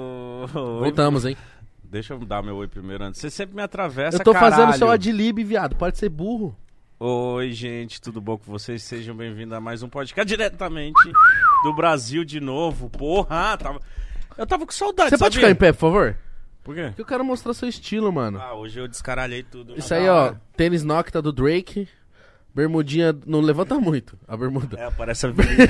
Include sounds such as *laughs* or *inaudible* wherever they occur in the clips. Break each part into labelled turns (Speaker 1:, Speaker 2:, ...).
Speaker 1: oi.
Speaker 2: Voltamos, hein?
Speaker 1: Deixa eu dar meu oi primeiro antes. Você sempre me atravessa,
Speaker 2: Eu tô fazendo
Speaker 1: caralho.
Speaker 2: seu adlib, viado. Pode ser burro.
Speaker 1: Oi, gente, tudo bom com vocês? Sejam bem-vindos a mais um podcast diretamente do Brasil de novo. Porra, Ah, tava... eu tava com saudade,
Speaker 2: Você pode
Speaker 1: sabia?
Speaker 2: ficar em pé, por favor?
Speaker 1: Por quê?
Speaker 2: Que eu quero mostrar seu estilo, mano.
Speaker 1: Ah, hoje eu descaralhei tudo.
Speaker 2: Isso aí,
Speaker 1: Ah,
Speaker 2: ó. Tênis Nocta do Drake. Bermudinha. Não levanta muito a bermuda. *laughs*
Speaker 1: É, parece a Avenida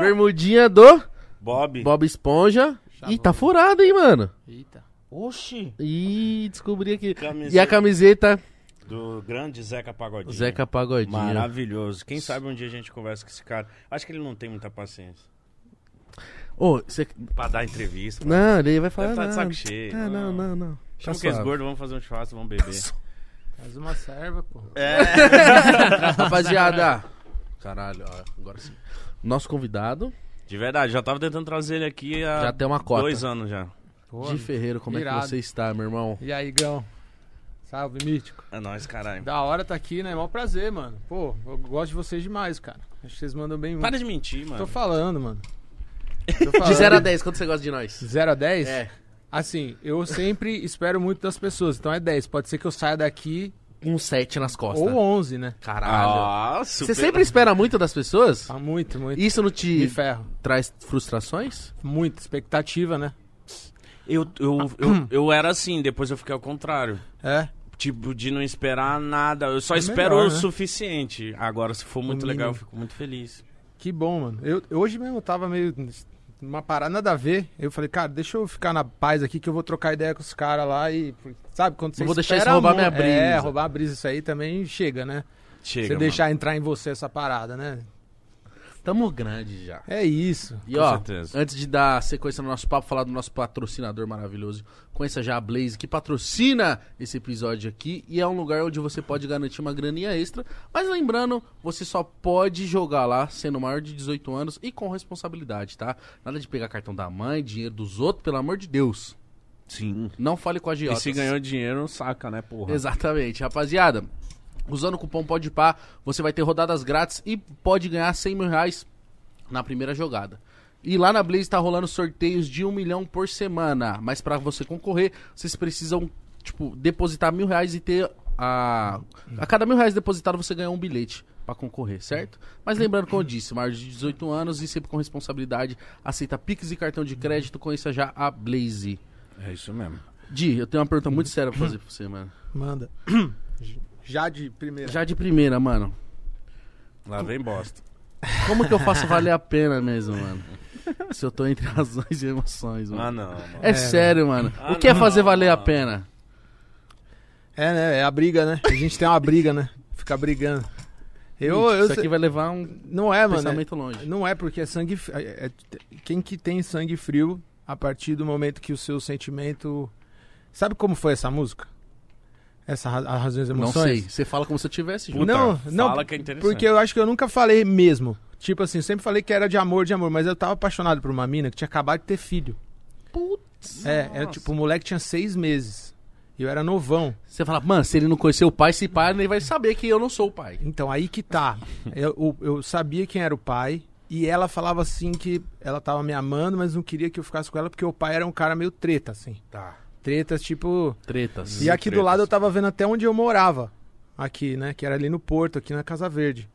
Speaker 2: Bermudinha do
Speaker 1: Bob.
Speaker 2: Bob Esponja. Ih, tá furado, hein, mano?
Speaker 3: Eita.
Speaker 1: Oxi.
Speaker 2: Ih, descobri aqui.
Speaker 1: Camiseta.
Speaker 2: E a camiseta
Speaker 1: Do grande Zeca Pagodinho.
Speaker 2: Zeca Pagodinho.
Speaker 1: Maravilhoso. Quem sabe um dia a gente conversa com esse cara. Acho que ele não tem muita paciência.
Speaker 2: Ô, você.
Speaker 1: Pra dar entrevista.
Speaker 2: Não, ele vai falar.
Speaker 1: Deve tá de
Speaker 2: não.
Speaker 1: saco cheio.
Speaker 2: Ah, não, não, não.
Speaker 1: Chama
Speaker 2: Tá
Speaker 1: que esse
Speaker 2: suave.
Speaker 1: gordo, vamos fazer um churrasco, vamos beber.
Speaker 3: Faz uma serva, pô.
Speaker 2: Rapaziada. Caralho, ó, agora sim. Nosso convidado,
Speaker 1: De verdade, já tava tentando trazer ele aqui há
Speaker 2: Já tem uma cota.
Speaker 1: dois anos já.
Speaker 3: Pô,
Speaker 2: Di Ferreiro, como é
Speaker 3: irado.
Speaker 2: que você está, meu irmão?
Speaker 3: E aí, Gão? Salve, Mítico.
Speaker 1: É nóis, caralho.
Speaker 3: Da hora tá aqui, né? Mó prazer, mano. Pô, eu gosto de vocês demais, cara. Acho que vocês mandam bem muito.
Speaker 1: Para de mentir, mano.
Speaker 3: Tô falando, mano. Tô falando.
Speaker 2: De 0 a 10, quanto você gosta de nós?
Speaker 3: 0 a 10?
Speaker 2: É.
Speaker 3: Assim, eu sempre espero muito das pessoas, então é 10. Pode ser que eu saia daqui
Speaker 2: Um 7 nas costas.
Speaker 3: ou 11, né?
Speaker 2: Caralho.
Speaker 1: Ah,
Speaker 2: você
Speaker 1: super-
Speaker 2: sempre espera muito das pessoas?
Speaker 3: Ah, muito, muito.
Speaker 2: Isso não
Speaker 3: Me
Speaker 2: te
Speaker 3: ferro.
Speaker 2: traz frustrações?
Speaker 3: Muito. Expectativa, né?
Speaker 1: Eu, eu, eu, eu era assim, depois eu fiquei ao contrário.
Speaker 3: É.
Speaker 1: Tipo, de não esperar nada. Eu só
Speaker 3: É
Speaker 1: espero
Speaker 3: melhor,
Speaker 1: o
Speaker 3: né? Hum.
Speaker 1: suficiente. Agora, se for muito
Speaker 3: mínimo.
Speaker 1: legal, eu fico muito feliz.
Speaker 3: Que bom, mano. Eu, eu hoje mesmo eu tava meio. Uma parada nada a ver. Eu falei, cara, deixa eu ficar na paz aqui que eu vou trocar ideia com os caras lá e. Sabe, quando você
Speaker 2: Não vou deixar
Speaker 3: espera
Speaker 2: isso roubar
Speaker 3: um-
Speaker 2: minha brisa.
Speaker 3: É, roubar a brisa, isso aí também chega, né?
Speaker 1: Chega,
Speaker 3: você
Speaker 1: mano.
Speaker 3: deixar entrar em você essa parada, né?
Speaker 2: Tamo grande já.
Speaker 3: É isso.
Speaker 2: E
Speaker 1: Com
Speaker 2: ó,
Speaker 1: certeza.
Speaker 2: antes de dar sequência no nosso papo, falar do nosso patrocinador maravilhoso, conheça já a Blaze, que patrocina esse episódio aqui e é um lugar onde você pode garantir uma graninha extra. Mas lembrando, você só pode jogar lá sendo maior de 18 anos e com responsabilidade, tá? Nada de pegar cartão da mãe, dinheiro dos outros, pelo amor de Deus.
Speaker 1: Sim.
Speaker 2: Não fale com a
Speaker 1: E
Speaker 2: Giotas.
Speaker 1: se ganhou dinheiro, saca, né, porra?
Speaker 2: Exatamente, rapaziada. Usando o cupom PODPAR, você vai ter rodadas grátis e pode ganhar 100 mil reais na primeira jogada. E lá na Blaze tá rolando sorteios de um milhão por semana. Mas pra você concorrer, vocês precisam, tipo, depositar mil reais e ter a. A cada mil reais depositado, você ganha um bilhete pra concorrer, certo? Mas lembrando, como eu disse, maior de 18 anos e sempre com responsabilidade, aceita Pix e cartão de crédito, conheça já a Blaze.
Speaker 1: É isso mesmo.
Speaker 2: Di, eu tenho uma pergunta muito séria pra fazer pra você, mano.
Speaker 3: Manda. *clears throat* Já de primeira.
Speaker 2: Já de primeira, mano.
Speaker 1: Lá vem bosta.
Speaker 2: Como que eu faço valer a pena mesmo, mano? Se eu tô entre razões e emoções,
Speaker 3: Hum.
Speaker 2: mano.
Speaker 1: Ah, não, mano.
Speaker 2: é, sério, mano.
Speaker 1: Ah,
Speaker 2: o que é
Speaker 1: não,
Speaker 2: fazer valer a
Speaker 1: mano.
Speaker 2: pena?
Speaker 3: É, né? É a briga, né? A gente tem uma briga, né? Ficar brigando. Eu,
Speaker 2: Ixi,
Speaker 3: eu
Speaker 2: Isso aqui vai levar um
Speaker 3: Não é, mano.
Speaker 2: pensamento longe.
Speaker 3: Não é porque é sangue. fri- é- é- quem que tem sangue frio a partir do momento que o seu sentimento. Sabe como foi essa música? Essa ra- as razões e
Speaker 2: Não
Speaker 3: emoções.
Speaker 2: sei. Você fala como se eu tivesse junto.
Speaker 1: Puta,
Speaker 3: não, não,
Speaker 1: fala que é interessante.
Speaker 3: Porque eu acho que eu nunca falei mesmo. Tipo assim, eu sempre falei que era de amor, de amor, mas eu tava apaixonado por uma mina que tinha acabado de ter filho.
Speaker 2: Putz.
Speaker 3: É, era tipo, o moleque tinha seis meses. E eu era novão.
Speaker 2: Você fala, mano, se ele não conhecer o pai, esse pai nem vai saber que eu não sou o pai.
Speaker 3: Então, aí que tá. Eu, o- eu sabia quem era o pai. E ela falava assim que ela tava me amando, mas não queria que eu ficasse com ela, porque o pai era um cara meio treta, assim.
Speaker 2: Tá.
Speaker 3: Tretas, tipo.
Speaker 2: Tretas.
Speaker 3: E aqui do
Speaker 1: tretas.
Speaker 3: lado eu tava vendo até onde eu morava. Aqui, né? Que era ali no Porto, aqui na Casa Verde.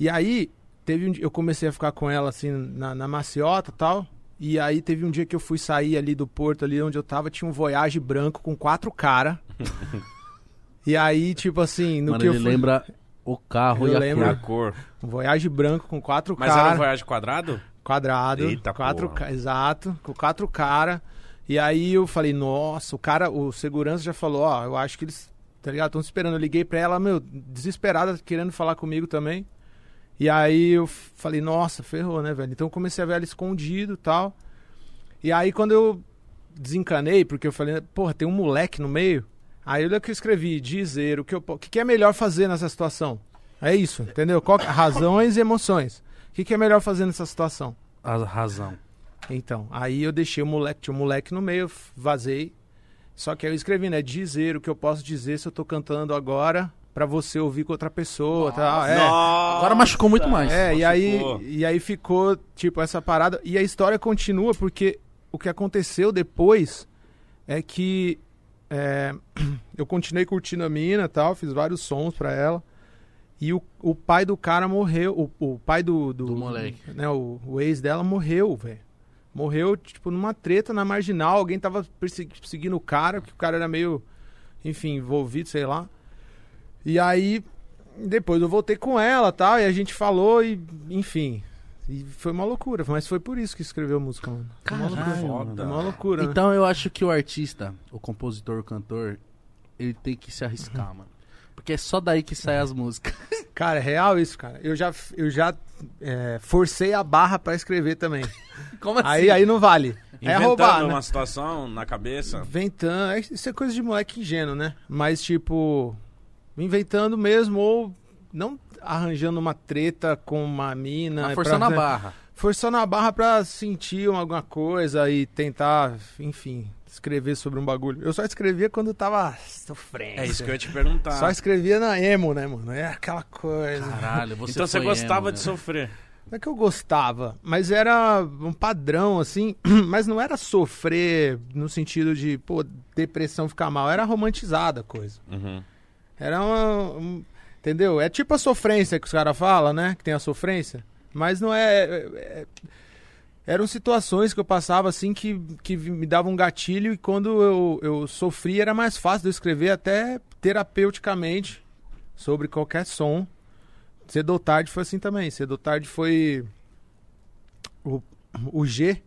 Speaker 3: E aí, teve um dia, eu comecei a ficar com ela assim na, na maciota e tal. E aí teve um dia que eu fui sair ali do Porto, ali onde eu tava, tinha um Voyage branco com quatro cara. e aí, tipo assim, no
Speaker 2: mano,
Speaker 3: que
Speaker 2: ele
Speaker 3: eu fui...
Speaker 2: lembra o carro
Speaker 3: Eu
Speaker 2: e a
Speaker 3: lembro.
Speaker 1: E a
Speaker 2: cor.
Speaker 1: cor.
Speaker 3: Um Voyage branco com quatro
Speaker 1: Mas
Speaker 3: cara.
Speaker 1: era um voyage quadrado?
Speaker 3: Quadrado.
Speaker 1: Eita
Speaker 3: quatro
Speaker 1: porra.
Speaker 3: ca- Exato, com quatro cara. E aí eu falei, nossa, o cara, o segurança já falou, ó, eu acho que eles, tá ligado? Estão esperando. Eu liguei pra ela, meu, desesperada, querendo falar comigo também. E aí eu f- falei, nossa, ferrou, né, velho? Então eu comecei a ver ela escondido e tal. E aí quando eu desencanei, porque eu falei, porra, tem um moleque no meio. Aí olha o que eu escrevi, dizer o que, eu, po- o que que é melhor fazer nessa situação. É isso, entendeu? Qual que- razões e emoções. O que que é melhor fazer nessa situação?
Speaker 2: A razão.
Speaker 3: Então, aí eu deixei o moleque, tinha um moleque no meio, f- vazei. Só que aí eu escrevi, né? Dizer o que eu posso dizer se eu tô cantando agora pra você ouvir com outra pessoa, tá? É.
Speaker 1: Nossa.
Speaker 2: Agora machucou muito mais.
Speaker 3: É, e aí,
Speaker 1: machucou.
Speaker 3: e aí ficou, tipo, essa parada. E a história continua porque o que aconteceu depois é que é, *clears throat* eu continuei curtindo a mina tal, fiz vários sons pra ela. E o, o pai do cara morreu. O, o pai do.
Speaker 2: Do moleque.
Speaker 3: Né, o, o ex dela morreu, velho. Morreu, tipo, numa treta na marginal. Alguém tava persegui- perseguindo o cara, porque o cara era meio. Enfim, envolvido, sei lá. E aí. Depois eu voltei com ela tal. E a gente falou e. Enfim. E foi uma loucura. Mas foi por isso que escreveu a música, mano. Foi uma loucura.
Speaker 2: Caralho,
Speaker 1: foda.
Speaker 3: Foi uma loucura, né?
Speaker 2: Então eu acho que o artista, o compositor, o cantor, ele tem que se
Speaker 1: Uhum.
Speaker 2: arriscar, mano. Porque é só daí que saem
Speaker 1: *laughs*
Speaker 2: as músicas.
Speaker 3: Cara, é real isso, cara. Eu já, eu já é, forcei a barra pra escrever também.
Speaker 2: *laughs* Como assim?
Speaker 3: aí, aí não vale. É
Speaker 1: Inventando
Speaker 3: roubar,
Speaker 1: uma
Speaker 3: né?
Speaker 1: situação na cabeça.
Speaker 3: Inventando. é- Isso é coisa de moleque ingênuo, né? Mas, tipo, inventando mesmo ou não arranjando uma treta com uma mina.
Speaker 2: Tá
Speaker 3: é
Speaker 2: forçando
Speaker 3: pra-
Speaker 2: a barra.
Speaker 3: Forçando a barra pra sentir um- alguma coisa e tentar, enfim, escrever sobre um bagulho. Eu só escrevia quando eu tava sofrendo.
Speaker 1: É isso que eu ia te perguntar.
Speaker 3: Só escrevia na emo, né, mano? É aquela coisa.
Speaker 2: Caralho, você
Speaker 1: então você
Speaker 2: foi
Speaker 1: gostava
Speaker 2: emo,
Speaker 1: de
Speaker 2: né?
Speaker 1: sofrer.
Speaker 3: Não é que eu gostava, mas era um padrão, assim. *clears throat* Mas não era sofrer no sentido de, pô, depressão ficar mal. Era romantizada a coisa. Era uma. um- entendeu? É tipo a sofrência que os caras falam, né? Que tem a sofrência. Mas não é. é- é- eram situações que eu passava assim que, que me davam um gatilho e quando eu, eu sofria era mais fácil de eu escrever até terapeuticamente sobre qualquer som. Cedo ou tarde foi assim também. Cedo ou tarde foi o, o G,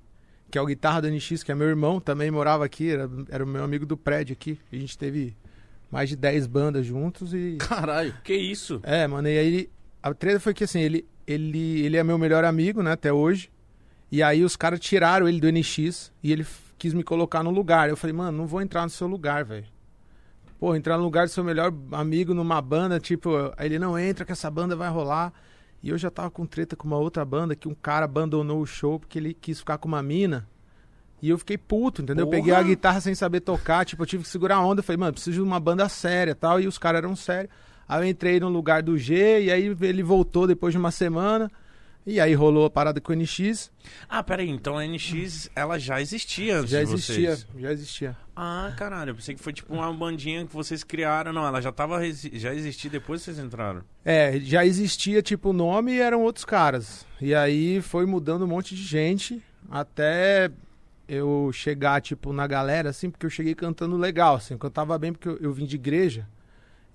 Speaker 3: que é o guitarra do NX, que é meu irmão, também morava aqui, era, era o meu amigo do prédio aqui. A gente teve mais de 10 bandas juntos e.
Speaker 1: um
Speaker 2: *laughs* Caralho.
Speaker 1: Que isso?
Speaker 3: É, mano, e aí ele- a treta foi que assim, ele, ele, ele é meu melhor amigo, né, até hoje. E aí os caras tiraram ele do NX e ele f- quis me colocar no lugar. Eu falei, mano, não vou entrar no seu lugar, velho. Pô, entrar no lugar do seu melhor amigo numa banda, tipo, aí ele não entra que essa banda vai rolar. E eu já tava com treta com uma outra banda que um cara abandonou o show porque ele quis ficar com uma mina. E eu fiquei puto, entendeu? Eu peguei a
Speaker 1: Porra!
Speaker 3: guitarra sem saber tocar, tipo, eu tive que segurar a onda. Eu falei, mano, preciso de uma banda séria e tal. E os caras eram sérios. Aí eu entrei no lugar do G, e aí ele voltou depois de uma semana. E aí rolou a parada com o NX.
Speaker 1: Ah, peraí, então a NX ela já existia antes
Speaker 3: Já
Speaker 1: de vocês.
Speaker 3: existia, já existia.
Speaker 1: Ah, caralho, eu pensei que foi tipo uma bandinha que vocês criaram. Não, ela já tava resi- já existia depois que vocês entraram.
Speaker 3: É, já existia, tipo, o nome e eram outros caras. E aí foi mudando um monte de gente até eu chegar, tipo, na galera, assim, porque eu cheguei cantando legal, assim. Eu cantava bem porque eu, eu vim de igreja.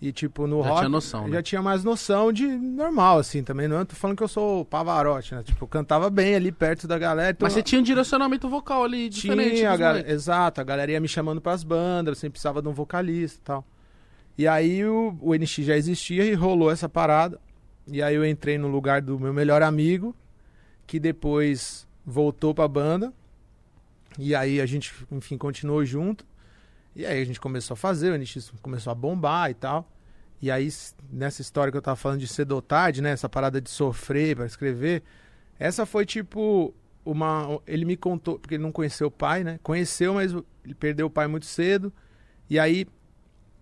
Speaker 3: E, tipo, no
Speaker 2: Já
Speaker 3: rock.
Speaker 2: tinha noção,
Speaker 3: eu
Speaker 2: né?
Speaker 3: Já tinha mais noção de normal, assim, também. Não eu tô falando que eu sou Pavarotti, né? Tipo, eu cantava bem ali perto da galera. então-
Speaker 2: Mas você tinha um direcionamento vocal ali diferente.
Speaker 3: tinha, a
Speaker 2: dos
Speaker 3: gal-
Speaker 2: moleques.
Speaker 3: Exato, a galera ia me chamando pras bandas, sempre precisava de um vocalista e tal. E aí o, o NX já existia e rolou essa parada. E aí eu entrei no lugar do meu melhor amigo, que depois voltou pra banda. E aí a gente, enfim, continuou junto. E aí a gente começou a fazer, o NX começou a bombar e tal. E aí, s- nessa história que eu tava falando de cedo ou tarde, né? Essa parada de sofrer pra escrever. Essa foi tipo uma. Ele me contou, porque ele não conheceu o pai, né? Conheceu, mas o- ele perdeu o pai muito cedo. E aí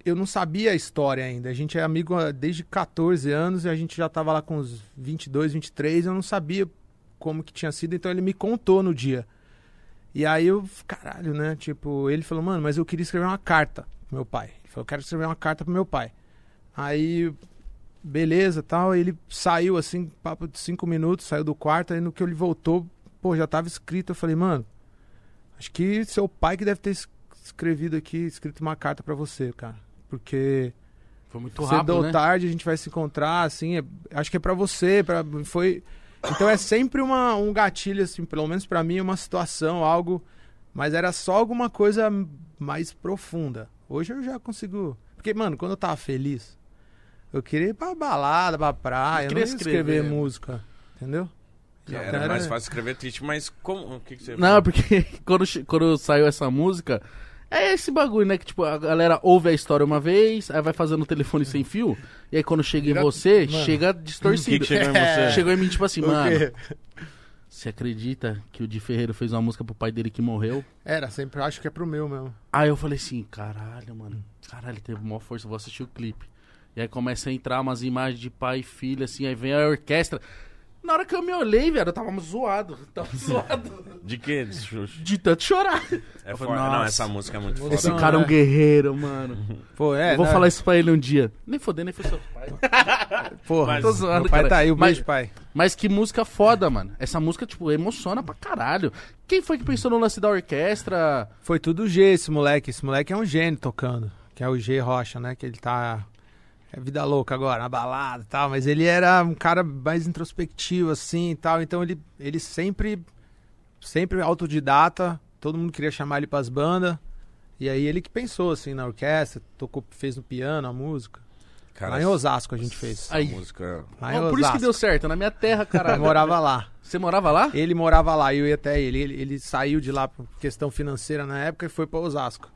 Speaker 3: eu não sabia a história ainda. A gente é amigo ah, desde 14 anos e a gente já tava lá com uns 22, 23. Eu não sabia como que tinha sido, então ele me contou no dia. E aí eu, caralho, né? Tipo, ele falou, mano, mas eu queria escrever uma carta pro meu pai. Ele falou, eu quero escrever uma carta pro meu pai. Aí, beleza tal. Ele saiu assim, papo de cinco minutos, saiu do quarto. Aí no que ele voltou, pô, já tava escrito. Eu falei, mano, acho que seu pai que deve ter es- escrevido aqui, escrito uma carta pra você, cara. Porque
Speaker 2: Foi muito
Speaker 3: cedo
Speaker 2: rápido,
Speaker 3: ou
Speaker 2: né?
Speaker 3: tarde a gente vai se encontrar, assim, é- acho que é pra você, para foi então é sempre uma, um gatilho assim, pelo menos pra mim, uma situação, algo, mas era só alguma coisa mais profunda. Hoje eu já consigo, porque mano, quando eu tava feliz, eu queria ir pra balada, pra praia, eu não
Speaker 2: queria
Speaker 3: ia escrever,
Speaker 2: escrever. né?
Speaker 3: música, entendeu?
Speaker 1: Era,
Speaker 3: Então
Speaker 1: mais fácil escrever triste, mas como. O que, que você
Speaker 2: Não, porque *laughs* quando, che- quando saiu essa música, é esse bagulho, né? Que tipo, a galera ouve a história uma vez, aí vai fazendo o telefone sem fio, e aí quando chega em
Speaker 3: Vira-
Speaker 2: você,
Speaker 3: Mano.
Speaker 2: chega distorcido.
Speaker 1: Hum, Que que chegou em você?
Speaker 2: *laughs* Chegou em mim, tipo assim, mano,
Speaker 3: Porque-
Speaker 2: você acredita que o Di Ferreiro fez uma música pro pai dele que morreu?
Speaker 3: Era, sempre acho que é pro meu mesmo.
Speaker 2: Aí eu falei assim, caralho, mano, caralho, ele teve maior força, vou assistir o clipe. E aí começa a entrar umas imagens de pai e filha, assim, aí vem a orquestra. Na hora que eu me olhei, velho, eu tava zoado. *laughs* Tava zoado.
Speaker 1: De quê? De Xuxa?
Speaker 2: De tanto chorar.
Speaker 1: É
Speaker 2: falei,
Speaker 1: foda. Não,
Speaker 2: "Nossa,
Speaker 1: essa música é muito foda.
Speaker 2: Esse
Speaker 3: Não,
Speaker 2: cara é um
Speaker 3: é.
Speaker 2: guerreiro, mano.
Speaker 3: Pô, é.
Speaker 2: eu vou
Speaker 3: né?
Speaker 2: falar isso pra ele um dia. Nem foder, nem foi seu pai.
Speaker 3: Porra,
Speaker 1: Mas-
Speaker 3: tô
Speaker 2: zoando,
Speaker 3: meu pai
Speaker 2: cara.
Speaker 3: tá aí, o
Speaker 2: Mas-
Speaker 3: beijo, pai.
Speaker 2: Mas que música foda, mano. Essa música, tipo, emociona pra caralho. Quem foi que pensou no lance da orquestra?
Speaker 3: Foi tudo G esse moleque. Esse moleque é um gênio tocando. Que é o G Rocha, né? Que ele tá. É vida louca agora, na balada e tal. Mas ele era um cara mais introspectivo, assim e tal. Então ele, ele sempre. Sempre autodidata. Todo mundo queria chamar ele pras bandas. E aí ele que pensou, assim, na orquestra, tocou, fez no piano a música. lá em Osasco a gente fez.
Speaker 1: essa
Speaker 2: Aí.
Speaker 1: música...
Speaker 3: Lá em
Speaker 2: Ó, por isso que
Speaker 3: Osasco.
Speaker 2: deu certo, na minha terra,
Speaker 3: Eu
Speaker 2: caralho.
Speaker 3: morava lá.
Speaker 2: Você morava lá?
Speaker 3: Ele morava lá, eu ia até ele. ele. Ele saiu de lá por questão financeira na época e foi pra Osasco.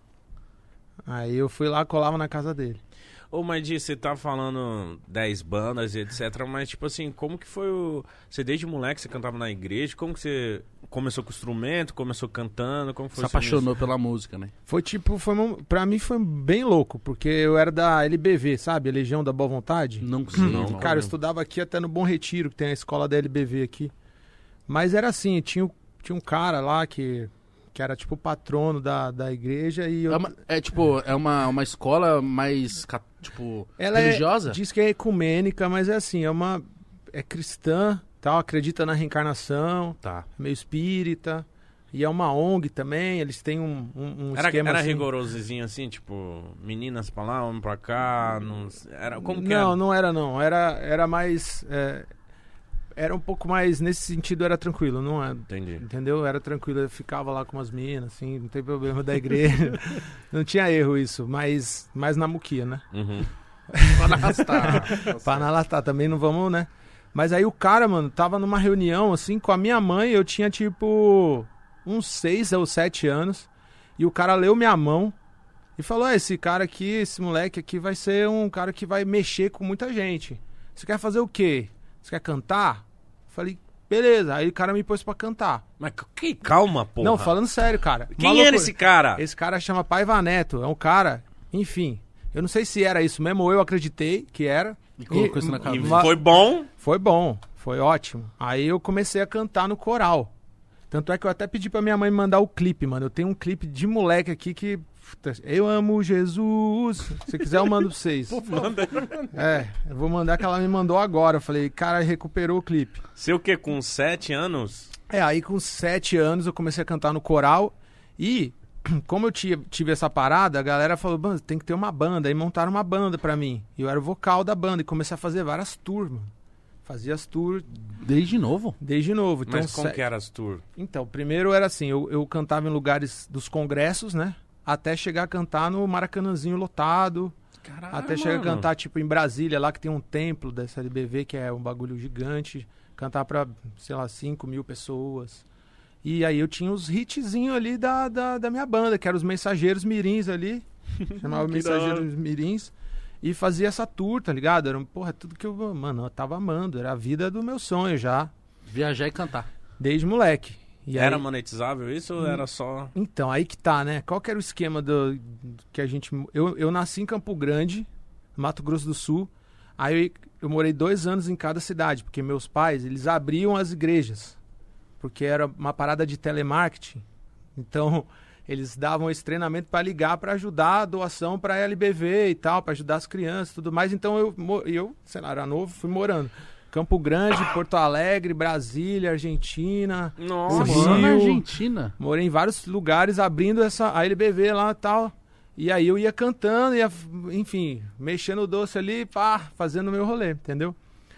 Speaker 3: Aí eu fui lá, colava na casa dele.
Speaker 1: Ô, mas Di, você tá falando 10 bandas e etc, mas tipo assim, como que foi o... Você desde moleque, você cantava na igreja, como que você começou com o instrumento, começou cantando, como que foi
Speaker 2: Se
Speaker 1: isso
Speaker 2: apaixonou pela música, né?
Speaker 3: Foi tipo, foi um, pra mim foi bem louco, porque eu era da LBV, sabe? Legião da Boa Vontade.
Speaker 2: Não sei,
Speaker 1: Não,
Speaker 2: irmão.
Speaker 3: Cara, eu
Speaker 1: mesmo.
Speaker 3: estudava aqui até no Bom Retiro, que tem a escola da LBV aqui. Mas era assim, tinha, um- tinha um cara lá que, que era tipo o patrono da, da igreja e eu,
Speaker 2: É, uma- é, tipo, é uma, uma escola mais, ca- tipo,
Speaker 3: Ela é-
Speaker 2: religiosa?
Speaker 3: Diz que é ecumênica, mas é assim, é uma. É cristã, tal, acredita na reencarnação,
Speaker 2: Tá.
Speaker 3: meio espírita. E é uma ONG também, eles têm um, um, um
Speaker 1: Era,
Speaker 3: esquema.
Speaker 1: era
Speaker 3: assim.
Speaker 1: rigorosozinho assim, tipo, meninas pra lá, homem pra cá, não... era como que
Speaker 3: não,
Speaker 1: era?
Speaker 3: não era, não. Era, era mais. é, era um pouco mais. Nesse sentido, era tranquilo, não é?
Speaker 1: Entendi.
Speaker 3: Entendeu? Era tranquilo, eu ficava lá com umas minas, assim, não tem problema da
Speaker 1: *laughs*
Speaker 3: igreja. não tinha erro isso, mas, mas na muquia, né?
Speaker 1: Uhum.
Speaker 2: Pra arrastar.
Speaker 3: *laughs* Pra analatar também não vamos, né? Mas aí o cara, mano, tava numa reunião, assim, com a minha mãe, eu tinha, tipo, uns seis ou sete anos, e o cara leu minha mão e falou, "Ah, esse cara aqui, esse moleque aqui vai ser um cara que vai mexer com muita gente. Você quer fazer o quê? Você quer cantar? Eu falei, beleza. Aí o cara me pôs pra cantar.
Speaker 1: Mas que calma, porra.
Speaker 3: Não, falando sério, cara.
Speaker 1: Quem
Speaker 3: Uma
Speaker 1: era
Speaker 3: loucura.
Speaker 1: esse cara?
Speaker 3: Esse cara chama Paiva Neto, é um cara, enfim... Eu não sei se era isso mesmo, ou eu acreditei que era.
Speaker 2: E colocou isso na cabeça.
Speaker 1: E
Speaker 3: ma-
Speaker 1: foi bom?
Speaker 3: foi bom, foi ótimo. Aí eu comecei a cantar no coral. Tanto é que eu até pedi pra minha mãe mandar o clipe, mano. Eu tenho um clipe de moleque aqui que. puta, Eu amo Jesus. Se quiser, eu mando pra vocês.
Speaker 1: Manda.
Speaker 3: É, eu vou mandar que ela me mandou agora. Eu falei, cara, recuperou o clipe.
Speaker 1: Seu que com 7 anos?
Speaker 3: É, aí com sete anos eu comecei a cantar no coral e *clears throat* como eu ti- tive essa parada, a galera falou, mano, tem que ter uma banda. Aí montaram uma banda pra mim. E eu era o vocal da banda e comecei a fazer várias tours, mano. Fazia as tours
Speaker 2: Desde novo?
Speaker 3: desde novo. Então,
Speaker 1: Mas como
Speaker 3: se-
Speaker 1: que é? era as tour?
Speaker 3: Então, primeiro era assim, eu, eu cantava em lugares dos congressos, né? Até chegar a cantar no Maracanãzinho lotado,
Speaker 2: Caralho,
Speaker 3: até chegar a
Speaker 1: Ah, mano.
Speaker 3: cantar tipo em Brasília, lá que tem um templo dessa LBV, que é um bagulho gigante, cantar pra, sei lá, 5 mil pessoas. E aí eu tinha os hitzinhos ali da, da, da minha banda, que eram os Mensageiros
Speaker 1: *laughs*
Speaker 3: Mirins ali, chamava
Speaker 1: Que da hora.
Speaker 3: Mensageiros Mirins, e fazia essa tour, tá ligado? Era, um- porra, tudo que eu, mano, eu tava amando, era a vida do meu sonho já,
Speaker 2: Viajar e cantar.
Speaker 3: desde moleque. E aí-
Speaker 1: era monetizável isso ou era só...
Speaker 3: então, aí que tá, né? Qual que era o esquema do, que a gente. Eu, eu nasci em Campo Grande, Mato Grosso do Sul. Aí eu morei dois anos em cada cidade, porque meus pais, eles abriam as igrejas. Porque era uma parada de telemarketing. Então, *laughs* eles davam esse treinamento pra ligar, pra ajudar a doação pra LBV e tal, pra ajudar as crianças e tudo mais. Então, eu, mo- eu, sei lá, era novo, fui morando. Campo Grande, Porto Alegre, Brasília, Argentina.
Speaker 1: Nossa,
Speaker 3: Sim.
Speaker 2: Lá na
Speaker 3: Rio.
Speaker 2: Argentina.
Speaker 3: Morei em vários lugares abrindo essa a LBV lá e tal. E aí eu ia cantando, ia, enfim, mexendo o doce ali, pá, fazendo o meu rolê, entendeu?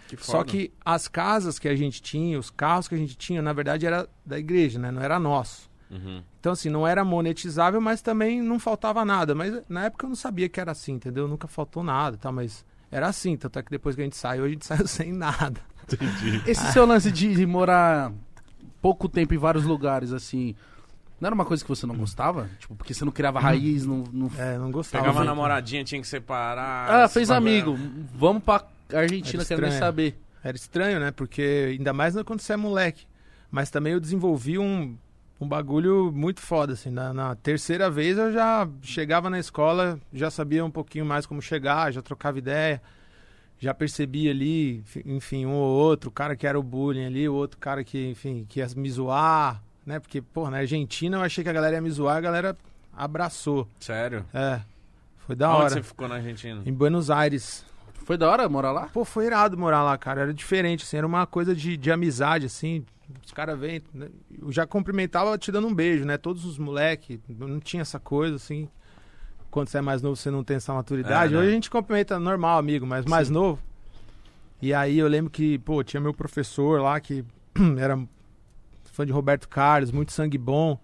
Speaker 1: que
Speaker 3: Só que as casas que a gente tinha, os carros que a gente tinha, na verdade era da igreja, né? Não era nosso.
Speaker 1: Uhum.
Speaker 3: Então, assim, não era monetizável, mas também não faltava nada. Mas na época eu não sabia que era assim, entendeu? Nunca faltou nada, tá? Mas era assim, tanto é que depois que a gente saiu, a gente *laughs* saiu sem nada.
Speaker 2: Esse seu lance de, de morar pouco tempo em vários lugares, assim, não era uma coisa que você não gostava? Tipo, porque você não criava raiz, não... não-
Speaker 3: É, não gostava.
Speaker 1: Pegava uma
Speaker 3: muito.
Speaker 1: namoradinha, tinha que separar.
Speaker 2: Ah,
Speaker 1: esse
Speaker 2: fez
Speaker 1: bagulho.
Speaker 2: amigo. Vamos pra Argentina,
Speaker 3: Era
Speaker 2: quero nem
Speaker 3: estranho.
Speaker 2: saber.
Speaker 3: Era estranho, né? Porque ainda mais quando você é moleque. Mas também eu desenvolvi um, um bagulho muito foda, assim. Na, na terceira vez eu já chegava na escola, já sabia um pouquinho mais como chegar, já trocava ideia. já percebi ali, enfim, um ou outro, o cara que era o bullying ali, o outro cara que, enfim, que ia me zoar, né? Porque, pô, na Argentina eu achei que a galera ia me zoar, a galera abraçou.
Speaker 1: Sério?
Speaker 3: É. Foi da
Speaker 1: Onde
Speaker 3: hora.
Speaker 1: você ficou na Argentina?
Speaker 3: Em Buenos Aires.
Speaker 2: Foi da hora morar lá?
Speaker 3: Pô, foi irado morar lá, cara. Era diferente, assim, era uma coisa de, de amizade, assim. Os caras vêm. né? Eu já cumprimentava te dando um beijo, né? Todos os moleques. Não tinha essa coisa, assim. Quando você é mais novo, você não tem essa maturidade.
Speaker 1: É, né?
Speaker 3: Hoje a gente cumprimenta normal, amigo, mas mais
Speaker 2: Sim.
Speaker 3: novo. E aí eu lembro que, pô, tinha meu professor lá que *clears throat* era fã de Roberto Carlos, muito sangue bom.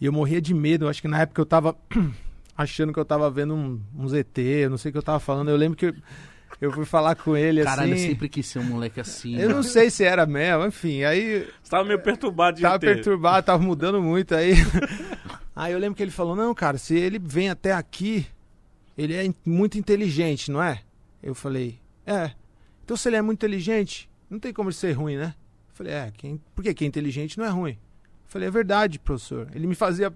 Speaker 3: E eu morria de medo. Eu acho que na época eu tava *clears throat* achando que eu tava vendo um, um ZT, eu não sei o que eu tava falando. Eu lembro que eu, eu fui falar com ele
Speaker 2: Caralho,
Speaker 3: assim.
Speaker 2: eu sempre quis ser um moleque assim.
Speaker 3: Eu não sei se era mesmo, enfim. Aí
Speaker 1: Você tava meio perturbado de
Speaker 3: tava
Speaker 1: ter.
Speaker 3: perturbado, tava mudando muito aí. Aí eu lembro que ele falou: "Não, cara, se ele vem até aqui, ele é in- muito inteligente, não é?" Eu falei: "É. Então se ele é muito inteligente, não tem como ele ser ruim, né?" Eu falei: "É, quem, porque quem é inteligente não é ruim." Eu falei: "É verdade, professor. Ele me fazia,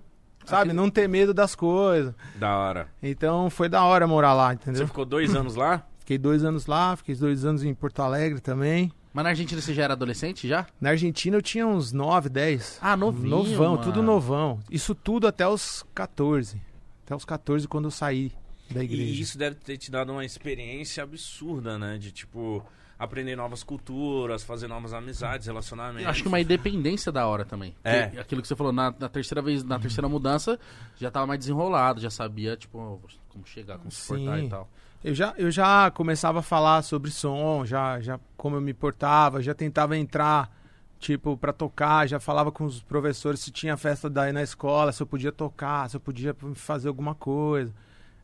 Speaker 3: sabe, não ter medo das coisas."
Speaker 1: Da hora.
Speaker 3: Então foi da hora morar lá,
Speaker 1: Você
Speaker 3: entendeu?
Speaker 1: ficou dois anos
Speaker 3: *clears throat*
Speaker 1: lá?
Speaker 3: Fiquei dois anos lá, fiquei dois anos em Porto Alegre também.
Speaker 2: Mas na Argentina você já era adolescente já?
Speaker 3: Na Argentina eu tinha uns 9, 10.
Speaker 2: Ah, novinho,
Speaker 3: Novão,
Speaker 2: mano.
Speaker 3: tudo novão. Isso tudo até os 14. Até os 14 quando eu saí da igreja.
Speaker 1: E isso deve ter te dado uma experiência absurda, né? De tipo, aprender novas culturas, fazer novas amizades, relacionamentos.
Speaker 2: Eu Acho que uma independência da hora também.
Speaker 1: É.
Speaker 2: Porque Aquilo que você falou, na, na terceira vez, na terceira mudança, já tava mais desenrolado, já sabia, tipo, como chegar, como se
Speaker 3: Sim.
Speaker 2: portar e tal.
Speaker 3: Eu, já, eu já começava a falar sobre som, já, já como eu me portava, já tentava entrar, tipo, pra tocar, já falava com os professores se tinha festa daí na escola, se eu podia tocar, se eu podia fazer alguma coisa.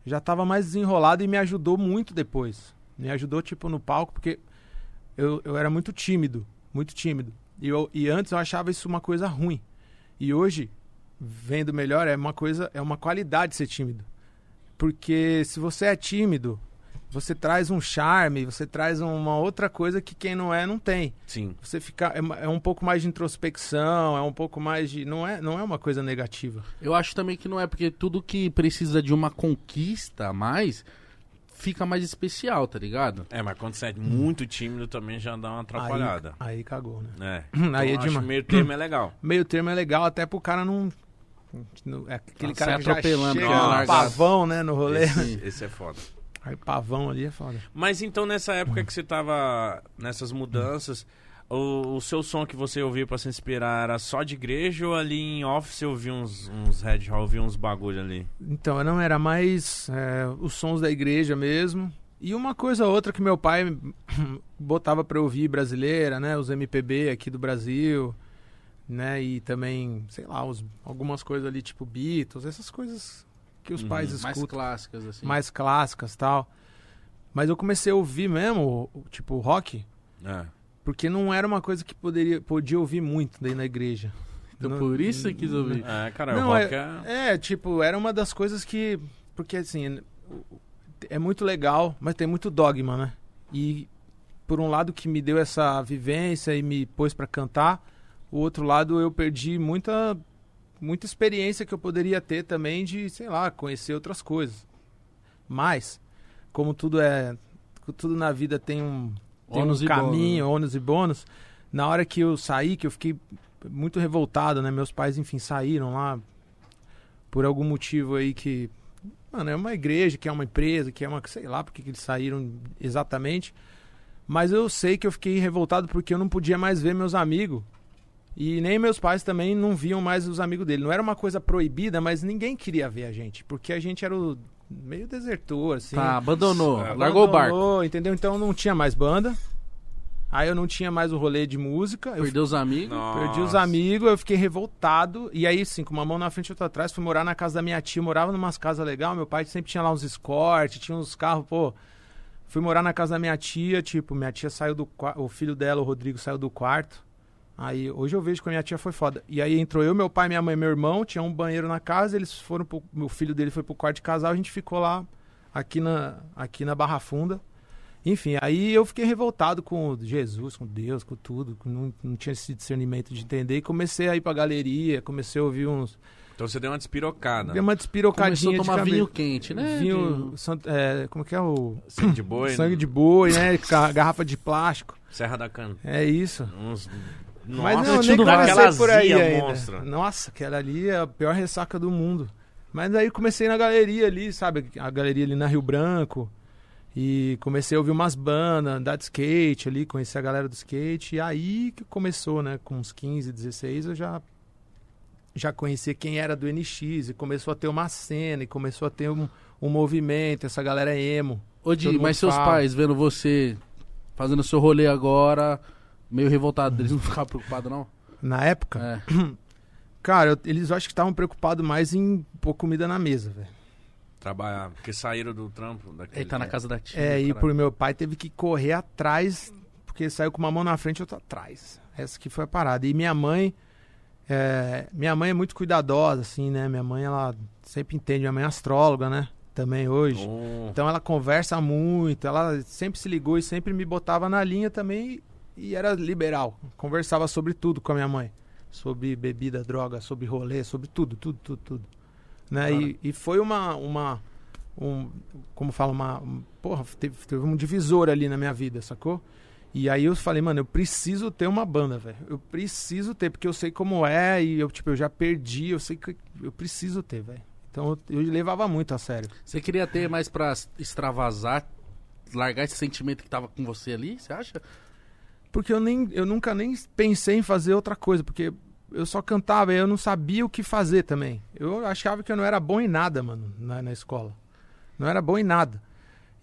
Speaker 3: Já tava mais desenrolado e me ajudou muito depois. Me ajudou, tipo, no palco, porque eu, eu era muito tímido, muito tímido. E, eu, e antes eu achava isso uma coisa ruim. E hoje, vendo melhor, é uma coisa, é uma qualidade ser tímido. Porque se você é tímido, você traz um charme, você traz uma outra coisa que quem não é não tem.
Speaker 1: Sim.
Speaker 3: Você fica é, ma- é um pouco mais de introspecção, é um pouco mais de não é, não é uma coisa negativa.
Speaker 2: Eu acho também que não é, porque tudo que precisa de uma conquista a mais fica mais especial, tá ligado?
Speaker 1: É, mas quando você é muito tímido também já dá uma atrapalhada.
Speaker 3: Aí, aí cagou, né?
Speaker 1: É.
Speaker 3: *clears throat* Aí é
Speaker 1: eu acho
Speaker 3: demais.
Speaker 1: que meio termo é legal.
Speaker 3: Meio termo é legal até pro cara não não- é aquele
Speaker 2: Não,
Speaker 3: cara
Speaker 2: sai
Speaker 3: que já
Speaker 2: atropelando,
Speaker 3: chega
Speaker 1: dá uma
Speaker 3: um
Speaker 1: largada.
Speaker 3: pavão, né, no *clears throat* rolê.
Speaker 1: Esse, esse é foda.
Speaker 3: Aí pavão ali é foda.
Speaker 1: Mas então nessa época que você tava nessas mudanças, o, o seu som que você ouvia pra se inspirar era só de igreja ou ali em off você ouvia uns, uns Red Hall, ouvia uns bagulho ali?
Speaker 3: Então, eu não era mais é, os sons da igreja mesmo. E uma coisa ou outra que meu pai *clears throat* botava pra eu ouvir brasileira, né? Os MPB aqui do Brasil, né? E também, sei lá, os- algumas coisas ali tipo Beatles, essas coisas que os
Speaker 1: Uhum.
Speaker 3: pais
Speaker 2: Mais
Speaker 3: escutam,
Speaker 2: clássicas, assim.
Speaker 3: mais clássicas tal. Mas eu comecei a ouvir mesmo, o- o- tipo, rock,
Speaker 1: É.
Speaker 3: porque não era uma coisa que poderia, podia ouvir muito daí na igreja.
Speaker 2: Então
Speaker 3: Não-
Speaker 2: por isso eu quis ouvir.
Speaker 1: É, cara,
Speaker 3: Não,
Speaker 1: o rock é...
Speaker 3: É, tipo, era uma das coisas que. Porque assim, é muito legal, mas tem muito dogma, né? E por um lado que me deu essa vivência e me pôs pra cantar, o outro lado eu perdi muita muita experiência que eu poderia ter também de, sei lá, conhecer outras coisas. Mas como tudo é tudo na vida tem um tem
Speaker 2: Ônus
Speaker 3: um
Speaker 2: e
Speaker 3: caminho, ônus e bônus. Na hora que eu saí, que eu fiquei muito revoltado, né? Meus pais, enfim, saíram lá por algum motivo aí que. Mano, é uma igreja, que é uma empresa, que é uma. Sei lá porque que eles saíram exatamente. Mas eu sei que eu fiquei revoltado porque eu não podia mais ver meus amigos. E nem meus pais também não viam mais os amigos dele. Não era uma coisa proibida, mas ninguém queria ver a gente. Porque a gente era o meio desertor, assim.
Speaker 2: Tá, abandonou,
Speaker 1: Abandonou,
Speaker 2: largou o barco.
Speaker 3: Abandonou, Entendeu? Então não tinha mais banda. Aí eu não tinha mais o rolê de música. Eu
Speaker 2: Perdeu os amigos.
Speaker 1: Nossa.
Speaker 3: Perdi os amigos, eu fiquei revoltado. E aí, assim, com uma mão na frente e outra atrás, fui morar na casa da minha tia. Eu morava numas casas legais. Meu pai sempre tinha lá uns escorte, tinha uns carros, pô. Fui morar na casa da minha tia, tipo, minha tia saiu do quarto. O filho dela, o Rodrigo, saiu do quarto. Aí, hoje eu vejo que a minha tia foi foda. E aí entrou eu, meu pai, minha mãe e meu irmão. Tinha um banheiro na casa, eles foram pro. O filho dele foi pro quarto de casal, a gente ficou lá aqui na, aqui na Barra Funda. Enfim, aí eu fiquei revoltado com Jesus, com Deus, com tudo. com- Não, não tinha esse discernimento de entender. E comecei a ir pra galeria, comecei a ouvir uns,
Speaker 1: Então você deu uma despirocada.
Speaker 3: Deu uma
Speaker 2: Começou a
Speaker 3: despirocadinha de
Speaker 2: tomar
Speaker 3: cabelo.
Speaker 2: vinho quente, né?
Speaker 3: Vinho, sant- é, como que é o...
Speaker 1: Sangue de boi,
Speaker 3: *coughs* Sangue
Speaker 1: né?
Speaker 3: de boi, né? Ca- Garrafa de plástico.
Speaker 1: Serra da Cana.
Speaker 3: É isso.
Speaker 1: Uns...
Speaker 3: Mas
Speaker 1: Nossa,
Speaker 3: não,
Speaker 1: tio
Speaker 3: nem
Speaker 1: do Vale.
Speaker 3: comecei por aí
Speaker 1: azia
Speaker 3: ainda.
Speaker 1: monstra.
Speaker 3: Nossa, aquela ali é a pior ressaca do mundo. Mas aí comecei na galeria ali, sabe? A galeria ali na Rio Branco. E comecei a ouvir umas bandas, andar de skate ali, conhecer a galera do skate. E aí que começou, né? Com uns 15, 16, eu já já conhecia quem era do NX. E começou a ter uma cena, e começou a ter um, um movimento. Essa galera é emo.
Speaker 2: Ô, Di,
Speaker 3: Todo mundo
Speaker 2: mas seus
Speaker 3: fala.
Speaker 2: pais vendo você fazendo seu rolê agora, meio revoltado, eles não ficaram preocupados, não?
Speaker 3: Na época,
Speaker 2: É.
Speaker 3: cara, eu- eles acho que estavam preocupados mais em pôr comida na mesa, velho.
Speaker 1: Trabalhar. Porque saíram do trampo. Daquele
Speaker 2: Ele tá na casa da tia.
Speaker 3: É, e
Speaker 2: caralho.
Speaker 3: pro meu pai teve que correr atrás, porque saiu com uma mão na frente e outra atrás. Essa que foi a parada. E minha mãe, é, minha mãe é muito cuidadosa, assim, né? Minha mãe, ela sempre entende. Minha mãe é astróloga, né? Também hoje.
Speaker 1: Oh,
Speaker 3: Então ela conversa muito, ela sempre se ligou e sempre me botava na linha também e era liberal. Conversava sobre tudo com a minha mãe. Sobre bebida, droga, sobre rolê, sobre tudo, tudo, tudo, tudo. Né? E, e foi uma. uma um, como fala, uma. um- porra, teve, teve um divisor ali na minha vida, sacou? E aí eu falei, mano, eu preciso ter uma banda, velho. Eu preciso ter, porque eu sei como é, e eu, tipo, eu já perdi, eu sei que eu preciso ter, velho. Então eu, eu levava muito a sério.
Speaker 2: Você queria ter mais pra extravasar, largar esse sentimento que tava com você ali, você acha?
Speaker 3: Porque eu, nem, eu nunca nem pensei em fazer outra coisa, porque eu só cantava e eu não sabia o que fazer também. Eu achava que eu não era bom em nada, mano, na, na escola. Não era bom em nada.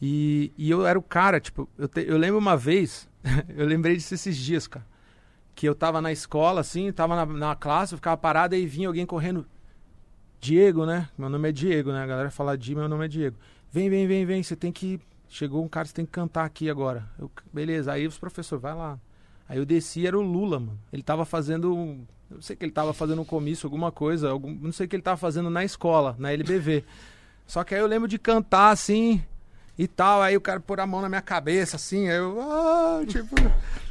Speaker 3: E, e eu era o cara, tipo, eu, te- eu lembro uma vez, *laughs* eu lembrei disso esses dias, cara, que eu tava na escola, assim, tava na, na classe, eu ficava parado e vinha alguém correndo. Diego, né? Meu nome é Diego, né? A galera fala Di, meu nome é Diego. Vem, vem, vem, vem, você tem que. Chegou um cara, você tem que cantar aqui agora. Eu, beleza, aí os professores, vai lá. Aí eu desci, era o Lula, mano. Ele tava fazendo. um- eu Não sei que ele tava fazendo um comício, alguma coisa, algum, não sei o que ele tava fazendo na escola, na LBV. *laughs* Só que aí eu lembro de cantar assim e tal. Aí o cara pôr a mão na minha cabeça, assim. Aí eu, ah, tipo,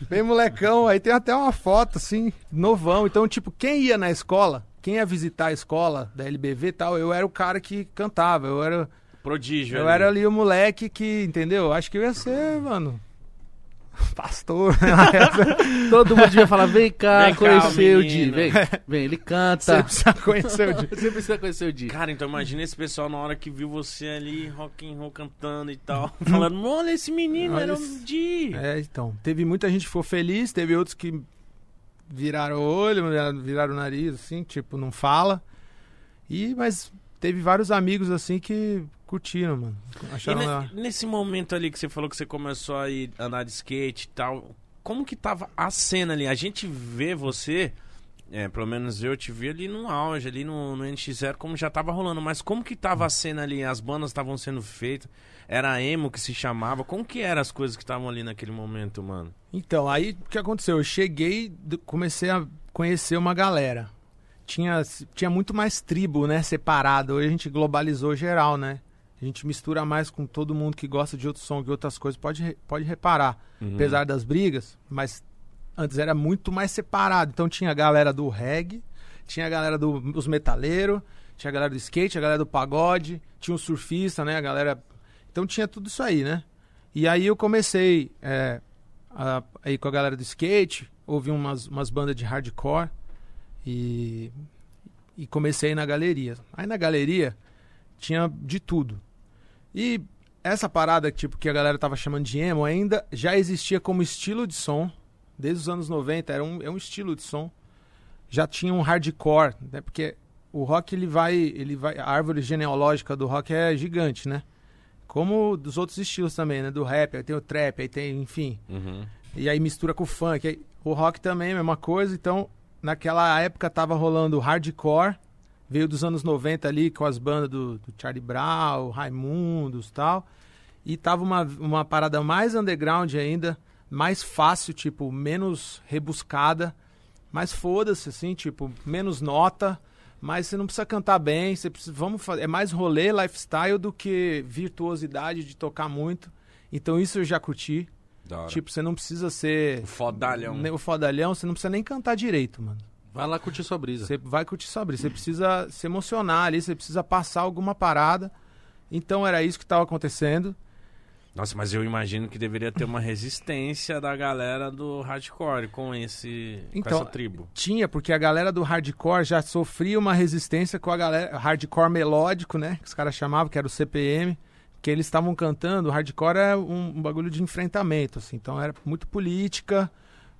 Speaker 3: bem molecão. Aí tem até uma foto, assim, novão. Então, tipo, quem ia na escola, quem ia visitar a escola da LBV e tal, eu era o cara que cantava. Eu era,
Speaker 1: Prodígio.
Speaker 3: eu
Speaker 1: ali.
Speaker 3: era ali o moleque que, entendeu? Acho que eu ia ser, mano. *laughs* Pastor.
Speaker 2: Todo mundo devia falar, vem cá,
Speaker 1: Vem cá,
Speaker 2: conhecer o,
Speaker 1: o
Speaker 2: Di,
Speaker 1: menino.
Speaker 2: vem, vem, ele
Speaker 3: Você
Speaker 2: canta.
Speaker 3: precisa conhecer
Speaker 2: *laughs*
Speaker 3: o Di.
Speaker 2: Você precisa conhecer o Di.
Speaker 1: Cara, então imagina esse pessoal na hora que viu você ali, rock and roll cantando e
Speaker 3: *laughs*
Speaker 1: tal, falando, olha esse menino,
Speaker 3: Olha
Speaker 1: era
Speaker 3: esse-
Speaker 1: um Di.
Speaker 3: É, então. Teve muita gente que ficou feliz, teve outros que viraram o olho, viraram- viraram o nariz, assim, tipo, não fala. E, mas teve vários amigos, assim, que curtiram, mano.
Speaker 1: E
Speaker 3: Acharam
Speaker 1: ne-
Speaker 3: legal.
Speaker 1: nesse momento ali que você falou que você começou a ir andar de skate e tal, como que tava a cena ali? A gente vê você, é, pelo menos eu te vi ali no auge, ali no, no NX0, como já tava rolando, mas como que tava a cena ali? As bandas estavam sendo feitas, era a emo que se chamava, como que eram as coisas que estavam ali naquele momento, mano?
Speaker 3: Então, aí o que aconteceu? Eu cheguei, d- comecei a conhecer uma galera. Tinha, tinha muito mais tribo, né? Separado. Hoje a gente globalizou geral, né? A gente mistura mais com todo mundo que gosta de outro som, que outras coisas. Pode, re- pode reparar. Apesar das brigas, mas antes era muito mais separado. Então tinha a galera do reggae, tinha a galera do- dos metaleiros, tinha a galera do skate, a galera do pagode, tinha o surfista, né? A galera. Então tinha tudo isso aí, né? E aí eu comecei é, a, a ir com a galera do skate, ouvi umas, umas bandas de hardcore e, e comecei a ir na galeria. Aí na galeria tinha de tudo. E essa parada tipo, que a galera tava chamando de emo ainda já existia como estilo de som. Desde os anos 90, era um, é um estilo de som. Já tinha um hardcore, né? Porque o rock, ele vai, ele vai... A árvore genealógica do rock é gigante, né? Como dos outros estilos também, né? Do rap, aí tem o trap, aí tem... Enfim,
Speaker 1: Uhum.
Speaker 3: e aí mistura com o funk. Aí O rock também é a mesma coisa. Então, naquela época tava rolando o hardcore. Veio dos anos 90 ali com as bandas do, do Charlie Brown, Raimundos e tal. E tava uma, uma parada mais underground ainda, mais fácil, tipo, menos rebuscada. Mas foda-se, assim, tipo, menos nota. Mas você não precisa cantar bem, você precisa, vamos fazer, é mais rolê, lifestyle do que virtuosidade de tocar muito. Então isso eu já curti.
Speaker 1: Da hora.
Speaker 3: Tipo, você não precisa ser
Speaker 1: Fodalhão. né?
Speaker 3: nem o fodalhão, você não precisa nem cantar direito, mano.
Speaker 2: Vai lá curtir sua brisa.
Speaker 3: Você vai curtir sua brisa. Você precisa se emocionar ali, você precisa passar alguma parada. Então era isso que estava acontecendo.
Speaker 1: Nossa, mas eu imagino que deveria ter uma resistência da galera do hardcore com, esse,
Speaker 3: Então,
Speaker 1: com essa tribo.
Speaker 3: Tinha, porque a galera do hardcore já sofria uma resistência com a galera hardcore melódico, né? Que os caras chamavam, que era o CPM, que eles estavam cantando. O hardcore era um, um bagulho de enfrentamento, assim. Então era muito política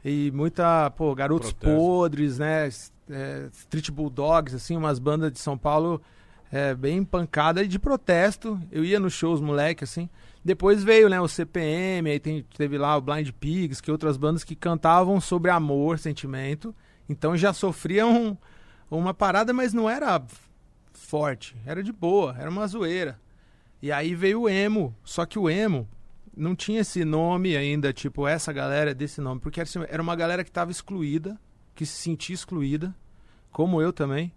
Speaker 3: e muita, pô, garotos
Speaker 1: Protesto.
Speaker 3: podres, né? s- é, Street Bulldogs, assim, umas bandas de São Paulo é, bem pancada e de protesto. Eu ia nos shows, moleque, assim. Depois veio, né, o CPM, aí tem- teve lá o Blind Pigs, que outras bandas que cantavam sobre amor, sentimento. Então já sofriam uma parada, mas não era forte, era de boa, era uma zoeira. E aí veio o emo, só que o emo não tinha esse nome ainda, tipo, essa galera é desse nome, porque era assim, era uma galera que estava excluída, que se sentia excluída, como eu também.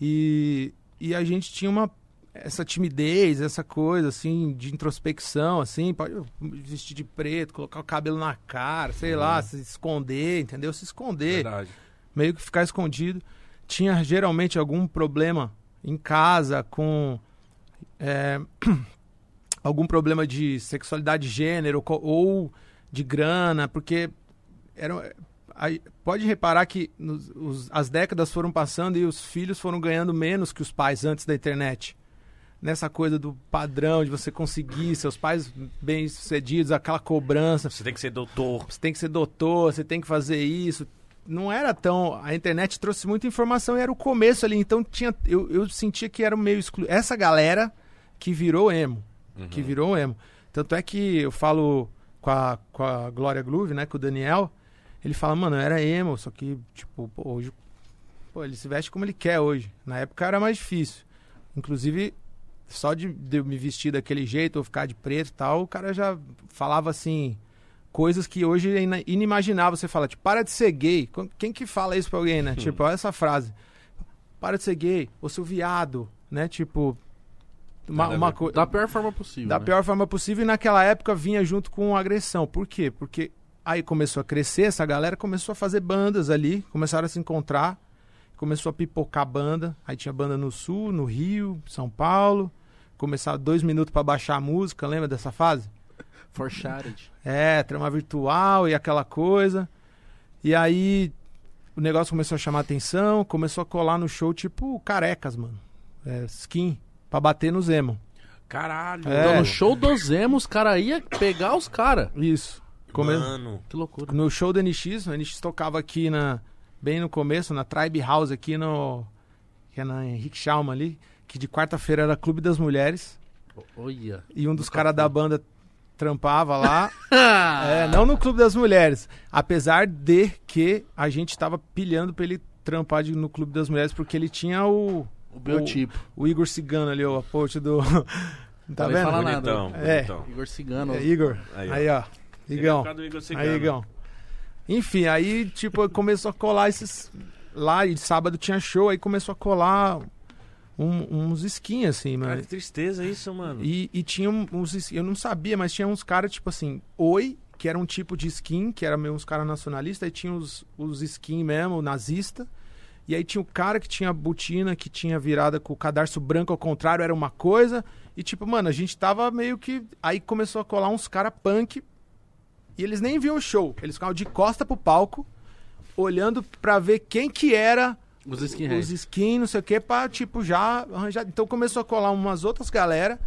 Speaker 3: E, e a gente tinha uma essa timidez, essa coisa assim de introspecção, assim, pode vestir de preto, colocar o cabelo na cara, sei lá, se esconder, entendeu? Se esconder
Speaker 1: Verdade.
Speaker 3: meio que ficar escondido. Tinha geralmente algum problema em casa com é, *clears throat* algum problema de sexualidade, gênero co- ou de grana, porque era, aí, pode reparar que nos- os- as décadas foram passando e os filhos foram ganhando menos que os pais antes da internet. Nessa coisa do padrão, de você conseguir, seus pais bem-sucedidos, aquela cobrança.
Speaker 1: Você tem que ser doutor.
Speaker 3: Você tem que ser doutor, você tem que fazer isso. Não era tão. A internet trouxe muita informação e era o começo ali. Então tinha. Eu, eu sentia que era meio excluído. Essa galera que virou emo.
Speaker 1: Uhum.
Speaker 3: Que virou emo. Tanto é que eu falo com a, com a Glória Groove, né? Com o Daniel. Ele fala, mano, eu era emo, só que, tipo, pô, hoje. Pô, ele se veste como ele quer hoje. Na época era mais difícil. Inclusive, só de, de eu me vestir daquele jeito, ou ficar de preto e tal, o cara já falava assim coisas que hoje é ina- inimaginável. Você fala, tipo, para de ser gay. Qu- Quem que fala isso pra alguém,
Speaker 1: *laughs*
Speaker 3: né? tipo, olha essa frase. Para de ser gay, ou seu viado, né? Tipo, uma,
Speaker 1: Nada a
Speaker 3: uma
Speaker 1: ver.
Speaker 3: coisa
Speaker 2: Da pior forma possível.
Speaker 3: da
Speaker 2: né?
Speaker 3: pior forma possível e naquela época vinha junto com agressão. Por quê? Porque aí começou a crescer, essa galera começou a fazer bandas ali, começaram a se encontrar, começou a pipocar banda. Aí tinha banda no Sul, no Rio, São Paulo. Começava dois minutos pra baixar a música, lembra dessa fase?
Speaker 2: Foreshadowed.
Speaker 3: É, trama virtual e aquela coisa. E aí o negócio começou a chamar atenção, começou a colar no show tipo carecas, mano. É, skin, pra bater no Zemo.
Speaker 1: Caralho.
Speaker 3: É.
Speaker 2: Então, no show dos emos, os cara ia pegar os caras.
Speaker 3: Isso. Come-
Speaker 1: Mano.
Speaker 2: Que loucura.
Speaker 3: No show do NX, o NX tocava aqui na bem no começo, na Tribe House aqui no que é na Henrique Schalman ali, que de quarta-feira era Clube das Mulheres,
Speaker 2: Olha.
Speaker 3: e um dos
Speaker 2: Nunca
Speaker 3: caras
Speaker 2: fui. Ah.
Speaker 3: da banda trampava
Speaker 2: *laughs*
Speaker 3: lá. É, não no Clube das Mulheres, apesar de que a gente tava pilhando pra ele trampar de- no Clube das Mulheres porque ele tinha o
Speaker 2: O biotipo.
Speaker 3: o Igor Cigano ali, o aporte do *laughs* Tá
Speaker 2: Falei falar
Speaker 3: vendo?
Speaker 2: nada.
Speaker 1: Bonitão,
Speaker 3: É.
Speaker 1: bonitão.
Speaker 2: Igor Cigano.
Speaker 3: É, Igor.
Speaker 1: Aí,
Speaker 3: Aí,
Speaker 1: ó.
Speaker 3: ó. Igão.
Speaker 1: Ele é por causa do Igor Cigano.
Speaker 3: Aí, Igão. Enfim, aí, tipo, começou a colar esses. Lá e sábado tinha show, aí começou a colar um- uns skins, assim,
Speaker 1: Cara,
Speaker 3: mano.
Speaker 1: que tristeza isso, mano.
Speaker 3: E, e tinha um- uns. skin- Eu não sabia, mas tinha uns caras, tipo assim, oi, que era um tipo de skin, que era meio uns caras nacionalistas, e tinha os, os skin mesmo, nazista. E aí tinha o cara que tinha a botina, que tinha virada com o cadarço branco ao contrário, era uma coisa. E tipo, mano, a gente tava meio que. Aí começou a colar uns cara punk. E eles nem viam o show. Eles ficavam de costa pro palco, olhando pra ver quem que era
Speaker 2: Os skinheads.
Speaker 3: os skins, não sei o que, pra, tipo, já arranjar. Então começou a colar umas outras galera,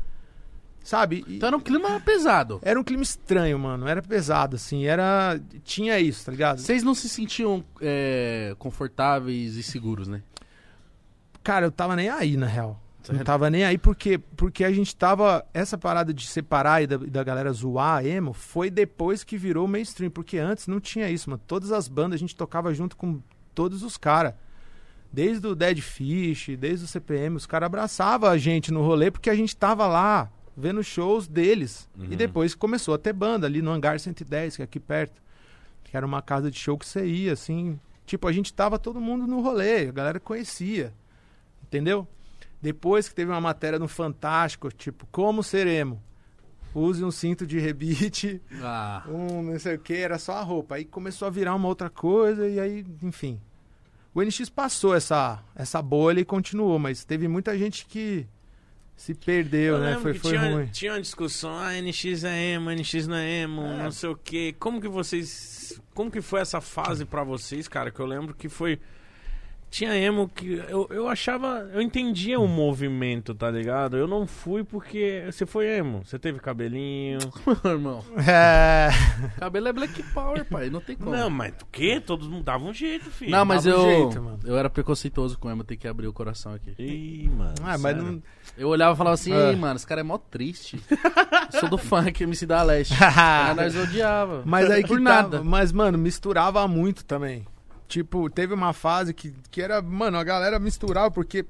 Speaker 3: sabe? E
Speaker 2: Então era um clima pesado.
Speaker 3: Era um clima estranho, mano. Era pesado, assim. Era. Tinha isso, tá ligado?
Speaker 2: Vocês não se sentiam é, confortáveis e seguros, né?
Speaker 3: Cara, eu tava nem aí, na real.
Speaker 2: Sério?
Speaker 3: Não tava nem aí porque, porque a gente tava. Essa parada de separar e da, da galera zoar a emo foi depois que virou mainstream. Porque antes não tinha isso, mano. Todas as bandas a gente tocava junto com todos os caras. Desde o Dead Fish, desde o CPM, os caras abraçavam a gente no rolê porque a gente tava lá vendo shows deles. E depois começou a ter banda ali no Hangar 110, que é aqui perto. Que era uma casa de show que você ia, assim. Tipo, a gente tava todo mundo no rolê, a galera conhecia. Entendeu? Depois que teve uma matéria no Fantástico, tipo, como seremos? Use um cinto de rebite, *laughs*
Speaker 2: Ah, *laughs*
Speaker 3: um não sei o que, era só a roupa. Aí começou a virar uma outra coisa e aí, enfim. O NX passou essa, essa bolha e continuou, mas teve muita gente que se perdeu,
Speaker 1: Eu
Speaker 3: né?
Speaker 1: lembro
Speaker 3: Foi,
Speaker 1: que
Speaker 3: foi
Speaker 1: tinha,
Speaker 3: ruim.
Speaker 1: tinha uma discussão, ah, NX é emo, NX não é emo, não sei o quê. Como que vocês. Como que foi essa fase pra vocês, cara? Que eu lembro que foi. Tinha emo que. Eu, eu achava. Eu entendia o movimento, tá ligado? Eu não fui porque. Você foi emo. Você teve cabelinho.
Speaker 2: irmão.
Speaker 1: um-
Speaker 3: *laughs* É.
Speaker 2: Cabelo é Black Power, pai. Não tem como.
Speaker 1: Não, mas o quê? Todo mundo dava um jeito, filho.
Speaker 2: Não, mas
Speaker 3: dava
Speaker 2: eu.
Speaker 3: um jeito, mano.
Speaker 2: eu era preconceituoso com emo, tem que abrir o coração aqui.
Speaker 1: Ih, mano.
Speaker 3: Ah, mas
Speaker 1: sério.
Speaker 3: não. *laughs*
Speaker 2: Eu olhava e falava assim,
Speaker 3: Ah.
Speaker 2: ei, mano, esse cara é mó triste. Eu sou do funk, MC da Leste.
Speaker 3: Ah.
Speaker 2: Aí nós odiava. *laughs*
Speaker 3: Mas aí que
Speaker 2: Por
Speaker 3: tá-
Speaker 2: nada.
Speaker 3: mas, mano, misturava muito também. Tipo, teve uma fase que, que era. Mano, a galera misturava, porque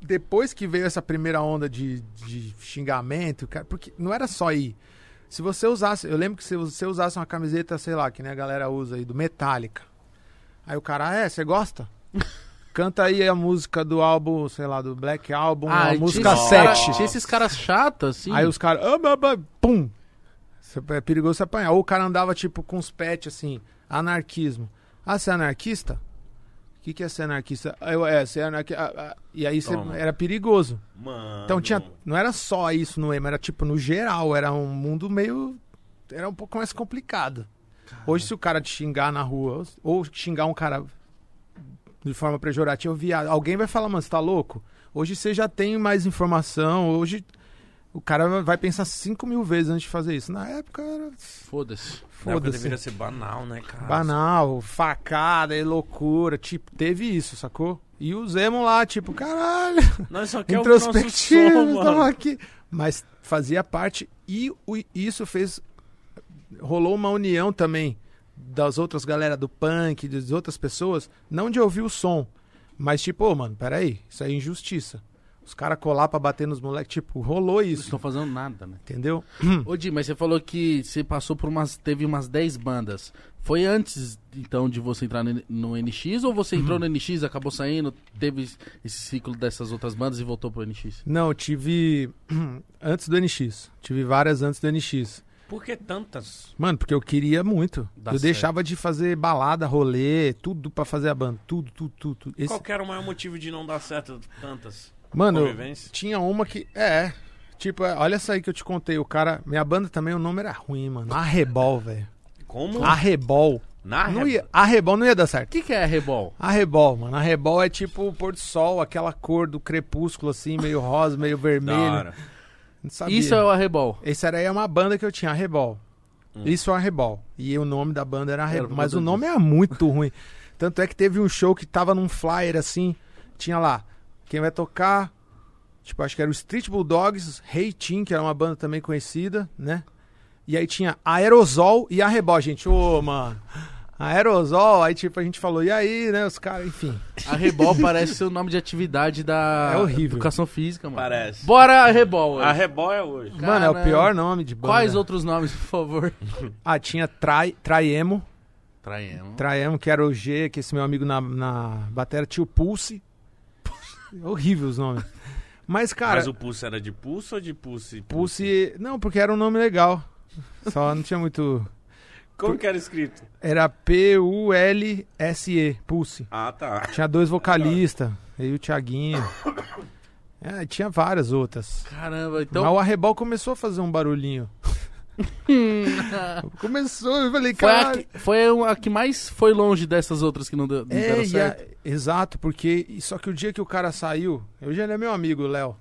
Speaker 3: depois que veio essa primeira onda de, de xingamento, cara, porque não era só aí. Se você usasse. Eu lembro que se você usasse uma camiseta, sei lá, que nem a galera usa aí, do Metallica. Aí o cara, é,
Speaker 2: *laughs*
Speaker 3: você gosta? Canta aí a música do álbum, sei lá, do Black Album, a
Speaker 2: Ah, e tinha
Speaker 3: música
Speaker 2: esses cara-
Speaker 3: 7.
Speaker 2: Tinha esses caras chatos, assim.
Speaker 3: Aí os caras, ah, bah, bah, pum. Cê- É perigoso se apanhar. Ou o cara andava, tipo, com os pets, assim, anarquismo. Ah, você é anarquista? O que, que é ser anarquista? Ah, Eu, é, ser anarquista. E aí cê-
Speaker 1: Toma.
Speaker 3: era perigoso.
Speaker 1: Mano.
Speaker 3: Então tinha. Não era só isso no emo, era tipo, no geral, era um mundo meio. Era um pouco mais complicado. Hoje, se o cara te xingar na rua, ou xingar um cara de forma pejorativa, viado, alguém vai falar, mano, você tá louco? Hoje você já tem mais informação, hoje o cara vai pensar cinco mil vezes antes de fazer isso. Na época era
Speaker 2: Foda-se.
Speaker 1: Na época
Speaker 3: foda-se.
Speaker 1: deveria ser banal, né, cara?
Speaker 3: Banal, facada e loucura. Tipo, teve isso, sacou? E os emo lá, tipo, caralho
Speaker 1: Nós só quer é o nosso som,
Speaker 3: introspectivo,
Speaker 1: mano.
Speaker 3: estamos aqui. Mas fazia parte e o- isso fez. Rolou uma união também das outras galera do punk, das outras pessoas, não de ouvir o som, mas tipo, ô, mano, peraí, isso aí é injustiça. Os caras colar pra bater nos moleques, tipo, rolou
Speaker 2: Não estão
Speaker 3: isso,
Speaker 2: fazendo nada, né?
Speaker 3: entendeu?
Speaker 2: Ô, Di, mas você falou que você passou por umas. Teve umas 10 bandas. Foi antes, então, de você entrar no, no NX? Ou você entrou no NX, acabou saindo, teve esse ciclo dessas outras bandas e voltou pro NX?
Speaker 3: Não, eu tive *clears throat* antes do NX, tive várias antes do NX.
Speaker 1: Por que tantas?
Speaker 3: Mano, porque eu queria muito.
Speaker 2: Dá
Speaker 3: eu
Speaker 2: certo.
Speaker 3: deixava de fazer balada, rolê, tudo pra fazer a banda, tudo, tudo, tudo. tudo. Esse-
Speaker 1: Qual que era o maior motivo de não dar certo tantas?
Speaker 3: Mano,
Speaker 1: Convivência?
Speaker 3: Tinha uma que. É. Tipo, é, olha essa aí que eu te contei. O cara. Minha banda também, o nome era ruim, mano. Arrebol, velho.
Speaker 1: Como?
Speaker 3: Arrebol.
Speaker 1: Na
Speaker 3: Não
Speaker 1: re-
Speaker 3: ia, arrebol não ia dar certo.
Speaker 2: O que, que é Rebol?
Speaker 3: Arrebol, mano. Arrebol é tipo o pôr do sol, aquela cor do crepúsculo, assim, meio rosa, meio
Speaker 1: Da
Speaker 3: vermelho.
Speaker 1: hora.
Speaker 3: Não sabia.
Speaker 2: Isso é o Arrebol.
Speaker 3: Esse era aí uma banda que eu tinha, Arrebol. Isso é Arrebol. E o nome da banda era Arrebol.
Speaker 2: por
Speaker 3: Mas
Speaker 2: conta
Speaker 3: o nome era muito ruim. Tanto é que teve um show que tava num flyer assim. Tinha lá, quem vai tocar? Tipo, acho que era o Street Bulldogs, Hey Team, que era uma banda também conhecida, né? E aí tinha Aerosol e Arrebol, gente. Ô, mano. Aerosol, aí tipo, a gente falou, e aí, né? Os caras, enfim.
Speaker 2: Arrebol *laughs* parece ser o nome de atividade da
Speaker 3: É horrível.
Speaker 2: educação física, mano.
Speaker 1: Parece.
Speaker 2: Bora Arrebol.
Speaker 1: A Rebol é hoje.
Speaker 3: Mano, é o
Speaker 2: Caramba.
Speaker 3: pior nome de banda.
Speaker 2: Quais outros nomes, por favor?
Speaker 3: Ah, tinha Trai, Traiemo.
Speaker 2: Traemos.
Speaker 3: Traiamo, que era o G, que esse meu amigo na, na batera tinha o Pulse. *laughs* Horrível os nomes. Mas, cara,
Speaker 1: Mas o pulso era de pulso ou de pulse?
Speaker 3: Pulse. Não, porque era um nome legal. Só não tinha muito.
Speaker 1: Como que era escrito?
Speaker 3: Era P-U-L-S-E, Pulse.
Speaker 1: Ah, tá.
Speaker 3: Tinha dois vocalistas, eu e o Thiaguinho. É, tinha várias outras.
Speaker 2: Caramba, então.
Speaker 3: Mas o Arrebol começou a fazer um barulhinho. começou, eu falei,
Speaker 2: Foi
Speaker 3: cara.
Speaker 2: a, que, foi um- a que mais foi longe dessas outras que não, deu, não
Speaker 3: É,
Speaker 2: deram
Speaker 3: e a-
Speaker 2: certo.
Speaker 3: exato, porque só que o dia que o cara saiu, eu já não é meu amigo, o Léo.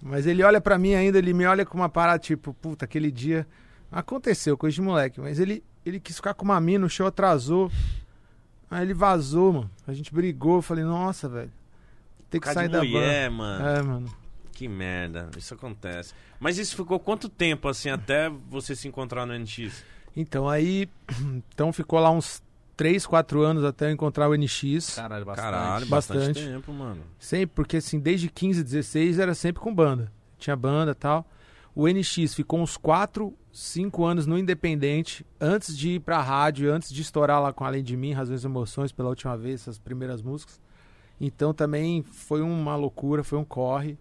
Speaker 3: Mas ele olha pra mim ainda, ele me olha com uma parada tipo, puta, aquele dia aconteceu coisa de moleque, mas ele ele quis ficar com uma mina, o show atrasou. Aí ele vazou, mano. A gente brigou, eu falei, nossa, velho. Tem
Speaker 1: Por
Speaker 3: que
Speaker 1: causa
Speaker 3: sair
Speaker 1: de
Speaker 3: da
Speaker 1: mulher,
Speaker 3: banda.
Speaker 1: mano.
Speaker 3: É, mano.
Speaker 1: Que merda. Isso acontece. Mas isso ficou quanto tempo, assim, até você se encontrar no NX?
Speaker 3: Então aí, *clears throat* então ficou lá uns 3, 4 anos até eu encontrar o NX.
Speaker 2: Caralho, bastante.
Speaker 1: Caralho, bastante,
Speaker 3: Bastante.
Speaker 1: tempo, mano.
Speaker 3: Sempre, porque assim, desde 15, 16 era sempre com banda. Tinha banda e tal. O NX ficou uns 4, 5 anos no Independente, antes de ir pra rádio, antes de estourar lá com Além de Mim, Razões e Emoções, pela última vez, essas primeiras músicas. Então também foi uma loucura, foi um corre.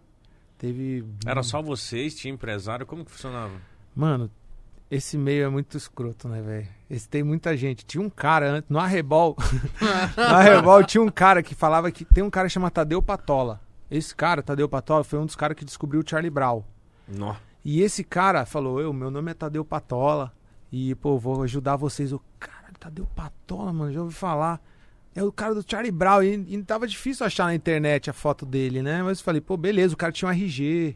Speaker 3: Teve.
Speaker 1: Era só vocês? Tinha empresário? Como que funcionava?
Speaker 3: Mano, Esse meio é muito escroto, né, velho? Esse tem muita gente. Tinha um cara antes, no Arrebol. *laughs* no Arrebol tinha um cara que falava que. Tem um cara chamado Tadeu Patola. Esse cara, Tadeu Patola, foi um dos caras que descobriu o Charlie Brown.
Speaker 1: Nó.
Speaker 3: E esse cara falou: Eu, meu nome é Tadeu Patola. E, pô, vou ajudar vocês. Eu, cara, Tadeu Patola, mano, já ouvi falar. É o cara do Charlie Brown. E, e tava difícil achar na internet a foto dele, né? Mas eu falei, pô, beleza, o cara tinha um RG.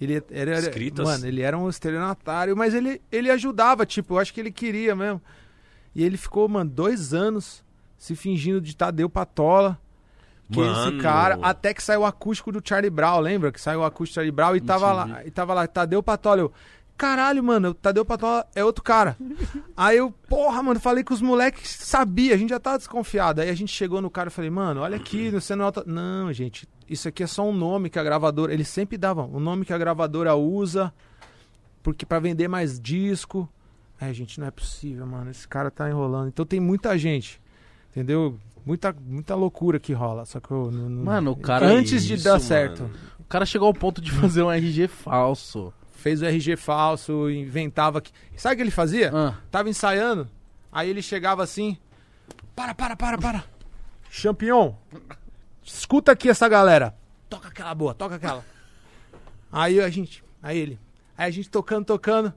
Speaker 3: Ele era. era-
Speaker 1: Escritas.
Speaker 3: Mano, ele era um estelionatário, mas ele, ele ajudava, tipo, eu acho que ele queria mesmo. E ele ficou, mano, dois anos se fingindo de Tadeu Patola. Que esse
Speaker 1: Mano.
Speaker 3: cara. Até que saiu o acústico do Charlie Brown, lembra? Que saiu o acústico do Charlie Brown e tava
Speaker 2: tive.
Speaker 3: lá, e tava lá, Tadeu Patola. Eu, caralho, mano, o Tadeu Patola é outro cara. Aí eu, porra, mano, falei que os moleques sabia, a gente já tava desconfiado. Aí a gente chegou no cara e falei, mano, olha aqui, você não é. o Ta- Não, gente, isso aqui é só um nome que a gravadora. Eles sempre davam, o nome que a gravadora usa, porque para vender mais disco. É, gente, não é possível, mano. Esse cara tá enrolando. Então tem muita gente. Entendeu? Muita, muita loucura que rola. Só que eu. não- não-
Speaker 2: Mano, o cara- é
Speaker 3: Antes de
Speaker 1: Isso,
Speaker 3: dar
Speaker 1: mano.
Speaker 3: certo.
Speaker 2: O cara chegou ao ponto de fazer um RG falso.
Speaker 3: Fez o RG falso, inventava. Que... Sabe o que ele fazia?
Speaker 2: Ah,
Speaker 3: Tava ensaiando. Aí ele chegava assim. Para, para, para, para. Champion, escuta aqui essa galera. Toca aquela boa, toca aquela. Aí a gente. Aí ele. Aí a gente tocando, tocando.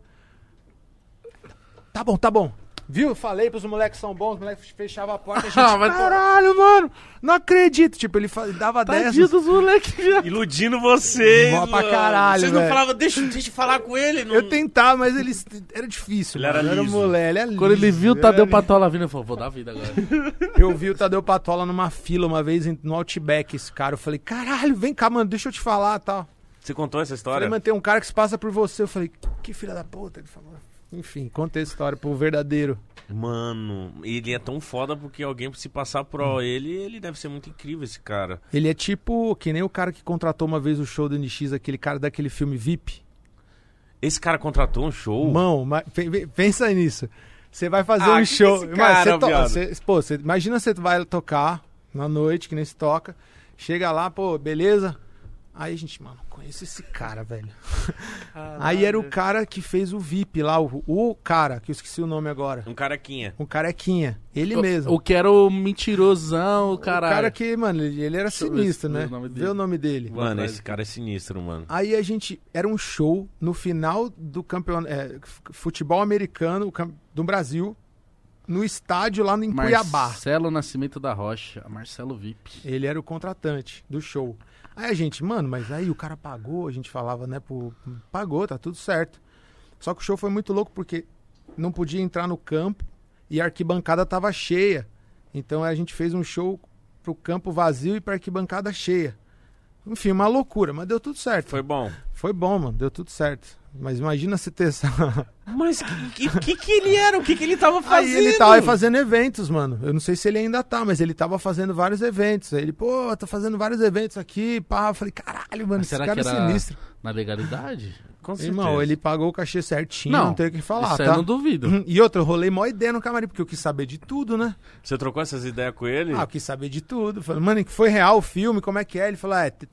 Speaker 3: Tá bom, tá bom. Viu? Falei pros moleques são bons, os moleques fechavam a porta. A
Speaker 2: *laughs*
Speaker 3: gente,
Speaker 2: Ah, vai to-
Speaker 3: Caralho, mano! Não acredito. Tipo, ele fa- dava 10.
Speaker 2: tadinho dos moleques, viado.
Speaker 1: Iludindo vocês.
Speaker 3: Mó pra
Speaker 1: mano.
Speaker 3: caralho,
Speaker 1: Vocês não
Speaker 3: velho.
Speaker 1: falavam, deixa, deixa eu falar com ele. Não...
Speaker 3: Eu tentava, mas ele era difícil.
Speaker 1: Ele era
Speaker 3: mano. um
Speaker 1: liso.
Speaker 3: moleque, ele era
Speaker 2: Quando ele
Speaker 3: liso,
Speaker 2: viu tá o Tadeu
Speaker 3: era
Speaker 2: Patola vindo, ele falou, vou dar vida agora.
Speaker 3: Eu vi o Tadeu Patola numa fila uma vez em- no Outback, esse cara. Eu falei, caralho, vem cá, mano, deixa eu te falar tal.
Speaker 1: Você contou essa história?
Speaker 3: Falei, mano, tem um cara que se passa por você. Eu falei, que filha da puta, ele falou. Enfim, contei a história pro verdadeiro.
Speaker 1: Mano, ele é tão foda porque alguém se passar pro ele, ele deve ser muito incrível esse cara.
Speaker 3: Ele é tipo, que nem o cara que contratou uma vez o show do NX, aquele cara daquele filme VIP.
Speaker 1: Esse cara contratou um show.
Speaker 3: Mão, ma- pe- pe- pensa nisso. Você vai fazer
Speaker 1: Ah,
Speaker 3: um
Speaker 1: que
Speaker 3: show.
Speaker 1: que esse
Speaker 3: mas
Speaker 1: cara,
Speaker 3: você to-
Speaker 1: viado?
Speaker 3: você- pô, você- imagina você vai tocar na noite, que nem se toca. Chega lá, pô, beleza? Aí, gente, mano, conheço esse cara, velho. *laughs* Aí era o cara que fez o VIP lá, o, o cara, que eu esqueci o nome agora.
Speaker 1: Um carequinha.
Speaker 3: Um carequinha. *laughs* Ele
Speaker 2: O-
Speaker 3: mesmo.
Speaker 2: O que era o mentirosão, o
Speaker 3: O
Speaker 2: caralho.
Speaker 3: cara que, mano, ele, ele era
Speaker 2: Deixa eu ver
Speaker 3: sinistro,
Speaker 2: se-
Speaker 3: né?
Speaker 2: o nome dele.
Speaker 3: Vê o nome dele.
Speaker 1: Mano,
Speaker 2: atrás
Speaker 1: esse
Speaker 2: aqui.
Speaker 1: cara é sinistro, mano.
Speaker 3: Aí a gente. Era um show no final do campeonato. futebol americano o cam- do Brasil. No estádio lá em Cuiabá.
Speaker 2: Marcelo Nascimento da Rocha, Marcelo VIP.
Speaker 3: Ele era o contratante do show. Aí a gente, mano, mas aí o cara pagou, a gente falava, né? Pro, pagou, tá tudo certo. Só que o show foi muito louco porque não podia entrar no campo e a arquibancada tava cheia. Então a gente fez um show pro campo vazio e pra arquibancada cheia. Enfim, uma loucura, mas deu tudo certo.
Speaker 1: Foi bom.
Speaker 3: Foi bom, mano, deu tudo certo. Mas imagina se ter essa.
Speaker 1: Mas o que, que, que ele era? O que, que ele tava
Speaker 3: Aí
Speaker 1: fazendo?
Speaker 3: ele tava fazendo eventos, mano. Eu não sei se ele ainda tá, mas ele tava fazendo vários eventos. Aí ele, pô, eu tô fazendo vários eventos aqui, pá. Eu falei, caralho, mano,
Speaker 2: Mas
Speaker 3: esse
Speaker 2: será
Speaker 3: cara
Speaker 2: que
Speaker 3: é
Speaker 2: era
Speaker 3: sinistro.
Speaker 2: na legalidade?
Speaker 1: Com certeza.
Speaker 3: Irmão, ele pagou o cachê certinho, não, tem o que falar,
Speaker 2: isso
Speaker 3: tá?
Speaker 2: aí eu não duvido.
Speaker 3: E outra, eu rolei mó ideia no camarim, porque eu quis saber de tudo, né?
Speaker 1: Você trocou essas ideias com ele?
Speaker 3: Ah, eu quis saber de tudo. Falei, mano, que foi real o filme, como é que é? Ele falou, é, te-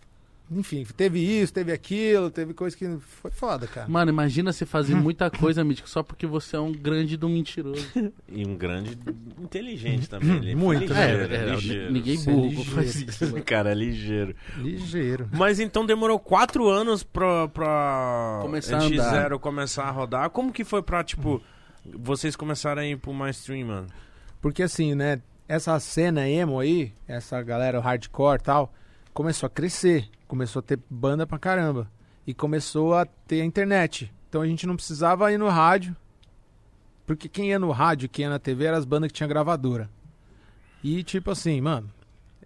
Speaker 3: enfim, teve isso, teve aquilo, teve coisa que. Foi foda, cara.
Speaker 2: Mano, imagina você fazer
Speaker 3: Uhum.
Speaker 2: muita coisa, Mítico, só porque você é um grande do
Speaker 3: *laughs*
Speaker 2: mentiroso.
Speaker 1: E um grande inteligente também. Ele
Speaker 3: Muito,
Speaker 1: ligeiro,
Speaker 3: né?
Speaker 1: é,
Speaker 2: n-
Speaker 1: ligeiro.
Speaker 2: ninguém
Speaker 3: Você é
Speaker 2: burro faz
Speaker 3: ligeiro.
Speaker 2: isso. mano.
Speaker 1: Cara, é ligeiro.
Speaker 3: Ligeiro.
Speaker 1: Mas então demorou quatro anos pra, pra
Speaker 2: Começar a
Speaker 1: NX0 começar a rodar. Como que foi pra, tipo, vocês começarem a ir pro mainstream, mano?
Speaker 3: Porque assim, né? Essa cena emo aí, essa galera hardcore e tal, começou a crescer. Começou a ter banda pra caramba. E começou a ter a internet. Então a gente não precisava ir no rádio. Porque quem ia no rádio, quem ia na TV, eram as bandas que tinha gravadora. E tipo assim, mano,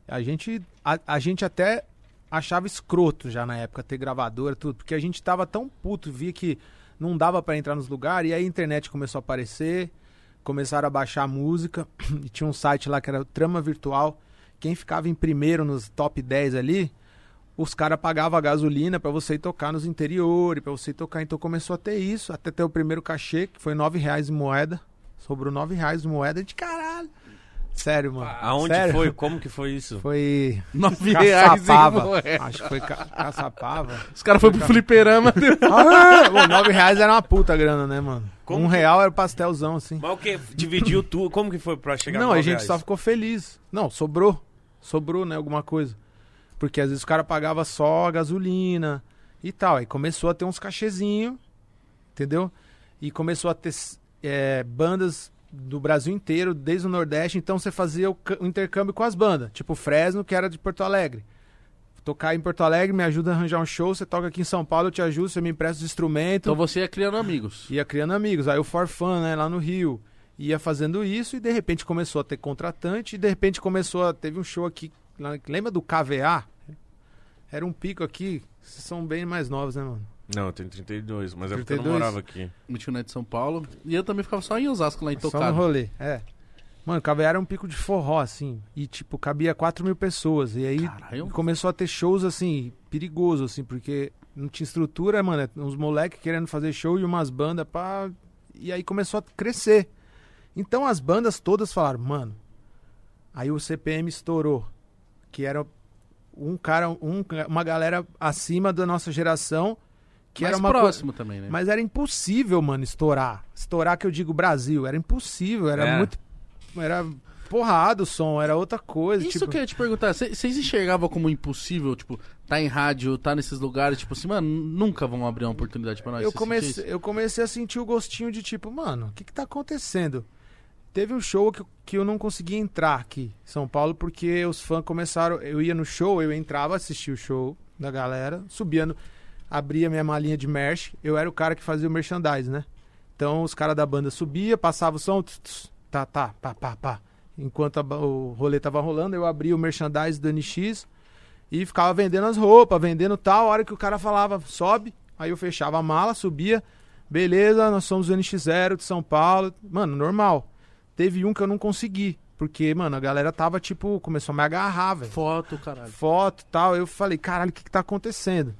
Speaker 3: a gente, a, a gente até achava escroto já na época ter gravadora, tudo, porque a gente tava tão puto, via que não dava pra entrar nos lugares, e aí a internet começou a aparecer, começaram a baixar a música, *clears throat* e tinha um site lá que era o Trama Virtual, quem ficava em primeiro nos top 10 ali, os caras pagavam a gasolina pra você ir tocar nos interiores, pra você ir tocar, então começou a ter isso, até ter o primeiro cachê, que foi R$ 9 reais em moeda, sobrou R$ 9 reais em moeda, de caralho! Sério, mano.
Speaker 1: Aonde
Speaker 3: Sério?
Speaker 1: foi? Como que foi isso?
Speaker 3: Foi.
Speaker 2: 9 reais, hein,
Speaker 3: Caçapava.
Speaker 2: moleque?
Speaker 3: Acho que foi ca- Caçapava.
Speaker 2: Os caras foram pro fliperama.
Speaker 3: *laughs* Ah, Pô, nove reais era uma puta grana, né, mano?
Speaker 1: Como
Speaker 3: um
Speaker 1: que-
Speaker 3: real era pastelzão, assim.
Speaker 1: Mas o que? Dividiu tu? Como que foi pra chegar
Speaker 3: Não,
Speaker 1: no
Speaker 3: a
Speaker 1: nove
Speaker 3: gente
Speaker 1: reais?
Speaker 3: só ficou feliz. Não, sobrou. Sobrou, né, alguma coisa. Porque às vezes o cara pagava só a gasolina e tal. Aí começou a ter uns cachezinhos, entendeu? E começou a ter é, bandas do Brasil inteiro, desde o Nordeste. Então você fazia o, ca- o intercâmbio com as bandas. Tipo Fresno, que era de Porto Alegre. Tocar em Porto Alegre me ajuda a arranjar um show. Você toca aqui em São Paulo, eu te ajudo. Você me empresta os instrumentos.
Speaker 2: Então você ia criando amigos.
Speaker 3: Ia criando amigos. Aí o Forfan, né, lá no Rio, ia fazendo isso e de repente começou a ter contratante e de repente começou a. Teve um show aqui. lá- Lembra do KVA? Era um pico aqui. Vocês são bem mais novos, né, mano?
Speaker 1: Não, eu tenho 32, mas é porque eu não
Speaker 3: 32?
Speaker 1: morava aqui.
Speaker 2: Meu tio não é de São Paulo. E eu também ficava só em Osasco, lá
Speaker 3: Só no
Speaker 2: intocado.
Speaker 3: rolê. É. Mano, KVA era um pico de forró, assim. E, tipo, cabia 4 mil pessoas. E aí
Speaker 2: Caralho.
Speaker 3: começou a ter shows, assim, perigoso, assim, porque não tinha estrutura, mano. é Uns moleques querendo fazer show e umas bandas, pá. E aí começou a crescer. Então as bandas todas falaram, mano. Aí o CPM estourou. Que era um cara, um, uma galera acima da nossa geração. Que
Speaker 2: Mais
Speaker 3: era uma coisa.
Speaker 2: próximo também, né?
Speaker 3: Mas era impossível, mano, estourar. Estourar que eu digo Brasil, era impossível, era
Speaker 1: É.
Speaker 3: muito era porrado o som, era outra coisa,
Speaker 2: Isso
Speaker 3: tipo,
Speaker 2: que eu ia te perguntar, cê- vocês enxergavam como impossível, tipo, tá em rádio, tá nesses lugares, tipo assim, mano, nunca vão abrir uma oportunidade pra nós.
Speaker 3: eu
Speaker 2: Cê
Speaker 3: comecei,
Speaker 2: Ah, sentia
Speaker 3: eu comecei a sentir o gostinho de tipo, mano, o que que tá acontecendo? Teve um show que, que eu não consegui entrar aqui, em São Paulo, porque os fãs começaram, eu ia no show, eu entrava, assistia o show da galera, subia, no- abria minha malinha de merch, eu era o cara que fazia o merchandise, né? Então os caras da banda subia, passava o som, tss, tss, tá, tá, pá, pá, pá. Enquanto a ba- o rolê tava rolando, eu abria o merchandise do NX e ficava vendendo as roupas, vendendo tal. A hora que o cara falava, sobe, aí eu fechava a mala, subia. Beleza, nós somos o NX0 de São Paulo. Mano, normal. Teve um que eu não consegui, porque, mano, a galera tava tipo, começou a me agarrar, velho
Speaker 2: Foto, caralho.
Speaker 3: foto e tal. Eu falei, caralho, o que, que tá acontecendo?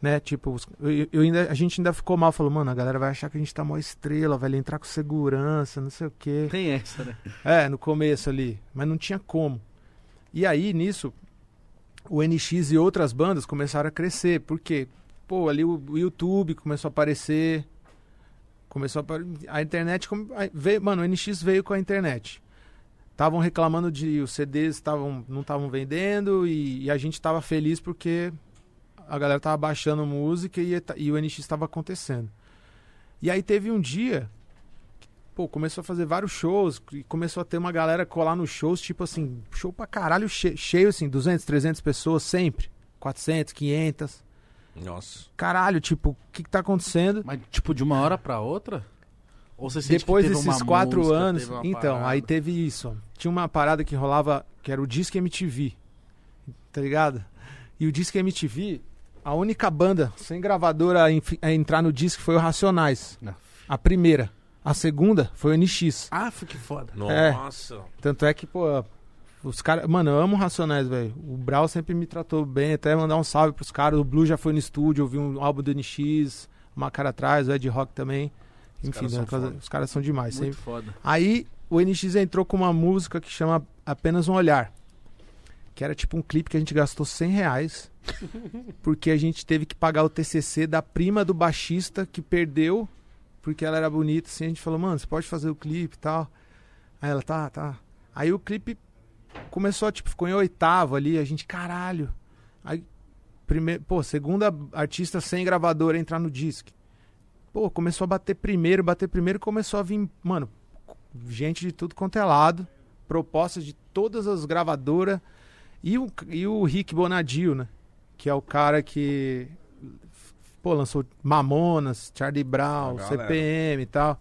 Speaker 3: Né? Tipo, os- eu, eu ainda, a gente ainda ficou mal. Falou, mano, a galera vai achar que a gente tá mó estrela, vai entrar com segurança, não sei o quê.
Speaker 2: Tem essa, né?
Speaker 3: É, no começo ali, mas não tinha como. E aí, nisso, o NX e outras bandas começaram a crescer, porque, pô, ali o, o YouTube começou a aparecer, começou a, apare- a internet, come- a- veio, mano, o NX veio com a internet. Estavam reclamando de os CDs tavam, não estavam vendendo e, e a gente tava feliz porque a galera tava baixando música e, eta- e o NX estava acontecendo. E aí teve um dia pô, começou a fazer vários shows e começou a ter uma galera colar nos shows, tipo assim, show pra caralho che- cheio, assim, 200, 300 pessoas sempre, 400, 500.
Speaker 1: Nossa.
Speaker 3: Caralho, tipo, o que, que tá acontecendo?
Speaker 2: Mas, tipo, de uma hora pra outra? Ou você sente
Speaker 3: Depois
Speaker 2: que teve
Speaker 3: desses
Speaker 2: uma
Speaker 3: quatro
Speaker 2: música,
Speaker 3: anos,
Speaker 2: teve uma
Speaker 3: então,
Speaker 2: parada?
Speaker 3: aí teve isso. ó. Tinha uma parada que rolava, que era o Disque MTV, tá ligado? E o Disque MTV, a única banda sem gravadora a, enfi- a entrar no disco foi o Racionais,
Speaker 2: Não.
Speaker 3: a primeira. A segunda foi o NX.
Speaker 2: Ah, foi que foda.
Speaker 3: É.
Speaker 1: Nossa.
Speaker 3: Tanto é que, pô, os caras. Mano, eu amo Racionais, velho. O Brau sempre me tratou bem, até mandar um salve pros caras. O Blue já foi no estúdio, ouvi um álbum do NX, uma cara atrás, o Ed Rock também. Enfim,
Speaker 1: caras são
Speaker 3: né, coisa-
Speaker 1: foda.
Speaker 3: os caras são demais.
Speaker 2: Muito
Speaker 3: Sempre.
Speaker 2: foda.
Speaker 3: Aí o NX entrou com uma música que chama Apenas um Olhar. Que era tipo um clipe que a gente gastou 100 reais. porque a gente teve que pagar o TCC da prima do baixista que perdeu. Porque ela era bonita. Assim, a gente falou, mano, você pode fazer o clipe e tal. Aí ela, tá, tá. Aí o clipe começou, tipo, ficou em oitavo ali. A gente, caralho. Aí, primeiro, pô, segunda artista sem gravadora entrar no disque. Pô, começou a bater primeiro, bater primeiro. Começou a vir, mano, gente de tudo quanto é lado, propostas de todas as gravadoras e o, e o Rick Bonadio, né? Que é o cara que pô, lançou Mamonas, Charlie Brown,
Speaker 1: A galera.
Speaker 3: CPM e tal.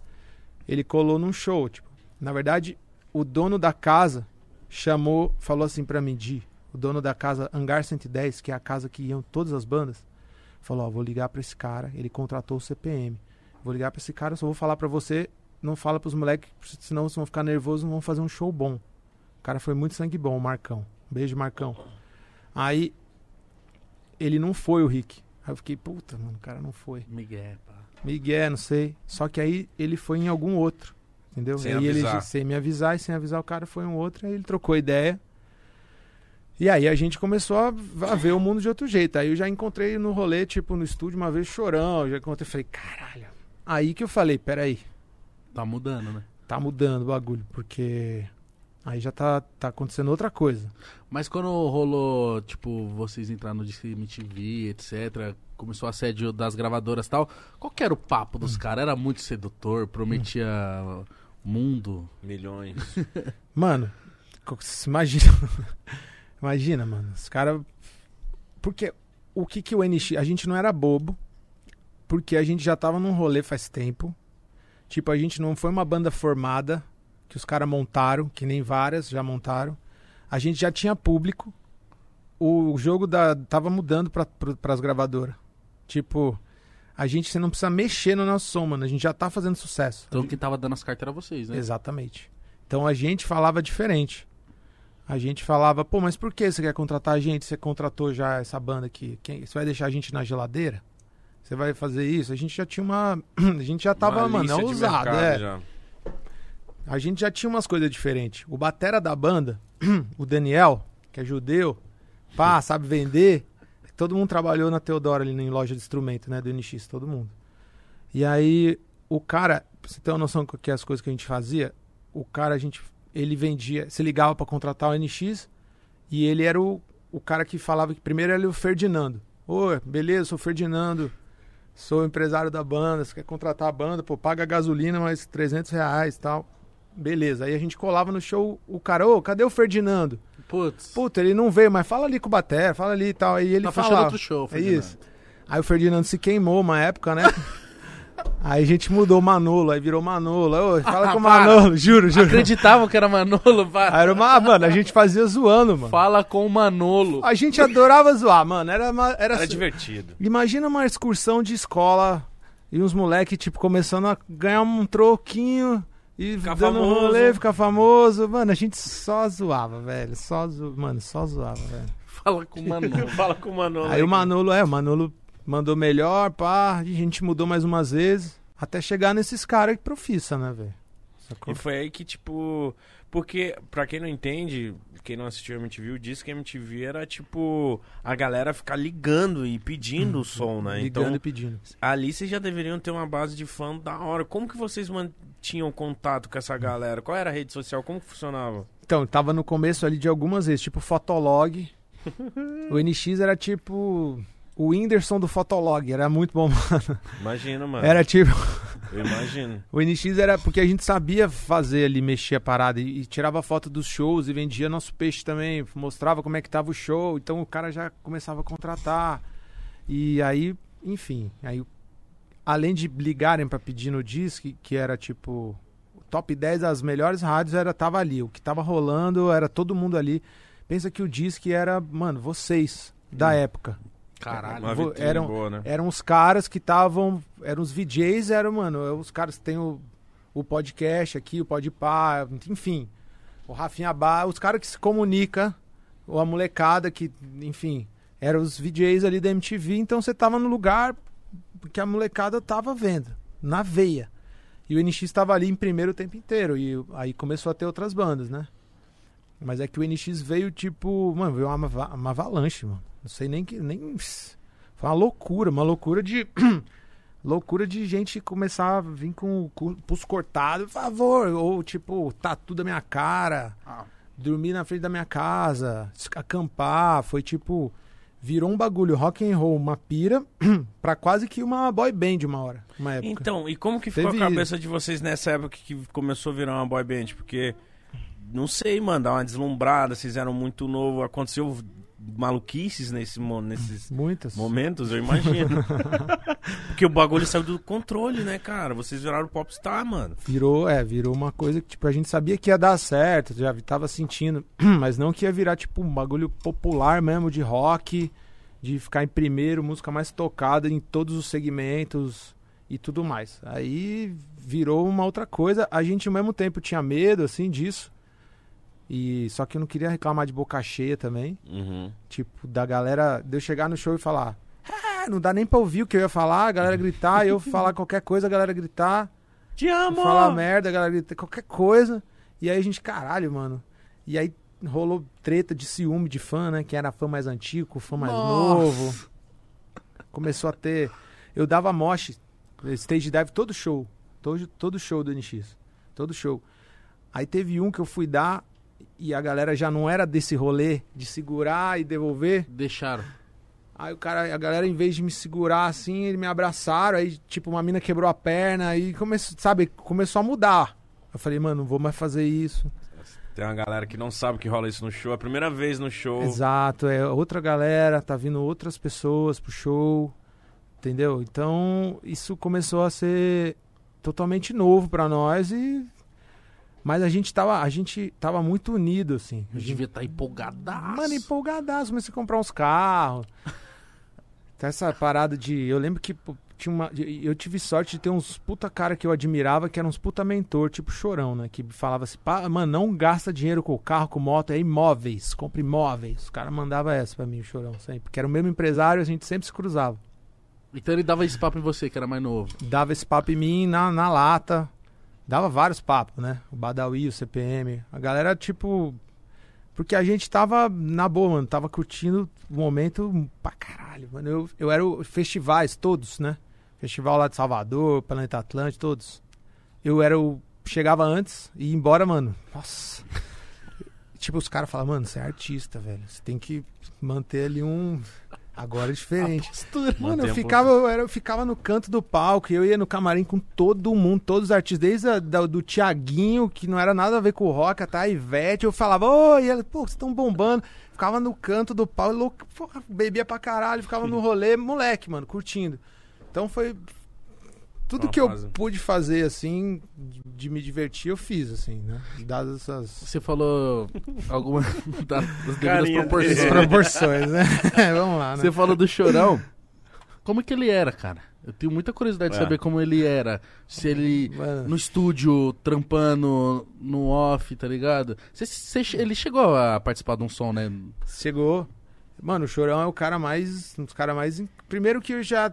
Speaker 3: Ele colou num show, tipo. Na verdade, o dono da casa chamou, falou assim pra mim, Di, o dono da casa Hangar 110, que é a casa que iam todas as bandas, falou, ó, vou ligar pra esse cara, ele contratou o CPM. Vou ligar pra esse cara, eu só vou falar pra você não fala pros moleques, senão vocês vão ficar nervosos, não vão fazer um show bom. O cara foi muito sangue bom, o Marcão. Beijo, Marcão. Aí ele não foi o Rick. Aí eu fiquei, puta, mano, o cara não foi.
Speaker 2: Miguel, pá.
Speaker 3: Miguel, não sei. Só que aí ele foi em algum outro. Entendeu?
Speaker 1: Sem
Speaker 3: E aí ele,
Speaker 1: avisar.
Speaker 3: sem me avisar e sem avisar o cara foi um outro, aí ele trocou ideia. E aí a gente começou a, a ver o mundo de outro jeito. Aí eu já encontrei no rolê, tipo, no estúdio uma vez chorão, eu já encontrei, falei, caralho. Aí que eu falei, peraí,
Speaker 2: Tá mudando, né?
Speaker 3: tá mudando o bagulho, porque aí já tá, tá acontecendo outra coisa.
Speaker 2: Mas quando rolou, tipo, vocês entrar no Disque MTV, etc., começou a assédio das gravadoras e tal, qual que era o papo
Speaker 3: Hum.
Speaker 2: dos caras? Era muito sedutor, prometia mundo.
Speaker 1: Milhões.
Speaker 3: Mano, co- se imagina. *laughs* imagina, mano. Os caras. Porque o que que o NX. A gente não era bobo. Porque a gente já tava num rolê faz tempo. Tipo, a gente não foi uma banda formada. Que os caras montaram. Que nem várias já montaram. A gente já tinha público. O jogo da, tava mudando pra, pro- pras gravadoras. Tipo, a gente você não precisa mexer no nosso som, mano. A gente já tá fazendo sucesso.
Speaker 2: Então quem tava dando as cartas era vocês, né?
Speaker 3: Exatamente. Então a gente falava diferente. A gente falava, pô, mas por que você quer contratar a gente? Você contratou já essa banda aqui? Quem, você vai deixar a gente na geladeira? Você vai fazer isso? A gente já tinha uma. *clears throat* A gente já tava,
Speaker 1: Uma
Speaker 3: mano,
Speaker 1: lista de
Speaker 3: ousado.
Speaker 1: mercado né?
Speaker 3: É.
Speaker 1: já.
Speaker 3: A gente já tinha umas coisas diferentes. O batera da banda, *clears throat* o Daniel, que é judeu, pá, sabe vender. Todo mundo trabalhou na Teodoro ali em loja de instrumento, né? Do NX, todo mundo. E aí, o cara, pra você ter uma noção do que é as coisas que a gente fazia, o cara, a gente, ele vendia, se ligava pra contratar o NX e ele era o, o cara que falava que primeiro era o Ferdinando. Ô, beleza, sou o Ferdinando, sou empresário da banda, você quer contratar a banda, pô, paga a gasolina mais 300 reais e tal. Beleza, aí a gente colava no show o cara, ô, cadê o Ferdinando?
Speaker 2: Putz,
Speaker 3: Puta, ele não veio, mas fala ali com o Bater, fala ali e tal. Aí ele
Speaker 2: tá fechando
Speaker 3: falava.
Speaker 2: outro show,
Speaker 3: É
Speaker 2: Ferdinando.
Speaker 3: isso. Aí o Ferdinando se queimou uma
Speaker 2: *laughs*
Speaker 3: época, né? aí a gente mudou o Manolo, aí virou Manolo. Ô,
Speaker 2: *laughs*
Speaker 3: fala com o
Speaker 2: Para.
Speaker 3: Manolo, juro, juro.
Speaker 2: Acreditavam que era Manolo, *laughs* vai.
Speaker 3: Aí era uma, "Ah, mano, a gente fazia zoando, mano.
Speaker 2: Fala com o Manolo.
Speaker 3: A gente adorava zoar, mano. Era, uma, era,
Speaker 1: Era
Speaker 3: su-
Speaker 1: divertido.
Speaker 3: Imagina uma excursão de escola e uns moleque, tipo, começando a ganhar um troquinho e
Speaker 1: Ficar
Speaker 3: dando um
Speaker 1: famoso.
Speaker 3: rolê, ficar famoso. Mano, a gente só zoava, velho. Só zo... Mano, só zoava, velho.
Speaker 2: Fala com o Manolo.
Speaker 1: Fala com o Manolo.
Speaker 3: Aí o Manolo, é, o Manolo mandou melhor, pá, a gente mudou mais umas vezes, até chegar nesses caras que profissa, né, velho? Sacou?
Speaker 1: E foi aí que, tipo. Porque, pra quem não entende, quem não assistiu a MTV, o disco que a MTV era, tipo, a galera ficar ligando e pedindo o som, né?
Speaker 3: Uhum. Ligando
Speaker 1: Então,
Speaker 3: e pedindo.
Speaker 1: ali vocês já deveriam ter uma base de fã da hora. Como que vocês mantinham contato com essa galera? Qual era a rede social? Como que funcionava?
Speaker 3: Então, tava no começo ali de algumas vezes,
Speaker 1: *laughs*
Speaker 3: tipo Fotolog. o NX era tipo o Whindersson do Fotolog, era muito bom.
Speaker 1: Imagina, mano.
Speaker 3: Era tipo
Speaker 1: Eu imagino.
Speaker 3: O NX era porque a gente sabia fazer ali, mexer a parada e, e tirava foto dos shows e vendia nosso peixe também, mostrava como é que tava o show, então o cara já começava a contratar. E aí, enfim, aí além de ligarem pra pedir no disque, que era tipo o top 10 das melhores rádios era tava ali, o que tava rolando era todo mundo ali. Pensa que o disque era, mano, vocês da época.
Speaker 2: Caralho.
Speaker 1: Uma
Speaker 3: Ah, vou-
Speaker 1: vitrine
Speaker 3: eram-
Speaker 1: boa, né?
Speaker 3: Eram os caras que estavam. Eram os VJs, eram, mano, é os caras que tem o, o podcast aqui, o Podpah, enfim. O Rafinha Bar, os caras que se comunica, ou a molecada que, enfim, eram os VJs ali da MTV, então você tava no lugar que a molecada tava vendo, na veia. E o NX estava ali em primeiro o tempo inteiro, e aí começou a ter outras bandas, né? Mas é que o NX veio tipo, mano, veio uma, ava- uma avalanche, mano. Não sei nem que. Nem... *sniffs* Foi uma loucura, uma loucura de. *clears throat* loucura de gente começar a vir com o cu- pulso cortado, por favor, ou tipo, tatu da minha cara,
Speaker 2: Ah.
Speaker 3: dormir na frente da minha casa, s- acampar, foi tipo. Virou um bagulho rock and roll, uma pira, *clears throat* pra quase que uma boy band uma hora, uma época.
Speaker 1: Então, e como que ficou
Speaker 3: Teve-
Speaker 1: a cabeça de vocês nessa época que começou a virar uma boy band? Porque, não sei, mano, dá uma deslumbrada, vocês eram muito novo, aconteceu maluquices nesse, mo-
Speaker 3: *laughs*
Speaker 1: nesses
Speaker 3: Muitas.
Speaker 1: momentos, eu
Speaker 3: *laughs*
Speaker 1: imagino. Porque o bagulho saiu do controle, né, cara? Vocês viraram popstar, mano.
Speaker 3: Virou, é, virou uma coisa que, tipo, a gente sabia que ia dar certo, já tava sentindo, *clears throat* mas não que ia virar, tipo, um bagulho popular mesmo de rock, de ficar em primeiro, música mais tocada em todos os segmentos e tudo mais. Aí virou uma outra coisa, a gente ao mesmo tempo tinha medo, assim, disso, e só que eu não queria reclamar de boca cheia também,
Speaker 1: Uhum.
Speaker 3: tipo, da galera, de eu chegar no show e falar, ah, não dá nem pra ouvir o que eu ia falar, a galera gritar, eu falar qualquer coisa, a galera gritar.
Speaker 1: Te amo!
Speaker 3: falar merda, a galera grita qualquer coisa. E aí a gente, caralho, mano. E aí rolou treta de ciúme de fã, né? Quem era fã mais antigo, fã mais
Speaker 2: Nossa.
Speaker 3: novo. Começou a ter. Eu dava moche, stage dive, todo show. Todo, todo show do NX. Todo show. Aí teve um que eu fui dar e a galera já não era desse rolê de segurar e devolver.
Speaker 2: Deixaram.
Speaker 3: Aí o cara, a galera, em vez de me segurar assim, eles me abraçaram. Aí, tipo, uma mina quebrou a perna aí começou, sabe, começou a mudar. Eu falei, mano, não vou mais fazer isso.
Speaker 1: Tem uma galera que não sabe que rola isso no show. É a primeira vez no show.
Speaker 3: Exato, é outra galera, tá vindo outras pessoas pro show, entendeu? Então, isso começou a ser totalmente novo pra nós e. Mas a gente tava, a gente tava muito unido, assim. A
Speaker 2: Eu
Speaker 3: gente
Speaker 2: devia estar empolgadaço.
Speaker 3: Mano, empolgadaço, comecei a comprar uns carros. Tá essa parada de. Eu lembro que pô, tinha uma. Eu tive sorte de ter uns puta cara que eu admirava, que eram uns puta mentor, tipo chorão, né? Que falava assim, "Pá, mano, não gasta dinheiro com o carro, com moto, é imóveis, compra imóveis. O cara mandava essa pra mim, o chorão, sempre. Porque era o mesmo empresário, a gente sempre se cruzava.
Speaker 2: Então ele dava esse papo em você, que era mais novo.
Speaker 3: Dava esse papo em mim na, na lata. Dava vários papos, né? O Badawi, o CPM. A galera, tipo. Porque a gente tava na boa, mano. Tava curtindo o momento pra caralho, mano. Eu, eu era o festivais, todos, né? Festival lá de Salvador, Planeta Atlântico, todos. Eu era o. Chegava antes e ia embora, mano. Nossa. tipo, os caras falam, mano, você é artista, velho. Você tem que manter ali um. Agora é diferente.
Speaker 2: Postura.
Speaker 3: Mano,
Speaker 1: Manter
Speaker 3: eu
Speaker 1: a
Speaker 3: ficava, eu, era- eu ficava no canto do palco, eu ia no camarim com todo mundo, todos os artistas, desde a, da- do Tiaguinho, que não era nada a ver com o rock, até a Ivete, eu falava, oi, e ela, pô, vocês estão bombando. Ficava no canto do palco, louco, porra, bebia pra caralho, ficava no rolê, moleque, mano, curtindo. Então foi. Tudo
Speaker 1: Uma
Speaker 3: que eu
Speaker 1: fase.
Speaker 3: pude fazer, assim, de, de me divertir, eu fiz, assim, né? Dadas essas
Speaker 2: *laughs* Você falou alguma *laughs* das devidas
Speaker 1: Carinha
Speaker 2: proporções.
Speaker 1: dele.
Speaker 3: proporções,
Speaker 2: *laughs*
Speaker 3: né? *laughs* Vamos lá, né?
Speaker 2: Você falou do chorão. Ah, *laughs* Como que ele era, cara? Eu tenho muita curiosidade de
Speaker 1: É.
Speaker 2: saber como ele era. Se ele
Speaker 3: Mano.
Speaker 2: no estúdio, trampando no off, tá ligado? Você- você- ele chegou a participar de um som, né?
Speaker 3: Chegou. Mano, o Chorão é o cara mais. Um dos caras mais. in- Primeiro que eu já.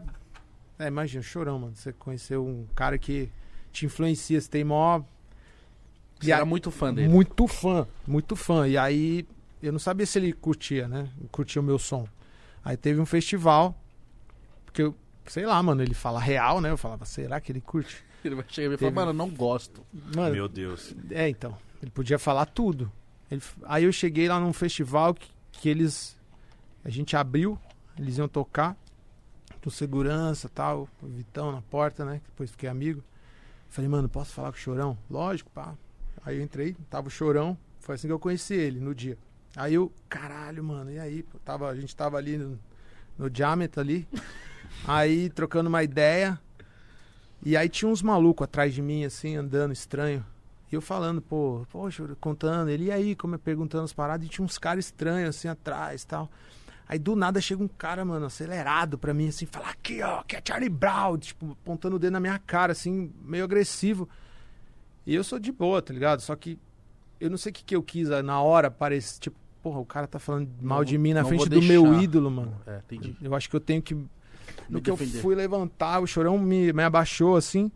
Speaker 3: É, imagina, o Chorão, mano. Você conheceu um cara que te influencia, você tem mó.
Speaker 2: Você era muito fã dele.
Speaker 3: Muito fã, muito fã. E aí, eu não sabia se ele curtia, né? Curtia o meu som. Aí teve um festival, porque eu, sei lá, mano, ele fala real, né? Eu falava, será que ele curte?
Speaker 2: Ele vai chegar e vai falar,
Speaker 3: Teve-
Speaker 2: mano, eu não gosto.
Speaker 3: Mano,
Speaker 1: Meu Deus.
Speaker 3: é, então. Ele podia falar tudo. Ele- aí eu cheguei lá num festival que, que eles. A gente abriu, eles iam tocar. Com segurança tal. O Vitão na porta, né? que Depois fiquei amigo. Falei, mano, posso falar com o Chorão? Lógico, pá. Aí eu entrei, tava o Chorão. Foi assim que eu conheci ele no dia. Aí eu, caralho, mano, e aí? Pô, tava, a gente tava ali no, no diâmetro ali. *laughs* aí trocando uma ideia. E aí tinha uns malucos atrás de mim, assim, andando estranho. E eu falando, pô, poxa, contando, ele e aí, como eu perguntando as paradas, e tinha uns caras estranhos assim atrás tal. Aí do nada chega um cara, mano, acelerado pra mim, assim, fala aqui, ó, que é Charlie Brown, tipo, apontando o dedo na minha cara, assim, meio agressivo. E eu sou de boa, tá ligado? Só que eu não sei o que, que eu quis ah, na hora, parece, tipo, porra, o cara tá falando mal
Speaker 2: Não
Speaker 3: de
Speaker 2: vou-
Speaker 3: mim na
Speaker 2: não
Speaker 3: frente
Speaker 2: vou
Speaker 3: do meu
Speaker 2: deixar.
Speaker 3: ídolo, mano.
Speaker 2: É, entendi.
Speaker 3: Eu acho que eu tenho que. No que eu
Speaker 2: defender.
Speaker 3: fui levantar, o chorão me, me abaixou assim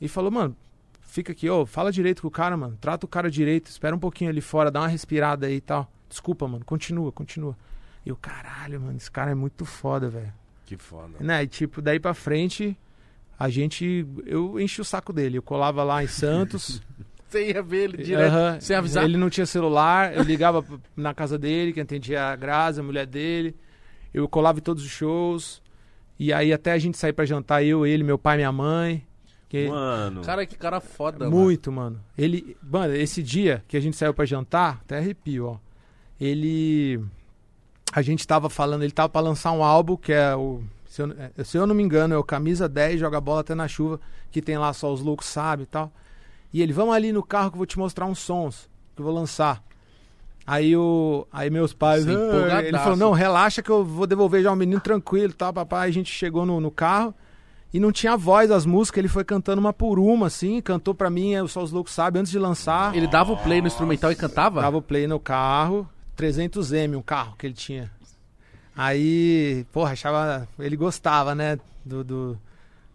Speaker 3: e falou, mano, fica aqui, ô, fala direito com o cara, mano. Trata o cara direito, espera um pouquinho ali fora, dá uma respirada aí e tal. Desculpa, mano, continua, continua. E eu, caralho, mano, esse cara é muito foda, velho.
Speaker 1: Que foda.
Speaker 3: Né? E tipo, daí pra frente, a gente. Eu enchi o saco dele. Eu colava lá em Santos.
Speaker 2: Você ia ver ele direto,
Speaker 3: Aham.
Speaker 2: sem avisar.
Speaker 3: Ele não tinha celular, eu ligava *laughs* p- na casa dele, que atendia a Grazi, a mulher dele. Eu colava em todos os shows. E aí até a gente sair pra jantar, eu, ele, meu pai, minha mãe. Que-
Speaker 1: Mano.
Speaker 2: Cara, que cara foda, mano.
Speaker 3: muito, mano. Ele, mano, esse dia que a gente saiu pra jantar, até arrepio, ó. Ele a gente tava falando, ele tava pra lançar um álbum que é o se eu, é, se eu não me engano, é o Camisa 10 joga bola até na chuva, que tem lá só os loucos sabe e tal. E ele, vamos ali no carro que eu vou te mostrar uns sons que eu vou lançar. Aí o aí meus pais,
Speaker 2: Sim,
Speaker 3: "Ah",
Speaker 2: empolgadaço.
Speaker 3: ele falou: "Não, relaxa que eu vou devolver já o menino tranquilo, tá, papai". Aí A gente chegou no, no carro e não tinha voz as músicas, ele foi cantando uma por uma, assim, cantou pra mim, é, só os loucos sabem, antes de lançar.
Speaker 2: Ele dava o play no instrumental e cantava?
Speaker 3: Dava o play no carro, 300M, um carro que ele tinha. Aí, porra, achava. Ele gostava, né? Do, do,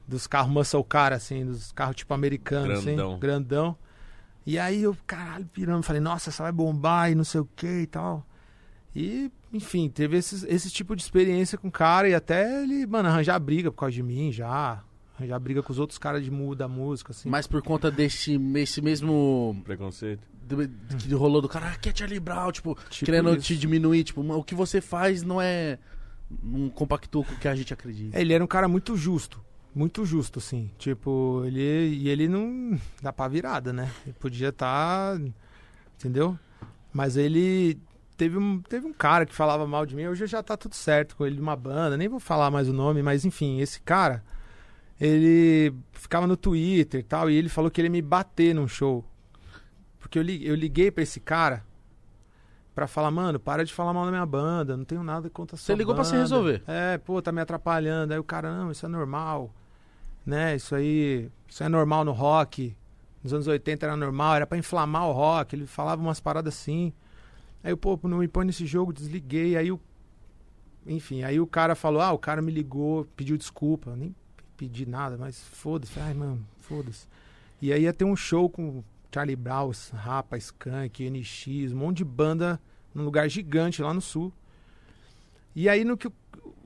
Speaker 3: dos carros muscle car, assim, dos carros tipo americano,
Speaker 1: Grandão.
Speaker 3: assim, grandão. E aí eu, caralho, pirando, falei, nossa, essa vai bombar e não sei o que e tal. E, enfim, teve esses- esse tipo de experiência com o cara e até ele, mano, arranjar briga por causa de mim já. Arranjar briga com os outros caras de mu- da música, assim.
Speaker 2: Mas por conta desse esse mesmo.
Speaker 1: Preconceito.
Speaker 2: do- que rolou do cara, ah, que é Charlie Brown, tipo,
Speaker 3: Tipo
Speaker 2: querendo
Speaker 3: isso.
Speaker 2: te diminuir, tipo, "Mano, o que você faz não é. Não compactua com o que a gente acredita.
Speaker 3: Ele era um cara muito justo. Muito justo, assim. Tipo, ele. E ele não dá pra virada, né? Ele podia estar. entendeu? Mas ele. Teve um, teve um cara que falava mal de mim, hoje já tá tudo certo com ele de uma banda, nem vou falar mais o nome, mas enfim, esse cara, ele ficava no Twitter e tal, e ele falou que ele ia me bater num show. Porque eu, li- eu liguei pra esse cara pra falar, mano, para de falar mal da minha banda, não tenho nada contra a
Speaker 2: Você
Speaker 3: sua
Speaker 2: ligou pra se
Speaker 3: banda."
Speaker 2: resolver.
Speaker 3: É, pô, tá me atrapalhando. Aí o cara, não, isso é normal. Né, isso aí, isso é normal no rock. Nos anos 80 era normal, era pra inflamar o rock. Ele falava umas paradas assim. Aí eu, pô, não me põe nesse jogo, desliguei. Aí o. Enfim, aí o cara falou, ah, o cara me ligou, pediu desculpa. Eu nem pedi nada, mas foda-se. Ai, mano, foda-se. E aí ia ter um show com Charlie Brown, Rapa, Skank, NX, um monte de banda num lugar gigante lá no sul. E aí no que o,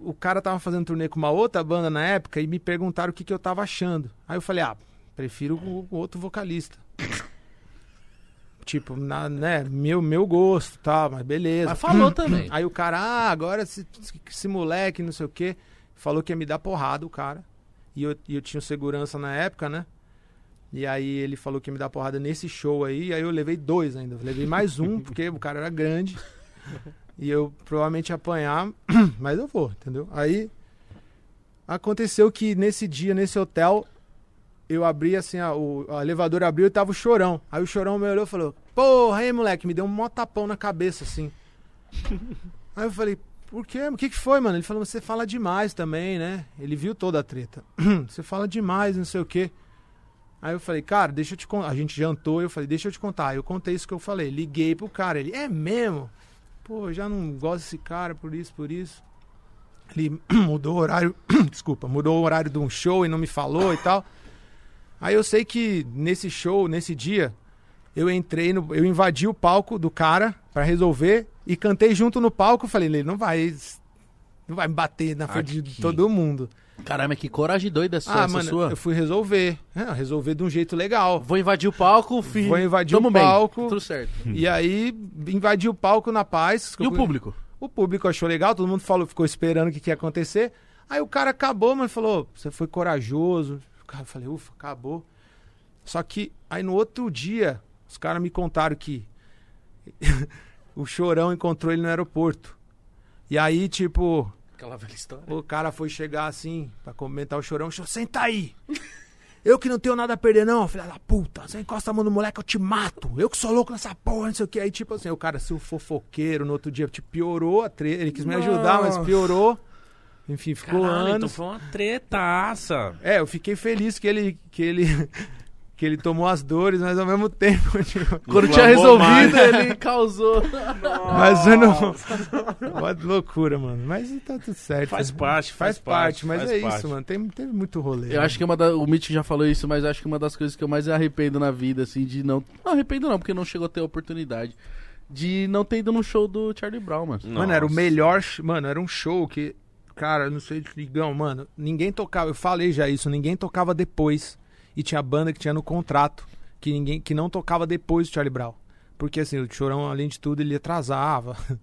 Speaker 3: o cara tava fazendo turnê com uma outra banda na época e me perguntaram o que, que eu tava achando. Aí eu falei, ah, prefiro o, o outro vocalista. *laughs* tipo, na, né, meu, meu gosto, tá, mas beleza.
Speaker 2: Mas falou também.
Speaker 3: Aí o cara, ah, agora esse, esse moleque, não sei o quê, falou que ia me dar porrada, o cara. E eu, e eu tinha o segurança na época, né? E aí ele falou que ia me dar porrada nesse show aí, aí eu levei dois ainda. Eu Levei mais um, porque o cara era grande. E eu provavelmente ia apanhar, *clears throat* mas eu vou, entendeu? Aí aconteceu que nesse dia, nesse hotel, eu abri assim, a, o a elevador abriu e tava o chorão. Aí o chorão me olhou e falou: Porra, hein, moleque? Me deu um mó tapão na cabeça, assim. Aí eu falei: Por quê? O que, que foi, mano? Ele falou: Você fala demais também, né? Ele viu toda a treta. Você fala demais, não sei o quê. Aí eu falei, cara, deixa eu te contar. A gente jantou, eu falei, deixa eu te contar. Aí eu contei isso que eu falei. Liguei pro cara, ele, é mesmo? Pô, eu já não gosto desse cara por isso, por isso. Ele *clears throat* mudou o horário, desculpa, mudou o horário de um show e não me falou e tal. Aí eu sei que nesse show, nesse dia, eu entrei no. Eu invadi o palco do cara pra resolver e cantei junto no palco. Falei, ele não vai. Não vai me bater na frente
Speaker 1: Aqui.
Speaker 3: de todo mundo.
Speaker 2: Caramba, Uhum. que coragem doida essa,
Speaker 3: ah,
Speaker 2: é essa
Speaker 3: mano,
Speaker 2: sua.
Speaker 3: eu fui resolver. É, resolver de um jeito legal.
Speaker 2: Vou invadir o palco, filho.
Speaker 3: Vou invadir
Speaker 2: Tamo
Speaker 3: o
Speaker 2: bem.
Speaker 3: palco.
Speaker 2: Tudo certo.
Speaker 3: E aí invadi o palco na paz.
Speaker 2: Uhum. E o público?
Speaker 3: O público achou legal, todo mundo falou, ficou esperando o que, que ia acontecer. Aí o cara acabou, mas falou: você foi corajoso. O cara eu falei, ufa, acabou. Só que aí no outro dia, os caras me contaram que *laughs* o chorão encontrou ele no aeroporto. E aí, tipo,
Speaker 2: Aquela velha história.
Speaker 3: o cara foi chegar assim, pra comentar o chorão, chorou, senta aí! *laughs* Eu que não tenho nada a perder, não, filha da puta. Você encosta a mão no moleque, eu te mato. Eu que sou louco nessa porra, não sei o que. Aí, tipo assim, o cara, se o fofoqueiro no outro dia, tipo, piorou a treta. Ele quis me ajudar, mas piorou. Enfim, ficou
Speaker 1: Caralho, então
Speaker 3: anos.
Speaker 1: foi uma tretaça.
Speaker 3: É, eu fiquei feliz que ele, que ele, *laughs* que ele tomou as dores, mas ao mesmo tempo, *laughs* tipo,
Speaker 2: Quando tinha
Speaker 1: Inflamou
Speaker 2: resolvido, *laughs* ele causou.
Speaker 3: mas eu não. *laughs* Uma loucura, mano. Mas tá tudo certo.
Speaker 1: Faz parte,
Speaker 3: Faz,
Speaker 1: faz,
Speaker 3: parte, mas
Speaker 1: faz
Speaker 3: é
Speaker 1: parte.
Speaker 3: isso, mano. Tem, teve muito rolê. né?
Speaker 2: Eu acho que é uma da, o Mitch já falou isso, mas eu acho que é uma das coisas que eu mais arrependo na vida, assim, de não. Não arrependo não, porque não chegou a ter a oportunidade. De não ter ido no show do Charlie Brown, mano.
Speaker 3: Mano, era o
Speaker 1: Nossa.
Speaker 3: melhor. sh- Mano, era um show que. Cara, eu não sei, Ligão, mano. Ninguém tocava. Eu falei já isso, ninguém tocava depois. E tinha banda que tinha no contrato que ninguém que não tocava depois do Charlie Brown. Porque assim, o Chorão, além de tudo, ele atrasava. *laughs*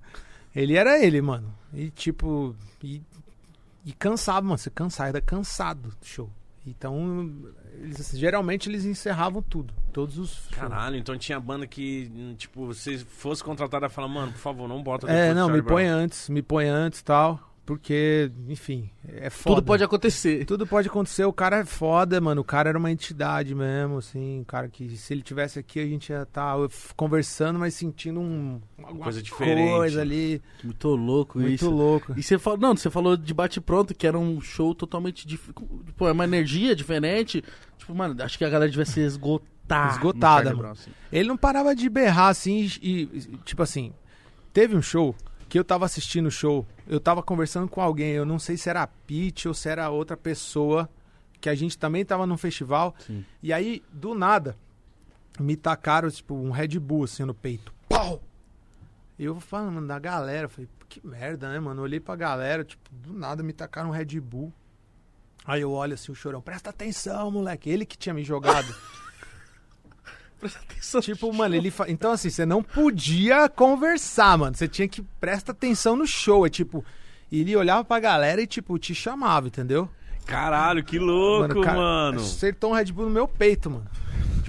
Speaker 3: Ele era ele, mano. E tipo. E, e cansava, mano. Você cansava, era cansado do show. Então, eles- geralmente eles encerravam tudo. Todos os. shows.
Speaker 1: Caralho, então tinha banda que, tipo, você fosse contratada e falar, mano, por favor, não bota depois
Speaker 3: É,
Speaker 1: do
Speaker 3: não, me
Speaker 1: Charlie
Speaker 3: põe
Speaker 1: Brown."
Speaker 3: antes, me põe antes e tal. Porque, enfim, é foda.
Speaker 2: Tudo pode acontecer.
Speaker 3: Tudo pode acontecer, o cara é foda, mano. O cara era uma entidade mesmo, assim. Um cara que se ele tivesse aqui, a gente ia estar conversando, mas sentindo um, alguma
Speaker 1: coisa diferente.
Speaker 3: coisa ali.
Speaker 2: Muito louco
Speaker 3: Muito
Speaker 2: isso.
Speaker 3: louco.
Speaker 2: E você falou, não, você falou de bate-pronto, que era um show totalmente dif... Pô, é uma energia diferente. Tipo, mano, acho que a galera devia se esgotar. no
Speaker 3: Esgotada,
Speaker 2: Charlie
Speaker 3: mano.
Speaker 2: Brown, assim.
Speaker 3: Ele não parava de berrar assim e- e, tipo assim, teve um show que eu tava assistindo o show, eu tava conversando com alguém, eu não sei se era a Pete ou se era outra pessoa que a gente também tava num festival.
Speaker 2: Sim.
Speaker 3: E aí, do nada, me tacaram, tipo, um Red Bull, assim, no peito. Pau! E eu falando, mano, da galera. Eu falei, que merda, né, mano? Eu olhei pra galera, tipo, do nada me tacaram um Red Bull. Aí eu olho assim, o chorão, presta atenção, moleque. Ele que tinha me jogado.
Speaker 2: Presta atenção.
Speaker 3: Tipo, mano, ele. Fa... Então, assim, você não podia conversar, mano. Você tinha que prestar atenção no show. É tipo. Ele olhava pra galera e, tipo, te chamava, entendeu?
Speaker 1: Caralho, que louco,
Speaker 3: cara,
Speaker 1: mano.
Speaker 3: Acertou um Red Bull no meu peito, mano.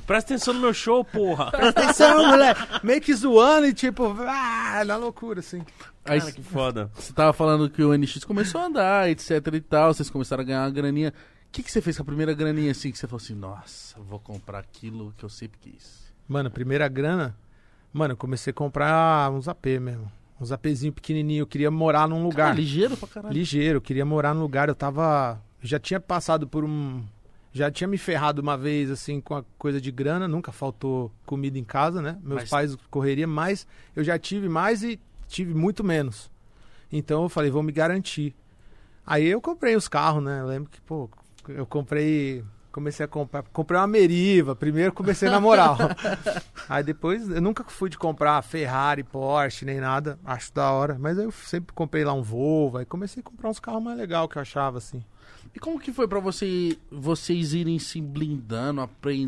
Speaker 1: Presta atenção no meu show,
Speaker 3: *laughs*
Speaker 1: porra.
Speaker 3: Presta atenção, moleque. Meio que zoando e, tipo, ah, na loucura, assim.
Speaker 2: Aí
Speaker 1: Cara, que foda.
Speaker 2: você tava falando que o NX começou a andar, etc e tal, vocês começaram a ganhar uma graninha. O que, que você fez com a primeira graninha assim que você falou assim, nossa, eu vou comprar aquilo que eu sempre quis?
Speaker 3: Mano, primeira grana. Mano, eu comecei a comprar uns AP mesmo. Uns APzinho pequenininho. Eu queria morar num lugar.
Speaker 2: Cara, Ah, ligeiro pra caralho.
Speaker 3: ligeiro, eu queria morar num lugar, eu tava. Já tinha passado por um. Já tinha me ferrado uma vez, assim, com a coisa de grana, nunca faltou comida em casa, né? Meus
Speaker 2: Mas-
Speaker 3: pais correria mais, eu já tive mais e tive muito menos. Então eu falei, vou me garantir. Aí eu comprei os carros, né? Eu lembro que, pô, eu comprei. Comecei a comprar. Comprei uma Meriva. Primeiro comecei na moral.
Speaker 2: *laughs*
Speaker 3: aí depois. Eu nunca fui de comprar Ferrari, Porsche, nem nada. Acho da hora. Mas aí eu sempre comprei lá um Volvo. Aí comecei a comprar uns carros mais legais que eu achava, assim.
Speaker 2: E como que foi pra você, vocês irem se blindando,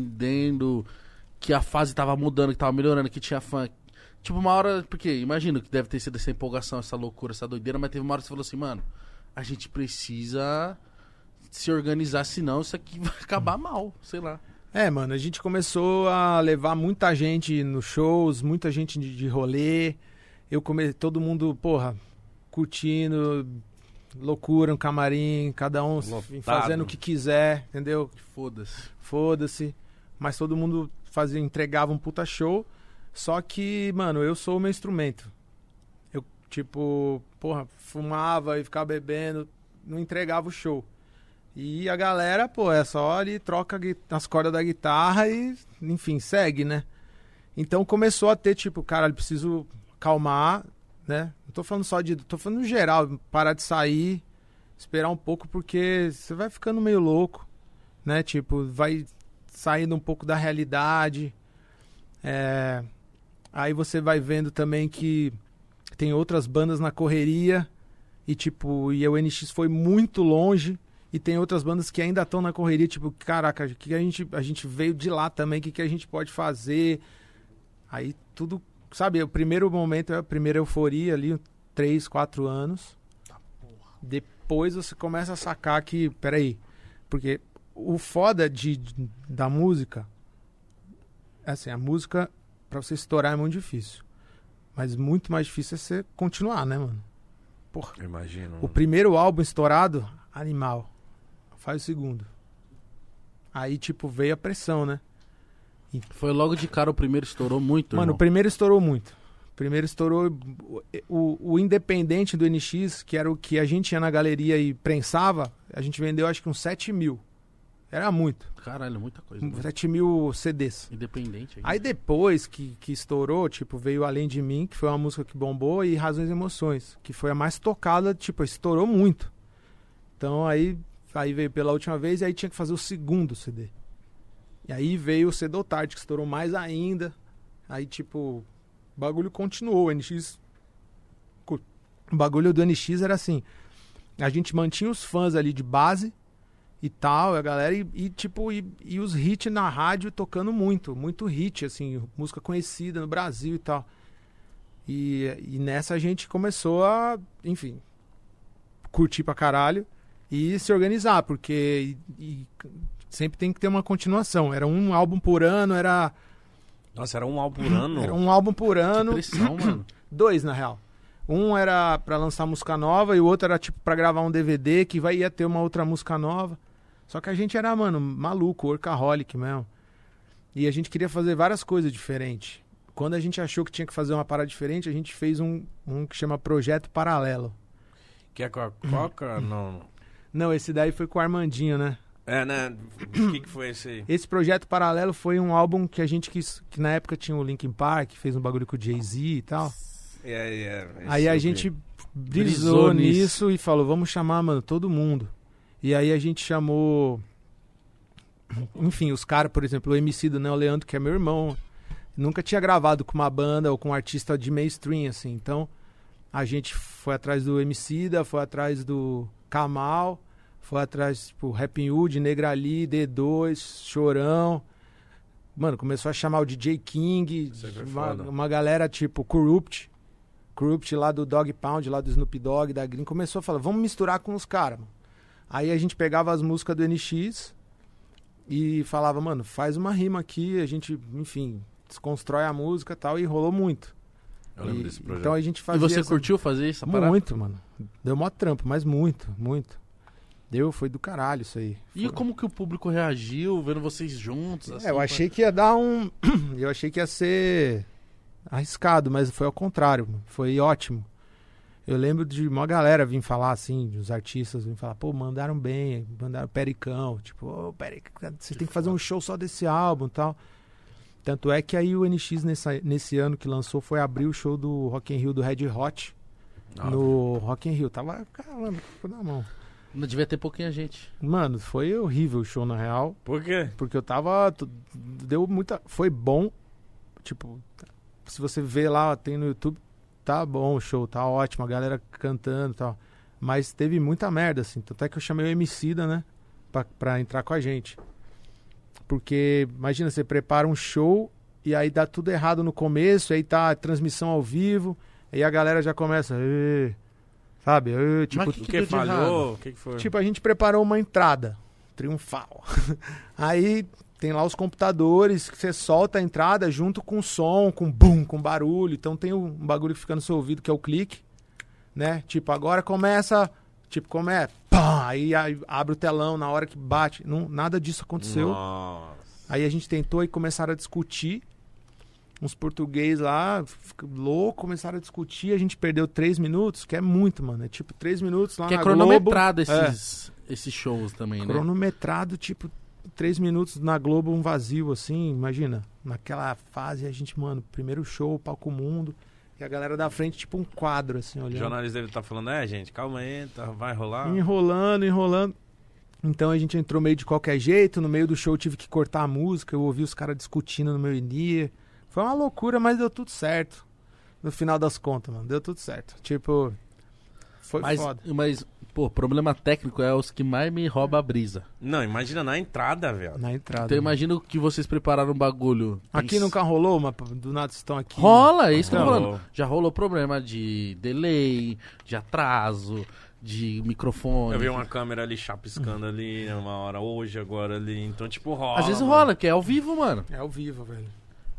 Speaker 2: aprendendo que a fase tava mudando, que tava melhorando, que tinha fã? Tipo, uma hora, porque imagino que deve ter sido essa empolgação, essa loucura, essa doideira, mas teve uma hora que você falou assim, mano, a gente precisa se organizar, senão isso aqui *laughs* vai acabar mal, sei lá.
Speaker 3: É, mano, a gente começou a levar muita gente nos shows, muita gente de, de rolê. Eu comecei, todo mundo, porra, curtindo, loucura, um camarim, cada um
Speaker 1: Lotado.
Speaker 3: fazendo o que quiser, entendeu?
Speaker 2: Foda-se.
Speaker 3: foda-se. Mas todo mundo fazia, entregava um puta show. Só que, mano, eu sou o meu instrumento. Eu, tipo, porra, fumava e ficava bebendo, não entregava o show. E a galera, pô, é só ali, troca a gui- as cordas da guitarra e, enfim, segue, né? Então começou a ter, tipo, caralho, preciso calmar, né? Não tô falando só de. tô falando no geral, parar de sair, esperar um pouco, porque você vai ficando meio louco né? Tipo, vai saindo um pouco da realidade. É, Aí você vai vendo também que tem outras bandas na correria e tipo, e o NX foi muito longe e tem outras bandas que ainda estão na correria, tipo, caraca, o que a gente a gente veio de lá também, o que, que a gente pode fazer? Aí tudo, sabe, o primeiro momento é a primeira euforia ali, três quatro anos. Depois você começa a sacar que, peraí, porque o foda de, de- da música é assim, a música pra você estourar é muito difícil. Mas muito mais difícil é você continuar, né, mano?
Speaker 1: Eu imagino.
Speaker 3: O primeiro álbum estourado, animal. Faz o segundo. Aí, tipo, veio a pressão, né?
Speaker 2: Foi logo de cara o primeiro estourou muito,
Speaker 3: Mano,
Speaker 2: irmão.
Speaker 3: o primeiro estourou muito. O primeiro estourou. o- O, o independente do NX, que era o que a gente ia na galeria e prensava, a gente vendeu acho que uns 7 mil. Era muito.
Speaker 2: Caralho, muita coisa. né?
Speaker 3: 7 mil CDs.
Speaker 2: Independente tá aí.
Speaker 3: Aí depois que, que estourou, tipo, veio Além de Mim, que foi uma música que bombou, e Razões e Emoções, que foi a mais tocada, tipo, estourou muito. Então aí, aí veio pela última vez e aí tinha que fazer o segundo CD. E aí veio o Cedo ou Tarde, que estourou mais ainda. Aí, tipo, o bagulho continuou, o NX... cu- O bagulho do NX era assim, a gente mantinha os fãs ali de base, e tal, a galera, e, e, tipo, e, e os hits na rádio tocando muito, muito hit, assim, música conhecida no Brasil e tal. E, e nessa a gente começou a, enfim, curtir pra caralho e se organizar, porque e- e sempre tem que ter uma continuação. Era um álbum por ano, era,
Speaker 1: Nossa, era um álbum por ano.
Speaker 3: era um álbum por
Speaker 2: Que
Speaker 3: ano.
Speaker 2: pressão, mano.
Speaker 3: Dois, na real. Um era pra lançar música nova e o outro era tipo pra gravar um DVD que vai ia ter uma outra música nova. Só que a gente era, mano, maluco, workaholic mesmo. E a gente queria fazer várias coisas diferentes. Quando a gente achou que tinha que fazer uma parada diferente, a gente fez um, um que chama Projeto Paralelo.
Speaker 1: Que é com a
Speaker 3: Uhum.
Speaker 1: Coca? Não.
Speaker 3: Não, esse daí foi com o Armandinho, né?
Speaker 1: É, né? O que, que foi esse aí?
Speaker 3: Esse Projeto Paralelo foi um álbum que a gente quis. que na época tinha o Linkin Park, fez um bagulho com o Jay-Z e tal.
Speaker 1: É, é, esse
Speaker 3: Aí a
Speaker 1: eu vi.
Speaker 3: gente
Speaker 2: Brisou
Speaker 3: brisou nisso e falou, vamos chamar, mano, todo mundo. E aí a gente chamou Enfim, os caras, por exemplo, o MC do Neo Leandro, que é meu irmão, nunca tinha gravado com uma banda ou com um artista de mainstream, assim. Então, a gente foi atrás do MC da, foi atrás do Kamal, foi atrás, tipo, Rapping Hood, Negra Ali, D2, Chorão. Mano, começou a chamar o DJ King,
Speaker 1: Isso aí foi
Speaker 3: uma,
Speaker 1: foda.
Speaker 3: uma galera tipo Corrupt, Corrupt lá do Dog Pound, lá do Snoop Dogg, da Green, começou a falar, vamos misturar com os caras, mano. Aí a gente pegava as músicas do NX e falava, mano, faz uma rima aqui, a gente, enfim, desconstrói a música e tal, e rolou muito.
Speaker 1: Eu lembro
Speaker 3: E-
Speaker 1: desse projeto.
Speaker 3: Então a gente
Speaker 2: E
Speaker 3: *coughs* fazia...
Speaker 2: você
Speaker 3: essa-
Speaker 2: curtiu fazer essa parada?
Speaker 3: Muito, mano. Deu mó trampo, mas muito, muito. Deu, foi do caralho isso aí.
Speaker 2: E como que o público reagiu, vendo vocês juntos? assim,
Speaker 3: É, eu achei que ia dar um. *clears throat* Eu achei que ia ser arriscado, mas foi ao contrário. mano. Foi ótimo. Eu lembro de uma galera vir falar assim, os artistas vim falar, pô, mandaram bem, mandaram Pericão, tipo, ô Pericão, você tem que fazer um show só desse álbum e tal. Tanto é que aí o NX nessa- nesse ano que lançou foi abrir o show do Rock in Rio do Red Hot
Speaker 1: Ah,
Speaker 3: no Rock in Rio. Tava, caramba, ficou na mão.
Speaker 2: Não devia ter pouquinha gente.
Speaker 3: Mano, foi horrível o show na real.
Speaker 1: Por quê?
Speaker 3: Porque eu tava. tu- Deu muita. Foi bom. Tipo, se você vê lá, tem no YouTube, tá bom o show, tá ótimo, a galera cantando e tal. Mas teve muita merda, assim. Tanto é que eu chamei o Emicida, né? Pra, pra entrar com a gente. Porque, imagina, você prepara um show e aí dá tudo errado no começo, aí tá a transmissão ao vivo, aí a galera já começa. "Ê", sabe? "Ê", tipo,
Speaker 2: Mas
Speaker 1: O
Speaker 2: que
Speaker 1: que,
Speaker 2: deu de errado?
Speaker 1: falhou? O que, que foi?
Speaker 3: Tipo, a gente preparou uma entrada triunfal. *laughs* Aí tem lá os computadores que você solta a entrada junto com som, com bum, com barulho. Então tem um bagulho que fica no seu ouvido que é o clique, né? Tipo, agora começa, tipo, começa, pá, aí, aí abre o telão na hora que bate. Não, nada disso aconteceu.
Speaker 1: Nossa.
Speaker 3: Aí a gente tentou e começaram a discutir. Uns português lá, fica louco, começaram a discutir. A gente perdeu três minutos, que é muito, mano. É tipo três minutos lá
Speaker 2: que é
Speaker 3: na Globo. é.
Speaker 2: cronometrado esses, esses shows também, né?
Speaker 3: Cronometrado, tipo, três minutos na Globo, um vazio, assim, imagina. Naquela fase, a gente, mano, primeiro show, palco mundo, e a galera da frente, tipo, um quadro, assim,
Speaker 1: O
Speaker 3: olhando.
Speaker 1: jornalista deve estar falando, é, gente, calma aí, tá, vai rolar.
Speaker 3: Enrolando, enrolando. Então a gente entrou meio de qualquer jeito, no meio do show eu tive que cortar a música, eu ouvi os caras discutindo no meu in Foi uma loucura, mas deu tudo certo. No final das contas, mano, deu tudo certo. Tipo, foi
Speaker 2: Mas,
Speaker 3: foda.
Speaker 2: mas, pô, problema técnico é os que mais me rouba a brisa.
Speaker 1: Não, imagina na entrada, velho.
Speaker 3: Na entrada.
Speaker 2: Então eu
Speaker 3: mano.
Speaker 2: imagino que vocês prepararam um bagulho.
Speaker 3: Aqui
Speaker 2: Tem-
Speaker 3: nunca rolou, mas do nada estão aqui.
Speaker 2: Rola, é isso que eu tô
Speaker 1: Rolou.
Speaker 2: falando. Já rolou problema de delay, de atraso, de microfone.
Speaker 1: Eu vi uma câmera ali chapiscando ali, né, uma hora hoje, agora ali. Então, tipo, rola.
Speaker 2: Às vezes
Speaker 1: mano.
Speaker 2: rola, porque é ao vivo, mano.
Speaker 3: É ao vivo, velho.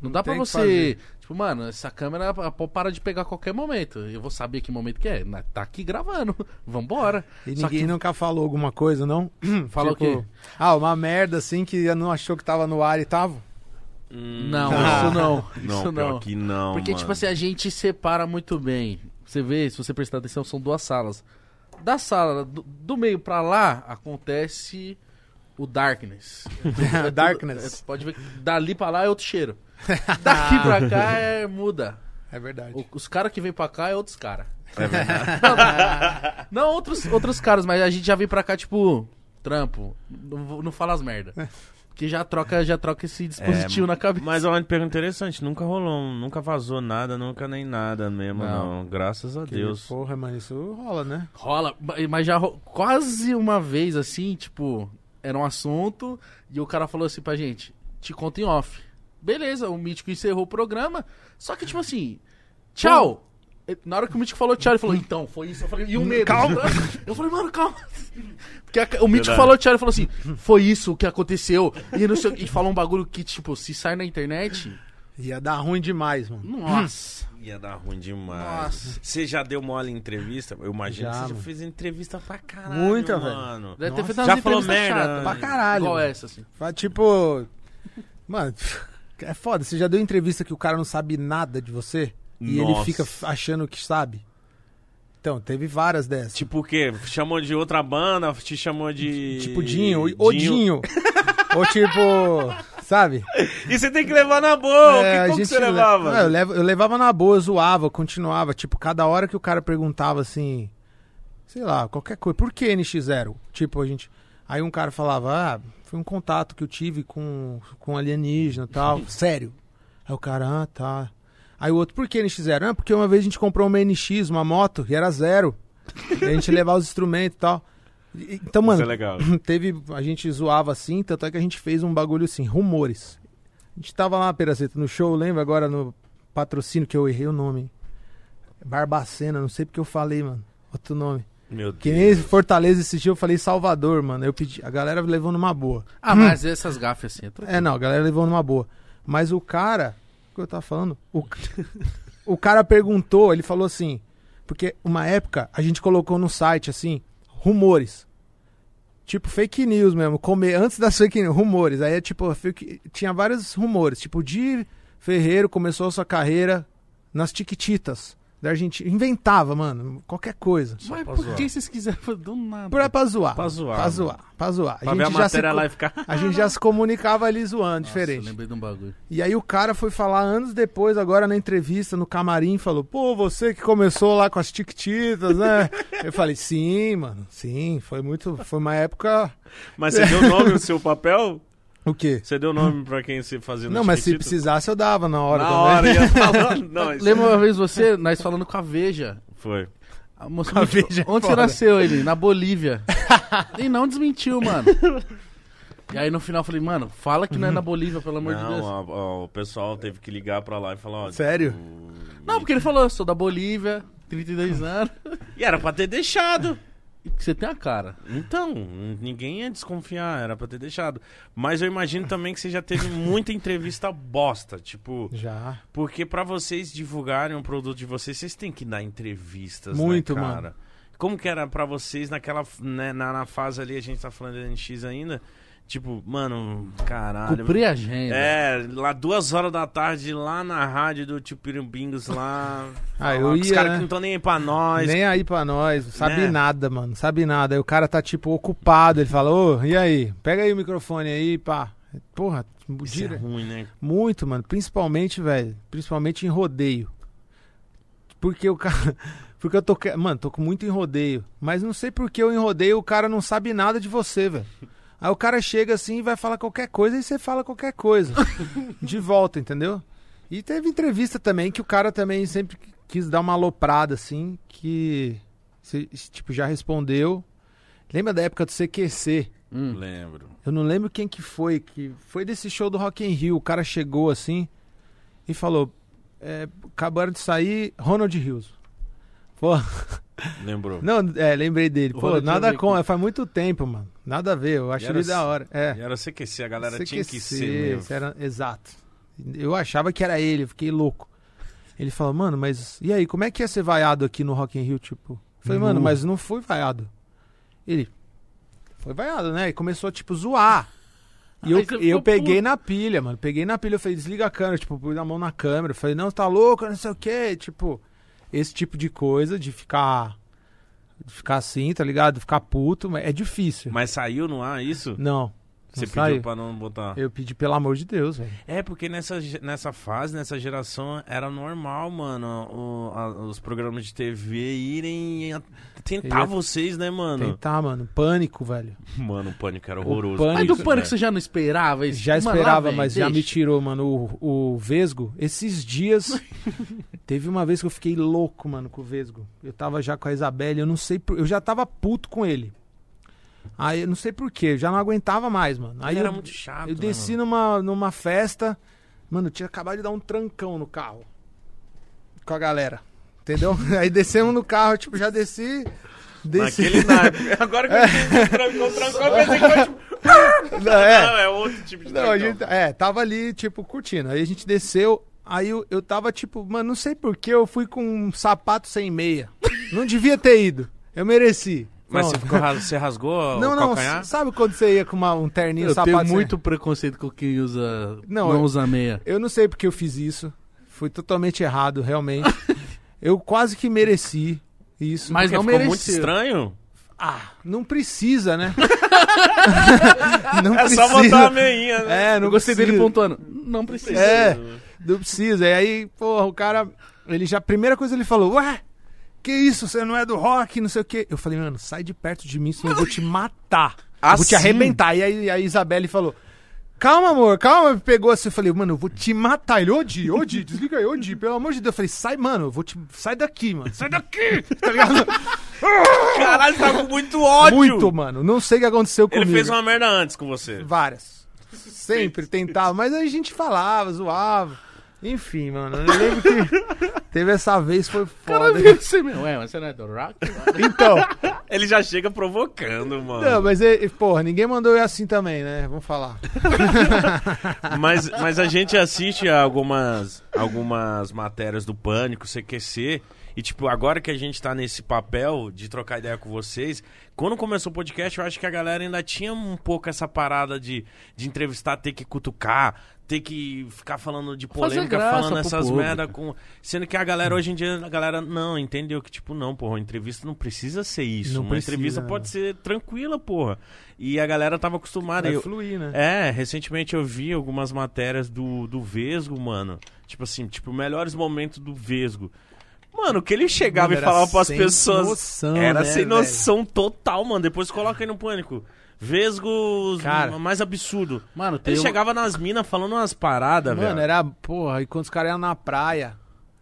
Speaker 2: Não dá pra
Speaker 3: tem o que
Speaker 2: você. Tipo, mano, essa câmera a pau para de pegar a qualquer momento. Eu vou saber que momento que é. Na- Tá aqui gravando. *laughs* Vambora.
Speaker 3: E
Speaker 2: Só
Speaker 3: ninguém
Speaker 2: que-
Speaker 3: nunca falou alguma coisa,
Speaker 2: *clears throat*
Speaker 3: não?
Speaker 2: Fala o quê?
Speaker 3: Ah, uma merda assim que não achou que tava no ar e tava?
Speaker 1: Hum,
Speaker 2: Não,
Speaker 3: Ah.
Speaker 2: isso não.
Speaker 1: *laughs* Não,
Speaker 2: Isso
Speaker 1: pior
Speaker 2: não.
Speaker 1: que não.
Speaker 2: Porque,
Speaker 1: mano.
Speaker 2: tipo assim, a gente separa muito bem. Você vê, se você prestar atenção, são duas salas. Da sala, do, do meio pra lá, acontece o darkness. É tudo-
Speaker 3: Darkness.
Speaker 2: é, pode ver que dali pra lá é outro cheiro. Daqui pra cá é muda.
Speaker 3: É verdade.
Speaker 2: O- os caras que vêm pra cá é outros caras.
Speaker 1: É
Speaker 2: *laughs*
Speaker 1: verdade.
Speaker 2: Não outros, outros caras, mas a gente já vem pra cá, tipo, trampo. Não, vou- não fala as merda. Que já troca, já troca esse dispositivo
Speaker 1: É,
Speaker 2: na cabeça.
Speaker 1: Mas é uma pergunta interessante, nunca rolou, um, nunca vazou nada, nunca nem nada mesmo,
Speaker 2: Não.
Speaker 1: não. Graças a
Speaker 3: Que
Speaker 1: Deus.
Speaker 3: Porra, mano, isso rola, né?
Speaker 2: Rola, ba- mas já ro- quase uma vez assim, tipo, era um assunto e o cara falou assim pra gente: te conta em off. Beleza, o Mítico encerrou o programa, só que tipo assim, tchau. E- Na hora que o Mítico falou tchau, ele falou, então, foi isso. Eu falei, e o medo? Calma. *laughs* Eu falei, mano, calma. Porque a- o Mítico
Speaker 1: Verdade.
Speaker 2: falou tchau, ele falou assim, foi isso que aconteceu. E, não sei, o- e falou um bagulho que, tipo, se sai na internet,
Speaker 3: Ia dar ruim demais, mano.
Speaker 2: nossa.
Speaker 1: Ia dar ruim demais.
Speaker 2: Nossa.
Speaker 1: Você já deu mole em entrevista? Eu imagino
Speaker 3: Já,
Speaker 1: que você já
Speaker 3: mano.
Speaker 1: fez entrevista pra caralho.
Speaker 3: Muita, velho.
Speaker 1: mano.
Speaker 2: Deve ter
Speaker 3: Nossa.
Speaker 2: feito umas
Speaker 1: Já falou
Speaker 2: entrevistas
Speaker 1: merda,
Speaker 2: chatas.
Speaker 1: né?
Speaker 3: Pra caralho.
Speaker 2: Igual
Speaker 3: mano.
Speaker 2: essa, assim.
Speaker 3: Faz
Speaker 2: *laughs*
Speaker 3: tipo. Mano, é foda. Você já deu entrevista que o cara não sabe nada de você? E ele
Speaker 1: Nossa.
Speaker 3: fica f- achando que sabe? Então, teve várias dessas.
Speaker 1: Tipo o quê? Chamou de outra banda, te chamou de.
Speaker 3: Tipo Dinho,
Speaker 2: *laughs*
Speaker 3: o Dinho. Ou tipo, sabe?
Speaker 1: E você tem que levar na boa.
Speaker 3: É,
Speaker 1: que,
Speaker 3: a
Speaker 1: como que
Speaker 3: gente
Speaker 1: você
Speaker 3: le-
Speaker 1: levava?
Speaker 3: Não, eu, levo- eu levava na boa, eu zoava, eu continuava. Tipo, cada hora que o cara perguntava assim, sei lá, qualquer coisa, por que NX0? Tipo, a gente. Aí um cara falava, ah, foi um contato que eu tive com, com um alienígena
Speaker 1: *laughs*
Speaker 3: e tal. Sério. Aí o cara, ah, tá. Aí o outro, por que eles fizeram? Ah, porque uma vez a gente comprou uma NX, uma moto, e era zero.
Speaker 1: *laughs*
Speaker 3: E a gente levava os instrumentos e tal. E- Então, mano,
Speaker 1: é legal.
Speaker 3: teve. A gente zoava assim, tanto é que a gente fez um bagulho assim, rumores. A gente tava lá, Peraceta, no show, lembra agora no patrocínio que eu errei o nome. hein? Barbacena, não sei porque eu falei, mano. Outro nome.
Speaker 1: Meu
Speaker 3: Que
Speaker 1: Deus.
Speaker 3: nem Fortaleza esse dia eu falei Salvador, mano. Eu pedi, a galera levou numa boa.
Speaker 2: Ah, mas essas gafas assim, é tranquilo.
Speaker 3: É, não, a galera levou numa boa. Mas o cara, o que eu tava falando? O, *laughs* o cara perguntou, ele falou assim, porque uma época a gente colocou no site assim, rumores. Tipo fake news mesmo, comer antes das fake news, rumores. Aí é tipo, fake- tinha vários rumores, tipo de Ferreiro começou a sua carreira nas Tiquititas da Argentina, inventava, mano, qualquer coisa.
Speaker 2: Mas
Speaker 1: pra
Speaker 2: por
Speaker 1: zoar.
Speaker 2: que vocês quiseram fazer do nada?
Speaker 3: Pra, pra zoar.
Speaker 1: Pra zoar,
Speaker 3: Pra
Speaker 1: mano.
Speaker 3: zoar. Pra zoar.
Speaker 1: Pra ver a
Speaker 3: já se
Speaker 1: matéria
Speaker 3: co-
Speaker 1: lá e ficar.
Speaker 3: *laughs* a gente já se comunicava ali zoando,
Speaker 2: Nossa, eu
Speaker 3: diferente.
Speaker 2: lembrei de um bagulho.
Speaker 3: E aí o cara foi falar anos depois, agora na entrevista, no camarim, falou, pô, você que começou lá com as tiquititas,
Speaker 1: *laughs*
Speaker 3: né? eu falei, sim, mano, sim, foi muito, foi uma época...
Speaker 1: Mas você deu o nome, o seu papel?
Speaker 3: O quê?
Speaker 1: Você deu o nome pra quem você fazia no
Speaker 3: Não, mas se
Speaker 1: Chiquititas?
Speaker 3: precisasse eu dava na hora
Speaker 1: Na
Speaker 3: também.
Speaker 1: hora,
Speaker 3: *laughs*
Speaker 1: ia falando. Não, isso...
Speaker 2: Lembra uma vez você, nós falando com a Veja.
Speaker 1: Foi.
Speaker 2: A moça
Speaker 3: Com a
Speaker 2: mentiu.
Speaker 3: Veja é
Speaker 2: Onde você
Speaker 3: foda.
Speaker 2: nasceu, ele? Na Bolívia. *laughs* e não desmentiu, mano. E aí no final eu falei, mano, fala que não é na Bolívia, pelo amor de Deus.
Speaker 1: Não, a- a- o pessoal teve que ligar pra lá e falar, ó... tipo,
Speaker 3: Sério?
Speaker 2: Não, porque ele falou, eu sou da Bolívia, 32 anos.
Speaker 1: E era pra ter deixado.
Speaker 2: E que Você tem a cara.
Speaker 1: Então, ninguém ia desconfiar, era pra ter deixado. Mas eu imagino também que você já teve muita entrevista bosta, tipo...
Speaker 3: Já.
Speaker 1: Porque pra vocês divulgarem um produto de vocês, vocês têm que dar entrevistas,
Speaker 3: Muito,
Speaker 1: né, cara?
Speaker 3: mano.
Speaker 1: Como que era pra vocês naquela né, na, na fase ali, a gente tá falando de NX ainda, tipo, mano, caralho.
Speaker 2: Cumpri a agenda.
Speaker 1: É, lá duas horas da tarde, lá na rádio do Tio Pirimbingos, lá.
Speaker 3: *laughs* Ah,
Speaker 1: falar
Speaker 3: eu
Speaker 1: com os
Speaker 3: ia,
Speaker 1: caras
Speaker 3: né?
Speaker 1: que não estão nem aí pra nós.
Speaker 3: Nem aí pra nós, sabe
Speaker 1: Né?
Speaker 3: nada, mano, sabe nada. Aí o cara tá, tipo, ocupado, ele fala, ô, e aí, pega aí o microfone aí, pá. Porra,
Speaker 1: Isso é
Speaker 3: dire-
Speaker 1: ruim, né?
Speaker 3: Muito, mano. Principalmente, velho. Principalmente em rodeio. Porque o cara. *laughs* Porque eu tô. que- Mano, tô com muito em rodeio. Mas não sei por que eu em rodeio o cara não sabe nada de você, velho. Aí o cara chega assim e vai falar qualquer coisa e você fala qualquer coisa. de volta, entendeu? E teve entrevista também que o cara também sempre quis dar uma aloprada, assim, que. se- Tipo, já respondeu. Lembra da época do CQC?
Speaker 2: Hum.
Speaker 1: Lembro.
Speaker 3: Eu não lembro quem que foi, que foi desse show do Rock in Rio. O cara chegou assim e falou: é, acabaram de sair Ronald Rios. Pô, *laughs*
Speaker 1: Lembrou.
Speaker 3: não, é, lembrei dele.
Speaker 2: O
Speaker 3: Pô,
Speaker 2: Ronald
Speaker 3: nada
Speaker 2: Rios
Speaker 3: com,
Speaker 2: aqui.
Speaker 3: faz muito tempo, mano. Nada a ver, eu acho
Speaker 1: E era
Speaker 3: ele da
Speaker 1: assim,
Speaker 3: hora. É.
Speaker 1: E Era CQC, a galera tinha que
Speaker 3: CQC,
Speaker 1: ser mesmo.
Speaker 3: isso era- exato. Eu achava que era ele, eu fiquei louco. Ele falou, mano, mas e aí, como é que ia ser vaiado aqui no Rock in Rio, tipo? Eu falei, mano, mas não fui vaiado. Ele, foi vaiado, né? E começou, tipo, zoar. E
Speaker 2: Aí
Speaker 3: eu,
Speaker 2: você
Speaker 3: e eu
Speaker 2: ficou
Speaker 3: peguei
Speaker 2: puto.
Speaker 3: na pilha, mano. Peguei na pilha, eu falei, desliga a câmera, tipo, pus a mão na câmera. Eu falei, não, tá louco, não sei o quê. Tipo, esse tipo de coisa, de ficar. De ficar assim, tá ligado? Ficar puto, mas é difícil.
Speaker 1: Mas saiu no ar isso?
Speaker 3: Não.
Speaker 1: Você
Speaker 3: não
Speaker 1: pediu
Speaker 3: saiu.
Speaker 1: pra não botar.
Speaker 3: Eu pedi, pelo amor de Deus, velho.
Speaker 1: É, porque nessa, ge- nessa fase, nessa geração, era normal, mano, o- a- os programas de TV irem a- tentar
Speaker 3: Ia-
Speaker 1: vocês, né, mano?
Speaker 3: Tentar, mano. Pânico, velho.
Speaker 1: Mano, o pânico era
Speaker 3: O
Speaker 1: horroroso.
Speaker 2: Mas
Speaker 3: Pânico,
Speaker 2: do pânico
Speaker 1: né?
Speaker 2: você já não esperava isso?
Speaker 3: Já
Speaker 2: Mano, lá
Speaker 3: esperava,
Speaker 2: vem,
Speaker 3: mas já me
Speaker 2: deixa.
Speaker 3: tirou, mano. O, o Vesgo,
Speaker 1: *laughs*
Speaker 3: esses dias. teve uma vez que eu fiquei louco, mano, com o Vesgo. Eu tava já com a Isabelle, eu não sei. Por, eu já tava puto com ele. Aí eu não sei porquê, eu já não aguentava mais, mano. Aí
Speaker 1: Ele era
Speaker 3: eu,
Speaker 1: muito chato.
Speaker 3: eu
Speaker 1: né,
Speaker 3: desci
Speaker 1: mano?
Speaker 3: numa, numa festa. Mano, eu tinha acabado de dar um trancão no carro. Com a galera. Entendeu? *laughs* Aí descemos no carro, tipo, já desci. Desci. *laughs*
Speaker 1: Naquele naipe. Agora que eu trancou, trancou, eu pensei que foi tipo-
Speaker 3: Não, é.
Speaker 1: Não, é outro tipo de
Speaker 3: Não, a
Speaker 1: trancão.
Speaker 3: gente, é, tava ali, tipo, curtindo. Aí a gente desceu, aí eu, eu tava, tipo, mano, não sei porquê, eu fui com um sapato sem meia. não devia ter ido. Eu mereci.
Speaker 1: Mas
Speaker 3: Pronto.
Speaker 1: você, ficou ras- você rasgou
Speaker 3: Não,
Speaker 1: o
Speaker 3: não,
Speaker 1: calcanhar?
Speaker 3: s- sabe quando você ia com uma- um terninho,
Speaker 2: Eu
Speaker 3: sapato
Speaker 2: tenho
Speaker 3: sem-
Speaker 2: muito preconceito com quem usa. Não,
Speaker 3: Não, eu-
Speaker 2: usa meia.
Speaker 3: Eu não sei porque eu fiz isso. Foi totalmente errado, realmente. eu quase que mereci isso.
Speaker 2: Mas
Speaker 1: Porque
Speaker 2: não
Speaker 1: ficou
Speaker 2: mereceu.
Speaker 1: muito estranho.
Speaker 3: Ah, não precisa,
Speaker 1: *laughs*
Speaker 3: né? não
Speaker 1: É só botar a meinha, né?
Speaker 3: É, não
Speaker 2: Eu gostei dele
Speaker 3: precisa.
Speaker 2: pontuando. Não precisa.
Speaker 3: É, não precisa. E aí, porra, o cara, ele já, a primeira coisa ele falou, ué, que isso, você não é do rock, não sei o quê. Eu falei, mano, sai de perto de mim, senão eu vou te matar. eu
Speaker 1: Ah,
Speaker 3: vou te arrebentar. E aí a Isabelle falou. Calma, amor, calma. Pegou assim, eu falei, mano, eu vou te matar. Ele, Odi, Odi, desliga aí, Odi, pelo amor de Deus. Eu falei, sai, mano, eu vou te. Sai daqui, mano. Sai daqui! tá *laughs* ligado?
Speaker 1: Caralho, tá com muito ódio.
Speaker 3: Muito, mano. Não sei o que aconteceu
Speaker 1: Ele
Speaker 3: comigo.
Speaker 1: fez uma merda antes com você.
Speaker 3: Várias. Sempre tentava, mas aí a gente falava, zoava. Enfim, mano, eu lembro que teve essa vez, foi foda.
Speaker 2: Ué, mas você não é do rock?
Speaker 3: Então,
Speaker 1: Ele já chega provocando, mano.
Speaker 3: não, mas, eh, porra, ninguém mandou eu assim também, né? Vamos falar.
Speaker 1: Mas, mas a gente assiste a algumas, algumas matérias do Pânico, CQC. E, tipo, agora que a gente tá nesse papel de trocar ideia com vocês, quando começou o podcast, eu acho que a galera ainda tinha um pouco essa parada de, de entrevistar, ter que cutucar, ter que ficar falando de
Speaker 2: Fazer
Speaker 1: polêmica,
Speaker 2: graça
Speaker 1: falando
Speaker 2: pro
Speaker 1: essas
Speaker 2: povo,
Speaker 1: merda com. Sendo que a galera, hoje em dia, a galera não entendeu que, tipo, não, porra, uma entrevista não precisa ser isso.
Speaker 3: Não
Speaker 1: uma
Speaker 3: precisa,
Speaker 1: entrevista
Speaker 3: né?
Speaker 1: pode ser tranquila, porra. E a galera tava acostumada.
Speaker 3: Vai
Speaker 1: Eu-
Speaker 3: fluir, né?
Speaker 1: é, recentemente eu vi algumas matérias do, do Vesgo, mano. Tipo assim, tipo, melhores momentos do Vesgo. Mano, que ele chegava
Speaker 3: Mano,
Speaker 1: e
Speaker 3: era
Speaker 1: falava pras
Speaker 3: sem
Speaker 1: pessoas.
Speaker 3: noção,
Speaker 1: era
Speaker 3: né,
Speaker 1: sem
Speaker 3: velho?
Speaker 1: noção total, mano. Depois coloca aí no pânico. Vesgo
Speaker 3: Cara.
Speaker 1: mais absurdo.
Speaker 2: Mano, tem
Speaker 1: Ele
Speaker 2: um-
Speaker 1: chegava nas minas falando umas paradas,
Speaker 3: Mano,
Speaker 1: né,
Speaker 3: é-
Speaker 1: velho.
Speaker 3: era, porra, e quando os caras iam na praia,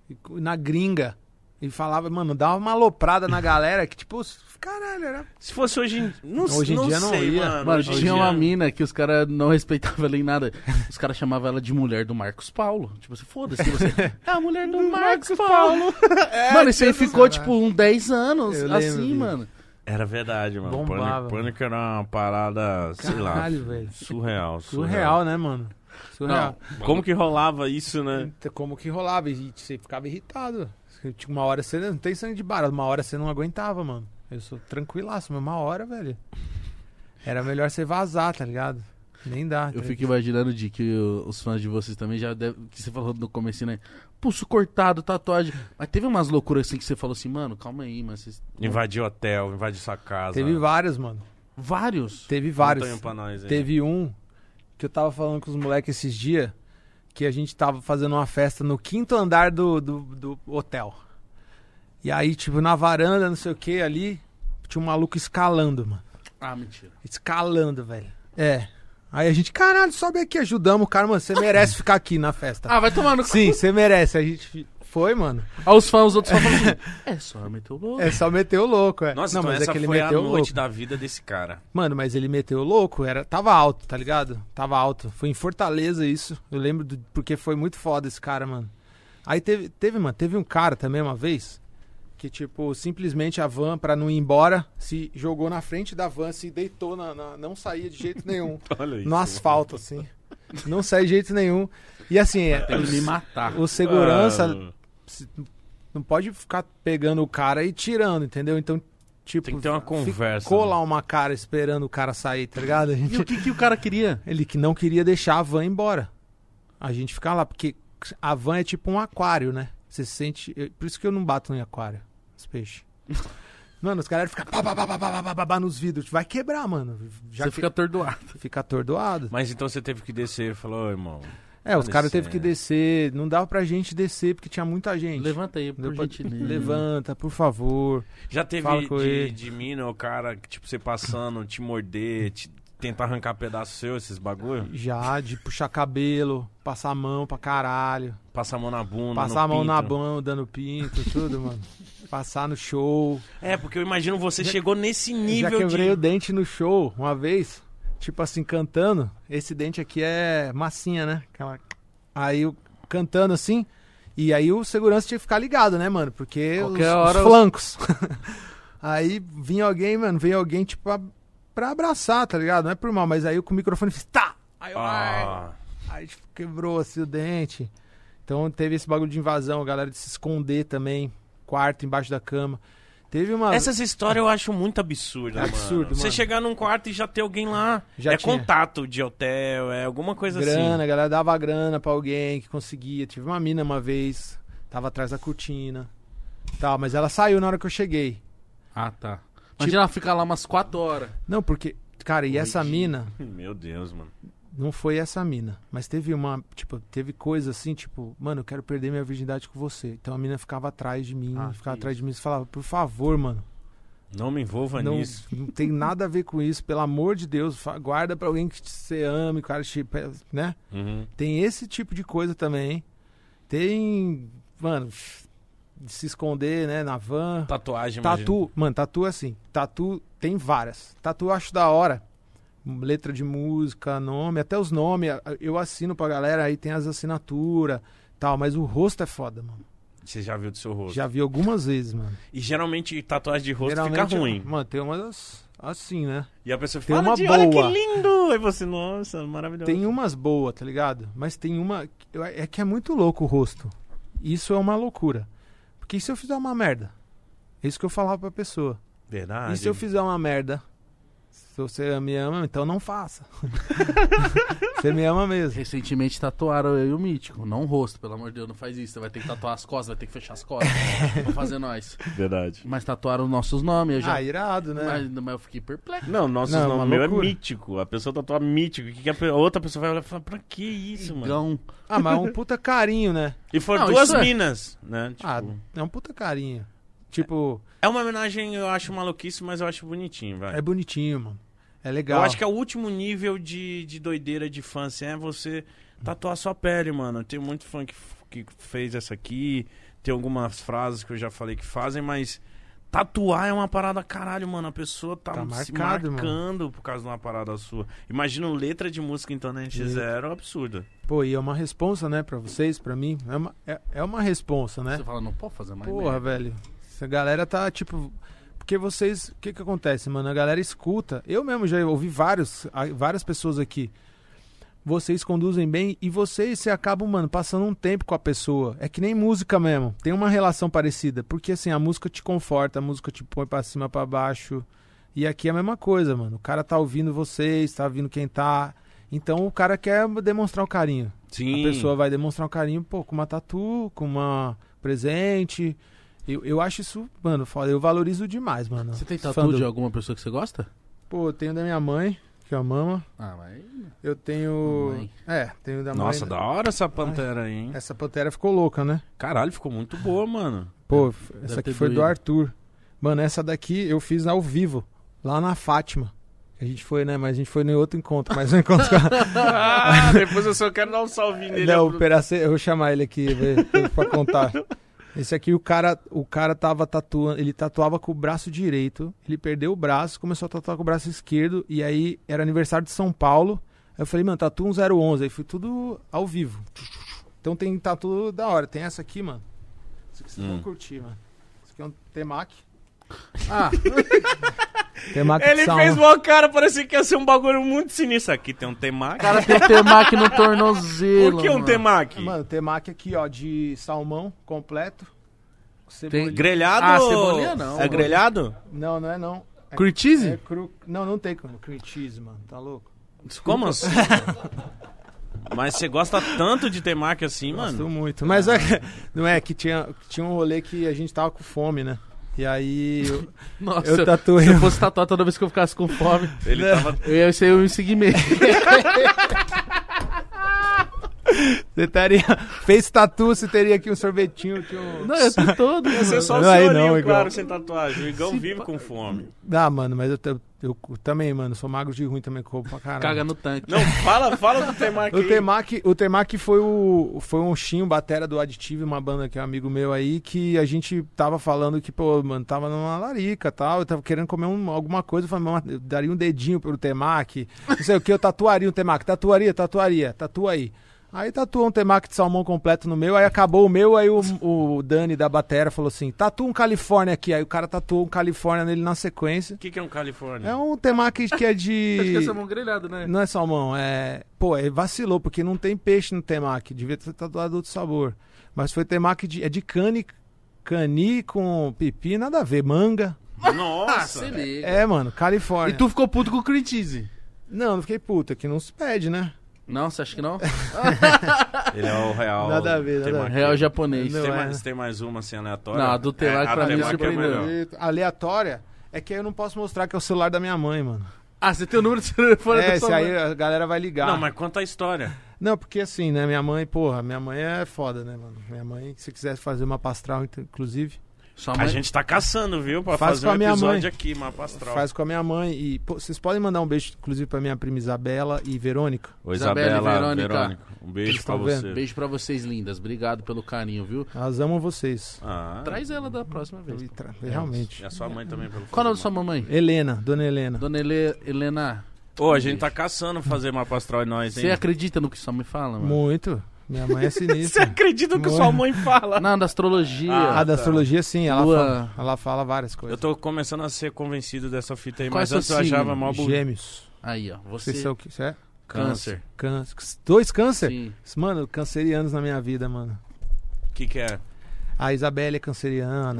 Speaker 3: e co- na gringa, e falava, mano, dava uma aloprada na galera que, tipo, os- caralho, era.
Speaker 1: Se fosse hoje em, não,
Speaker 3: Hoje em
Speaker 1: não
Speaker 3: dia não
Speaker 1: sei,
Speaker 3: ia.
Speaker 1: mano.
Speaker 2: Mano,
Speaker 1: hoje em
Speaker 2: tinha uma
Speaker 1: dia.
Speaker 2: mina que os caras não respeitavam ela em nada. Os caras chamavam ela de mulher do Marcos Paulo. Tipo assim, foda-se você. É a mulher do, Marcos, Paulo. mano, isso aí ficou, tipo, uns 10 anos,
Speaker 3: Eu
Speaker 2: assim,
Speaker 3: lembro,
Speaker 2: mano.
Speaker 1: Era verdade, mano.
Speaker 3: Bombava.
Speaker 1: Pânico, pânico era uma parada, sei lá.
Speaker 3: Caralho, velho.
Speaker 1: Surreal, surreal.
Speaker 3: Surreal, né, mano? Surreal.
Speaker 1: Como que rolava isso, né?
Speaker 3: Então, Como que rolava? E você ficava irritado. Tipo, Uma hora você não tem sangue de barato, uma hora você não aguentava, mano. Eu sou tranquilaço, mas uma hora, velho. Era melhor você vazar, tá ligado? Nem dá.
Speaker 2: Eu
Speaker 3: tá
Speaker 2: fico
Speaker 3: ligado?
Speaker 2: imaginando de que o- os fãs de vocês também já devem. Que você falou no começo, né? Pulso cortado, tatuagem. Mas teve umas loucuras assim que você falou assim, mano, calma aí, mas vocês.
Speaker 1: Invadiu hotel, invadiu sua casa.
Speaker 3: Teve vários, mano.
Speaker 2: Vários?
Speaker 3: Teve vários.
Speaker 1: Conta aí pra nós aí.
Speaker 3: Teve um que eu tava falando com os moleques esses dias que a gente tava fazendo uma festa no quinto andar do, do, do hotel. E aí, tipo, na varanda, não sei o que, ali, tinha um maluco escalando, mano.
Speaker 2: Ah, mentira.
Speaker 3: Escalando, velho. É. Aí a gente, caralho, sobe aqui, ajudamos o cara, mano. Você merece ficar aqui na festa.
Speaker 2: Ah, vai tomar no cu.
Speaker 3: Sim, você merece. A gente fi- foi, mano.
Speaker 2: Aí os fãs, os outros fãs falam assim, é só meter o louco.
Speaker 3: É só meter o louco, é.
Speaker 1: Nossa,
Speaker 3: não,
Speaker 1: então
Speaker 3: mas
Speaker 1: essa
Speaker 3: é que ele
Speaker 1: foi a
Speaker 3: meteu o
Speaker 1: noite
Speaker 3: louco.
Speaker 1: da vida desse cara.
Speaker 3: Mano, mas ele meteu o louco, era, tava alto, tá ligado? Tava alto. Foi em Fortaleza isso. Eu lembro do- porque foi muito foda esse cara, mano. Aí teve, teve, mano, teve um cara também uma vez que, tipo, simplesmente a van, pra não ir embora, se jogou na frente da van, se deitou, na, na- não saía de jeito nenhum.
Speaker 1: Olha
Speaker 3: no asfalto, assim. Não saía de jeito nenhum. E assim, é,
Speaker 2: Tem que me matar.
Speaker 3: o segurança
Speaker 1: Ah.
Speaker 3: se- não pode ficar pegando o cara e tirando, entendeu? Então, tipo,
Speaker 1: Tem que ter uma conversa,
Speaker 3: ficou
Speaker 1: né?
Speaker 3: lá uma cara esperando o cara sair, tá ligado? A
Speaker 2: E
Speaker 3: gente-
Speaker 2: o que, que o cara queria?
Speaker 3: ele que não queria deixar a van embora. A gente ficar lá, porque a van é tipo um aquário, né? Você se sente. eu- por isso que eu não bato em aquário, os
Speaker 1: *laughs*
Speaker 3: peixes. Mano, os caras ficam pá, pá, pá, pá, pá, pá, pá, pá, nos vidros. Vai quebrar, mano. Já
Speaker 2: você
Speaker 3: que-
Speaker 2: fica atordoado.
Speaker 3: fica atordoado.
Speaker 1: Mas então você teve que descer e falou, "Ô, irmão.
Speaker 3: É, os
Speaker 1: Dá
Speaker 3: caras teve que
Speaker 1: licença.
Speaker 3: descer. Não dava pra gente descer, porque tinha muita gente.
Speaker 2: Levanta aí, por
Speaker 3: Deu pra-
Speaker 2: gentileza.
Speaker 3: Levanta, por favor.
Speaker 1: Já teve
Speaker 3: Fala com
Speaker 1: de,
Speaker 3: ele.
Speaker 1: de mina o cara, que, tipo, você passando, te morder, te- tentar arrancar pedaço seu, esses bagulho?
Speaker 3: Já, de puxar cabelo, passar a mão pra caralho.
Speaker 1: Passar a mão na bunda.
Speaker 3: passar
Speaker 1: no
Speaker 3: a mão na
Speaker 1: pinto.
Speaker 3: mão, dando pinto, tudo, mano. passar no show.
Speaker 1: É, porque eu imagino você chegou nesse
Speaker 3: Já
Speaker 1: nível
Speaker 3: quebrei
Speaker 1: de.
Speaker 3: o dente no show uma vez, tipo assim, cantando. Esse dente aqui é massinha, né? Aquela- Aí eu cantando assim. E aí o segurança tinha que ficar ligado, né, mano? Porque os,
Speaker 2: Qualquer
Speaker 3: os
Speaker 2: hora os-
Speaker 3: flancos. *laughs* aí vinha alguém, mano, veio alguém, tipo, pra, pra abraçar, tá ligado? Não é por mal, mas aí eu com o microfone fiz, tá! Aí eu, ai,
Speaker 1: Ah,
Speaker 3: aí tipo, quebrou assim o dente. Então teve esse bagulho de invasão, a galera de se esconder também, quarto embaixo da cama. Teve uma.
Speaker 1: essas histórias eu acho muito absurda,
Speaker 3: É
Speaker 1: mano.
Speaker 3: absurdo,
Speaker 1: Você
Speaker 3: mano.
Speaker 1: chegar num quarto e já ter alguém lá.
Speaker 3: Já
Speaker 1: é
Speaker 3: tinha.
Speaker 1: contato de hotel, é alguma coisa
Speaker 3: grana,
Speaker 1: assim.
Speaker 3: a galera dava grana pra alguém que conseguia. Tive uma mina uma vez, tava atrás da cortina. Tal, mas ela saiu na hora que eu cheguei.
Speaker 2: Ah, tá. Imagina ela ficar lá umas 4 horas.
Speaker 3: Não, porque, cara, e essa mina,
Speaker 1: Meu Deus, mano.
Speaker 3: não foi essa mina, mas teve uma, tipo, teve coisa assim, tipo, mano, eu quero perder minha virgindade com você. Então a mina ficava atrás de mim,
Speaker 2: Ah,
Speaker 3: ficava
Speaker 2: que
Speaker 3: atrás de mim e falava, por favor, mano,
Speaker 1: Não me envolva
Speaker 3: Não,
Speaker 1: nisso.
Speaker 3: não tem nada a ver com isso, pelo amor de Deus. fa- Guarda pra alguém que você ama, o cara te, pe- né?
Speaker 1: Uhum.
Speaker 3: Tem esse tipo de coisa também. hein? Tem, mano, de se esconder, né, na van.
Speaker 1: Tatuagem, imagina.
Speaker 3: Tatu, mano, tatu é assim. Tatu tem várias. Tatu eu acho da hora. Letra de música, nome, até os nomes. Eu assino pra galera, aí tem as assinaturas tal. Mas o rosto é foda, mano.
Speaker 1: Você já viu do seu rosto.
Speaker 3: Já vi algumas vezes, mano.
Speaker 1: E geralmente tatuagem de rosto
Speaker 3: Geralmente,
Speaker 1: fica ruim.
Speaker 3: Mano, tem umas assim, né?
Speaker 1: E a pessoa
Speaker 3: Tem
Speaker 1: fala,
Speaker 3: uma
Speaker 1: "Olha de, olha
Speaker 3: boa."
Speaker 1: que lindo! Aí você, nossa, maravilhoso.
Speaker 3: Tem umas boas, tá ligado? Mas tem uma. É que é muito louco o rosto. Isso é uma loucura. Porque e se eu fizer uma merda? É isso que eu falava pra pessoa.
Speaker 1: Verdade.
Speaker 3: E se eu fizer uma merda? Se você me ama, então não faça. você me ama mesmo.
Speaker 2: Recentemente tatuaram eu e o Mítico. Não o rosto, pelo amor de Deus, não faz isso. Você vai ter que tatuar as costas, vai ter que fechar as costas. Vão fazer nós.
Speaker 1: Verdade.
Speaker 2: Mas tatuaram os nossos nomes. Eu já...
Speaker 3: Ah, irado, né?
Speaker 2: mas, mas eu fiquei perplexo.
Speaker 1: Não, nosso
Speaker 3: Não, é
Speaker 1: nome
Speaker 3: uma
Speaker 1: meu é
Speaker 3: loucura.
Speaker 1: mítico. A pessoa tatua mítico. Que que a pe- a outra pessoa vai olhar e falar, pra que isso, mano?
Speaker 2: Igão.
Speaker 3: Ah, mas é um puta carinho, né?
Speaker 1: E foram
Speaker 2: Não,
Speaker 1: duas
Speaker 2: isso é-
Speaker 1: minas, né? Tipo,
Speaker 3: Ah, é um puta carinho. Tipo,
Speaker 1: É uma homenagem, eu acho maluquice, mas eu acho bonitinho, vai.
Speaker 3: é bonitinho, mano. É legal.
Speaker 1: eu acho que é o último nível de, de doideira de fã, assim, é você tatuar sua pele, mano. Tem muito fã que, f- que fez essa aqui, tem algumas frases que eu já falei que fazem, mas tatuar é uma parada caralho, mano. A pessoa tá,
Speaker 3: Tá
Speaker 1: se
Speaker 3: marcado, mano.
Speaker 1: marcando por causa de uma parada sua. Imagina letra de música, então, né?
Speaker 3: Sim.
Speaker 1: Zero, é um absurdo.
Speaker 3: Pô, e é uma responsa, né, pra vocês, pra mim. É uma, é, é uma responsa, né?
Speaker 2: Você fala, não pode fazer mais
Speaker 3: Porra,
Speaker 2: merda.
Speaker 3: velho. Essa galera tá tipo. Porque vocês. O que que acontece, mano? A galera escuta. Eu mesmo já ouvi vários, a- várias pessoas aqui. Vocês conduzem bem e vocês se acabam, mano, passando um tempo com a pessoa. É que nem música mesmo. Tem uma relação parecida. Porque assim, a música te conforta, a música te põe pra cima, pra baixo. E aqui é a mesma coisa, mano. O cara tá ouvindo vocês, tá ouvindo quem tá. Então o cara quer demonstrar o carinho.
Speaker 1: Sim.
Speaker 3: A pessoa vai demonstrar um carinho, pô, com uma tatu, com uma presente. Eu, eu acho isso, mano, foda. Eu valorizo demais, mano.
Speaker 2: Você tem tatu
Speaker 3: Fandom.
Speaker 2: de alguma pessoa que você gosta?
Speaker 3: Pô, eu tenho da minha mãe, que é a mama.
Speaker 2: Ah, mas.
Speaker 3: Eu tenho.
Speaker 2: Mamãe.
Speaker 3: É, tenho da
Speaker 1: Nossa,
Speaker 3: mãe.
Speaker 1: da hora essa pantera aí, hein?
Speaker 3: Essa pantera ficou louca, né?
Speaker 1: Caralho, ficou muito boa, mano.
Speaker 3: Pô, f- essa
Speaker 2: ter
Speaker 3: aqui foi do
Speaker 2: doído.
Speaker 3: Arthur. Mano, essa daqui eu fiz ao vivo, lá na Fátima. A gente foi, né? Mas a gente foi em outro encontro, mas um encontro com
Speaker 1: *laughs*
Speaker 3: a,
Speaker 1: ah, depois eu só quero dar um salve nele.
Speaker 3: Não, o Peracê- eu vou chamar ele aqui ver, pra contar. Esse aqui, o cara, o cara tava tatuando, ele tatuava com o braço direito, ele perdeu o braço, começou a tatuar com o braço esquerdo, e aí era aniversário de São Paulo. Aí eu falei, mano, tatu um 011, aí foi tudo ao vivo. Então tem tatu da hora, tem essa aqui, mano. Isso aqui vocês vão
Speaker 1: Hum.
Speaker 3: curtir, mano. Isso aqui é um temac.
Speaker 1: *laughs*
Speaker 2: Ah,
Speaker 3: Temac de
Speaker 1: Ele
Speaker 3: sauna.
Speaker 2: né?
Speaker 1: fez uma cara, parecia que ia ser um bagulho muito sinistro. Aqui tem um
Speaker 2: o
Speaker 1: temaki.
Speaker 2: cara tem um temac no tornozelo.
Speaker 1: Por que um
Speaker 2: mano.
Speaker 1: temaki?
Speaker 3: Mano, temac aqui, ó, de salmão completo. Cebolinha.
Speaker 1: Grelhado?
Speaker 2: Ah, cebolinha não,
Speaker 1: É
Speaker 2: mano.
Speaker 1: grelhado?
Speaker 3: Não, não é não. É
Speaker 2: Cream cheese?
Speaker 3: É cru... Não, não tem como. Cream cheese, mano. Tá louco?
Speaker 2: *laughs*
Speaker 1: Como assim? Mas você gosta tanto de temaki assim,
Speaker 3: Gosto
Speaker 1: mano?
Speaker 3: muito. Mas é que- não é que tinha, tinha um rolê que a gente tava com fome, né? E aí *laughs* eu,
Speaker 2: Nossa,
Speaker 3: eu
Speaker 2: eu-
Speaker 3: tatuei.
Speaker 2: se eu fosse tatuar toda vez que eu ficasse com fome,
Speaker 1: Ele
Speaker 2: *laughs*
Speaker 1: tava...
Speaker 2: eu ia ser um *laughs* segmento.
Speaker 3: Você teria. Fez tatu, você teria aqui um sorvetinho. Tinha um...
Speaker 2: Não, eu tô todo.
Speaker 1: Você é só o
Speaker 3: Não, aí não,
Speaker 1: senhorinho,
Speaker 3: Igão.
Speaker 1: claro, sem tatuagem. O Igão
Speaker 2: Se
Speaker 1: vive
Speaker 2: pa-
Speaker 1: com fome.
Speaker 3: Ah, mano, mas eu, ta- eu também, mano, sou magro de ruim também, como pra caralho.
Speaker 2: Caga no tanque.
Speaker 1: Não, fala, fala do temaki
Speaker 3: O
Speaker 1: aí.
Speaker 3: Temac, o Temac foi, o, foi um chinho, batera do Aditivo, uma banda que é um amigo meu aí, que a gente tava falando que, pô, mano, tava numa larica e tal, eu tava querendo comer um- alguma coisa, eu falei, mano, eu daria um dedinho pro Temac, não sei o que, eu tatuaria o Temac, tatuaria, tatuaria, tatua aí. Aí tatuou um Temac de salmão completo no meu, aí acabou o meu, aí o, o Dani da batera falou assim, tatua um Califórnia aqui, aí o cara tatuou um Califórnia nele na sequência.
Speaker 1: O que, que é um Califórnia?
Speaker 3: É um Temac que é de...
Speaker 2: Acho que é salmão grelhado, né?
Speaker 3: Não é salmão, é. Pô, é vacilou, porque não tem peixe no temaki. Devia ter tatuado outro sabor. Mas foi temaki de. É de cani. Cani com pipi, nada a ver. Manga.
Speaker 2: Ah, se
Speaker 1: Nossa!
Speaker 2: liga.
Speaker 3: É, mano,
Speaker 2: E
Speaker 3: Califórnia.
Speaker 2: tu ficou puto com o cream cheese?
Speaker 3: Não, não fiquei puta, que não se pede, né?
Speaker 2: Não, você acha que não?
Speaker 1: Ele é o real.
Speaker 3: Nada a ver, nada a ver.
Speaker 1: temaki.
Speaker 2: Real japonês.
Speaker 3: Não.
Speaker 1: Tem,
Speaker 3: é.
Speaker 1: mais, tem mais uma assim aleatória?
Speaker 2: Não, a do temaki
Speaker 1: a
Speaker 2: pra
Speaker 1: do
Speaker 2: mim
Speaker 1: temaki é
Speaker 2: surpreendeu.
Speaker 1: melhor.
Speaker 3: E Aleatória. É que aí eu não posso mostrar que é o celular da minha mãe, mano.
Speaker 2: Ah, você tem o número de telefone
Speaker 3: É,
Speaker 2: da
Speaker 3: esse
Speaker 2: sua
Speaker 3: aí
Speaker 2: mãe.
Speaker 3: a galera vai
Speaker 2: Tá.
Speaker 3: ligar.
Speaker 1: Não, mas conta a história.
Speaker 3: Não, porque assim, né? Minha mãe, porra, minha mãe é foda, né, mano? Minha mãe, se quisesse fazer uma pastral, inclusive.
Speaker 2: Sua
Speaker 1: A
Speaker 2: mãe...
Speaker 1: gente tá caçando, viu? Pra
Speaker 3: Faz
Speaker 1: fazer
Speaker 3: com
Speaker 1: um
Speaker 3: a minha
Speaker 1: episódio
Speaker 3: mãe.
Speaker 1: aqui, mapa astral.
Speaker 3: Faz com a minha mãe. E pô, vocês podem mandar um beijo, inclusive, pra minha prima Isabela e Verônica.
Speaker 1: Ô,
Speaker 2: Isabela,
Speaker 1: Isabela,
Speaker 2: Verônica.
Speaker 1: Verônica. Um beijo
Speaker 3: Eles
Speaker 1: pra
Speaker 3: tão
Speaker 1: você.
Speaker 3: vendo.
Speaker 2: Beijo pra vocês, lindas. Obrigado pelo carinho, viu?
Speaker 3: Elas amam vocês.
Speaker 1: Ah,
Speaker 2: Traz ela da próxima vez.
Speaker 3: E
Speaker 2: pô.
Speaker 3: tra- Realmente.
Speaker 1: E a sua mãe também. Pelo
Speaker 2: Qual é o nome da sua mamãe?
Speaker 3: Helena, dona Helena.
Speaker 2: Dona Ele- Helena,
Speaker 1: Ô, a gente tá caçando fazer mapa astral e nós,
Speaker 2: você
Speaker 3: é
Speaker 1: hein?
Speaker 2: acredita no que sua mãe fala, mano?
Speaker 3: Muito. Minha mãe
Speaker 1: *laughs*
Speaker 3: é sinistra.
Speaker 1: acredita
Speaker 3: no que sua
Speaker 1: mãe fala?
Speaker 2: Não, da astrologia.
Speaker 3: A
Speaker 1: Ah,
Speaker 3: da astrologia, sim, ela,
Speaker 2: Lua-
Speaker 3: fala, ela fala várias
Speaker 1: Eu
Speaker 3: coisas.
Speaker 1: tô começando a ser convencido dessa fita aí,
Speaker 2: Qual é
Speaker 1: mas
Speaker 2: seu
Speaker 1: antes eu
Speaker 2: signo?
Speaker 1: achava mó bu-
Speaker 3: Gêmeos.
Speaker 2: Aí, ó. Você,
Speaker 3: Vocês são o que? Você é?
Speaker 2: câncer.
Speaker 3: Câncer. Dois câncer?
Speaker 2: Sim.
Speaker 3: Mano, cancerianos na minha vida, mano.
Speaker 1: que que é?
Speaker 3: A Isabela é canceriana.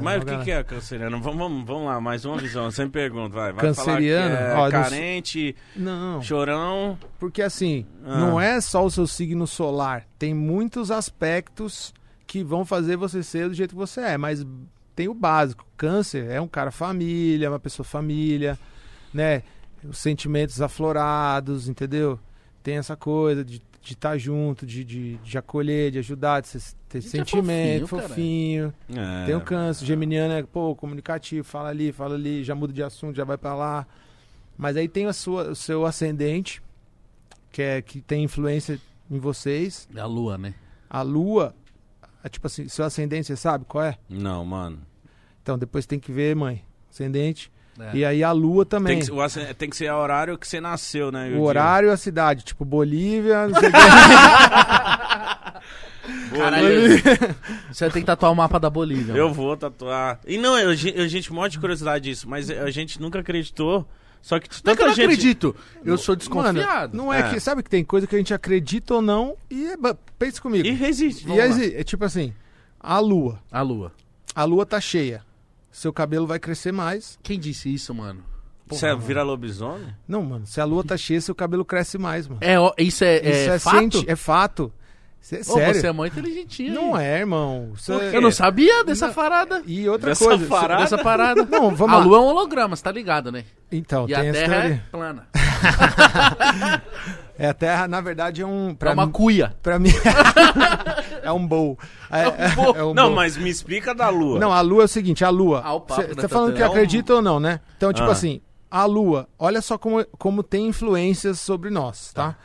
Speaker 1: Mas
Speaker 3: uma
Speaker 1: o que
Speaker 3: galera-
Speaker 1: que é canceriano? Vamos, vamos, vamos lá, mais uma visão, sem pergunta, vai. vai
Speaker 3: Canceriano?
Speaker 1: Falar
Speaker 3: Ó,
Speaker 1: que é
Speaker 3: não-
Speaker 1: carente,
Speaker 3: Não,
Speaker 1: chorão...
Speaker 3: porque assim,
Speaker 1: Ah.
Speaker 3: não é só o seu signo solar. Tem muitos aspectos que vão fazer você ser do jeito que você é, mas tem o básico. Câncer é um cara família, uma pessoa família, né? Os sentimentos aflorados, entendeu? Tem essa coisa de estar junto, de, de, de acolher, de ajudar, de ser- ter
Speaker 2: Gente, é
Speaker 3: sentimento,
Speaker 2: fofinho, caralho.
Speaker 3: fofinho.
Speaker 1: É,
Speaker 3: Tem um o câncer, geminiano é, pô, comunicativo, fala ali, fala ali, já muda de assunto, já vai pra lá. Mas aí tem a sua, o seu ascendente, que é que tem influência em vocês.
Speaker 2: É a lua, né?
Speaker 3: A lua, é tipo assim, seu ascendente, você sabe qual é?
Speaker 1: Não, mano.
Speaker 3: Então depois tem que ver, mãe, ascendente.
Speaker 2: É.
Speaker 3: E aí a lua
Speaker 1: Tem
Speaker 3: também.
Speaker 1: que, o acen- tem que ser o horário que você nasceu, né? e
Speaker 3: O
Speaker 1: dia.
Speaker 3: horário e a cidade,
Speaker 1: *laughs*
Speaker 3: tipo Bolívia, não sei o quê.
Speaker 2: é- Caralho, *laughs* você tem que tatuar o mapa da Bolívia.
Speaker 1: Eu
Speaker 2: mano.
Speaker 1: vou tatuar. E não, eu, ge- eu, gente, morre de curiosidade disso, mas a gente nunca acreditou. Só que
Speaker 2: Não é que
Speaker 1: tanta
Speaker 2: eu não
Speaker 1: gente.
Speaker 2: acredito. Eu sou
Speaker 3: Mano,
Speaker 2: desconfiado.
Speaker 3: não é,
Speaker 1: É.
Speaker 3: que. Sabe que tem coisa que a gente acredita ou não, e é, ba- pensa comigo.
Speaker 1: E resiste.
Speaker 3: e aí, é tipo assim, a lua.
Speaker 2: A lua.
Speaker 3: A lua tá cheia. Seu cabelo vai crescer mais.
Speaker 2: Quem disse isso, mano?
Speaker 1: Você vira lobisomem?
Speaker 3: Não, mano, se a lua tá cheia, seu cabelo cresce mais, mano.
Speaker 2: É, ó, isso é, é fato?
Speaker 3: cienti- é fato. Cê-
Speaker 2: Ô,
Speaker 3: sério.
Speaker 2: você é mó inteligentinho.
Speaker 3: Não
Speaker 2: hein?
Speaker 3: é, irmão. Isso é-
Speaker 2: Eu não sabia dessa farada.
Speaker 3: E outra
Speaker 1: Dessa
Speaker 3: coisa.
Speaker 1: farada?
Speaker 2: Dessa parada.
Speaker 3: Não, vamos
Speaker 2: a
Speaker 3: lá.
Speaker 2: lua é um holograma, você tá ligado, né?
Speaker 3: Então,
Speaker 2: E
Speaker 3: tem
Speaker 2: a
Speaker 3: essa
Speaker 2: terra
Speaker 3: teoria.
Speaker 2: é plana.
Speaker 3: É, a terra, na verdade, é um.
Speaker 2: É
Speaker 3: Pra,
Speaker 2: uma
Speaker 3: mim-
Speaker 2: cuia.
Speaker 3: pra mim. *laughs* é um bowl. É,
Speaker 2: bowl.
Speaker 3: é um
Speaker 1: não,
Speaker 3: bowl.
Speaker 1: mas me explica da lua.
Speaker 3: Não, a lua é o seguinte, a lua.
Speaker 2: Ah, o papo
Speaker 3: Você
Speaker 2: da
Speaker 3: tá falando que
Speaker 2: Tatá.
Speaker 3: acredita ou não, né? Então, tipo
Speaker 1: Ah.
Speaker 3: assim, a lua, olha só como, como tem influências sobre nós, tá?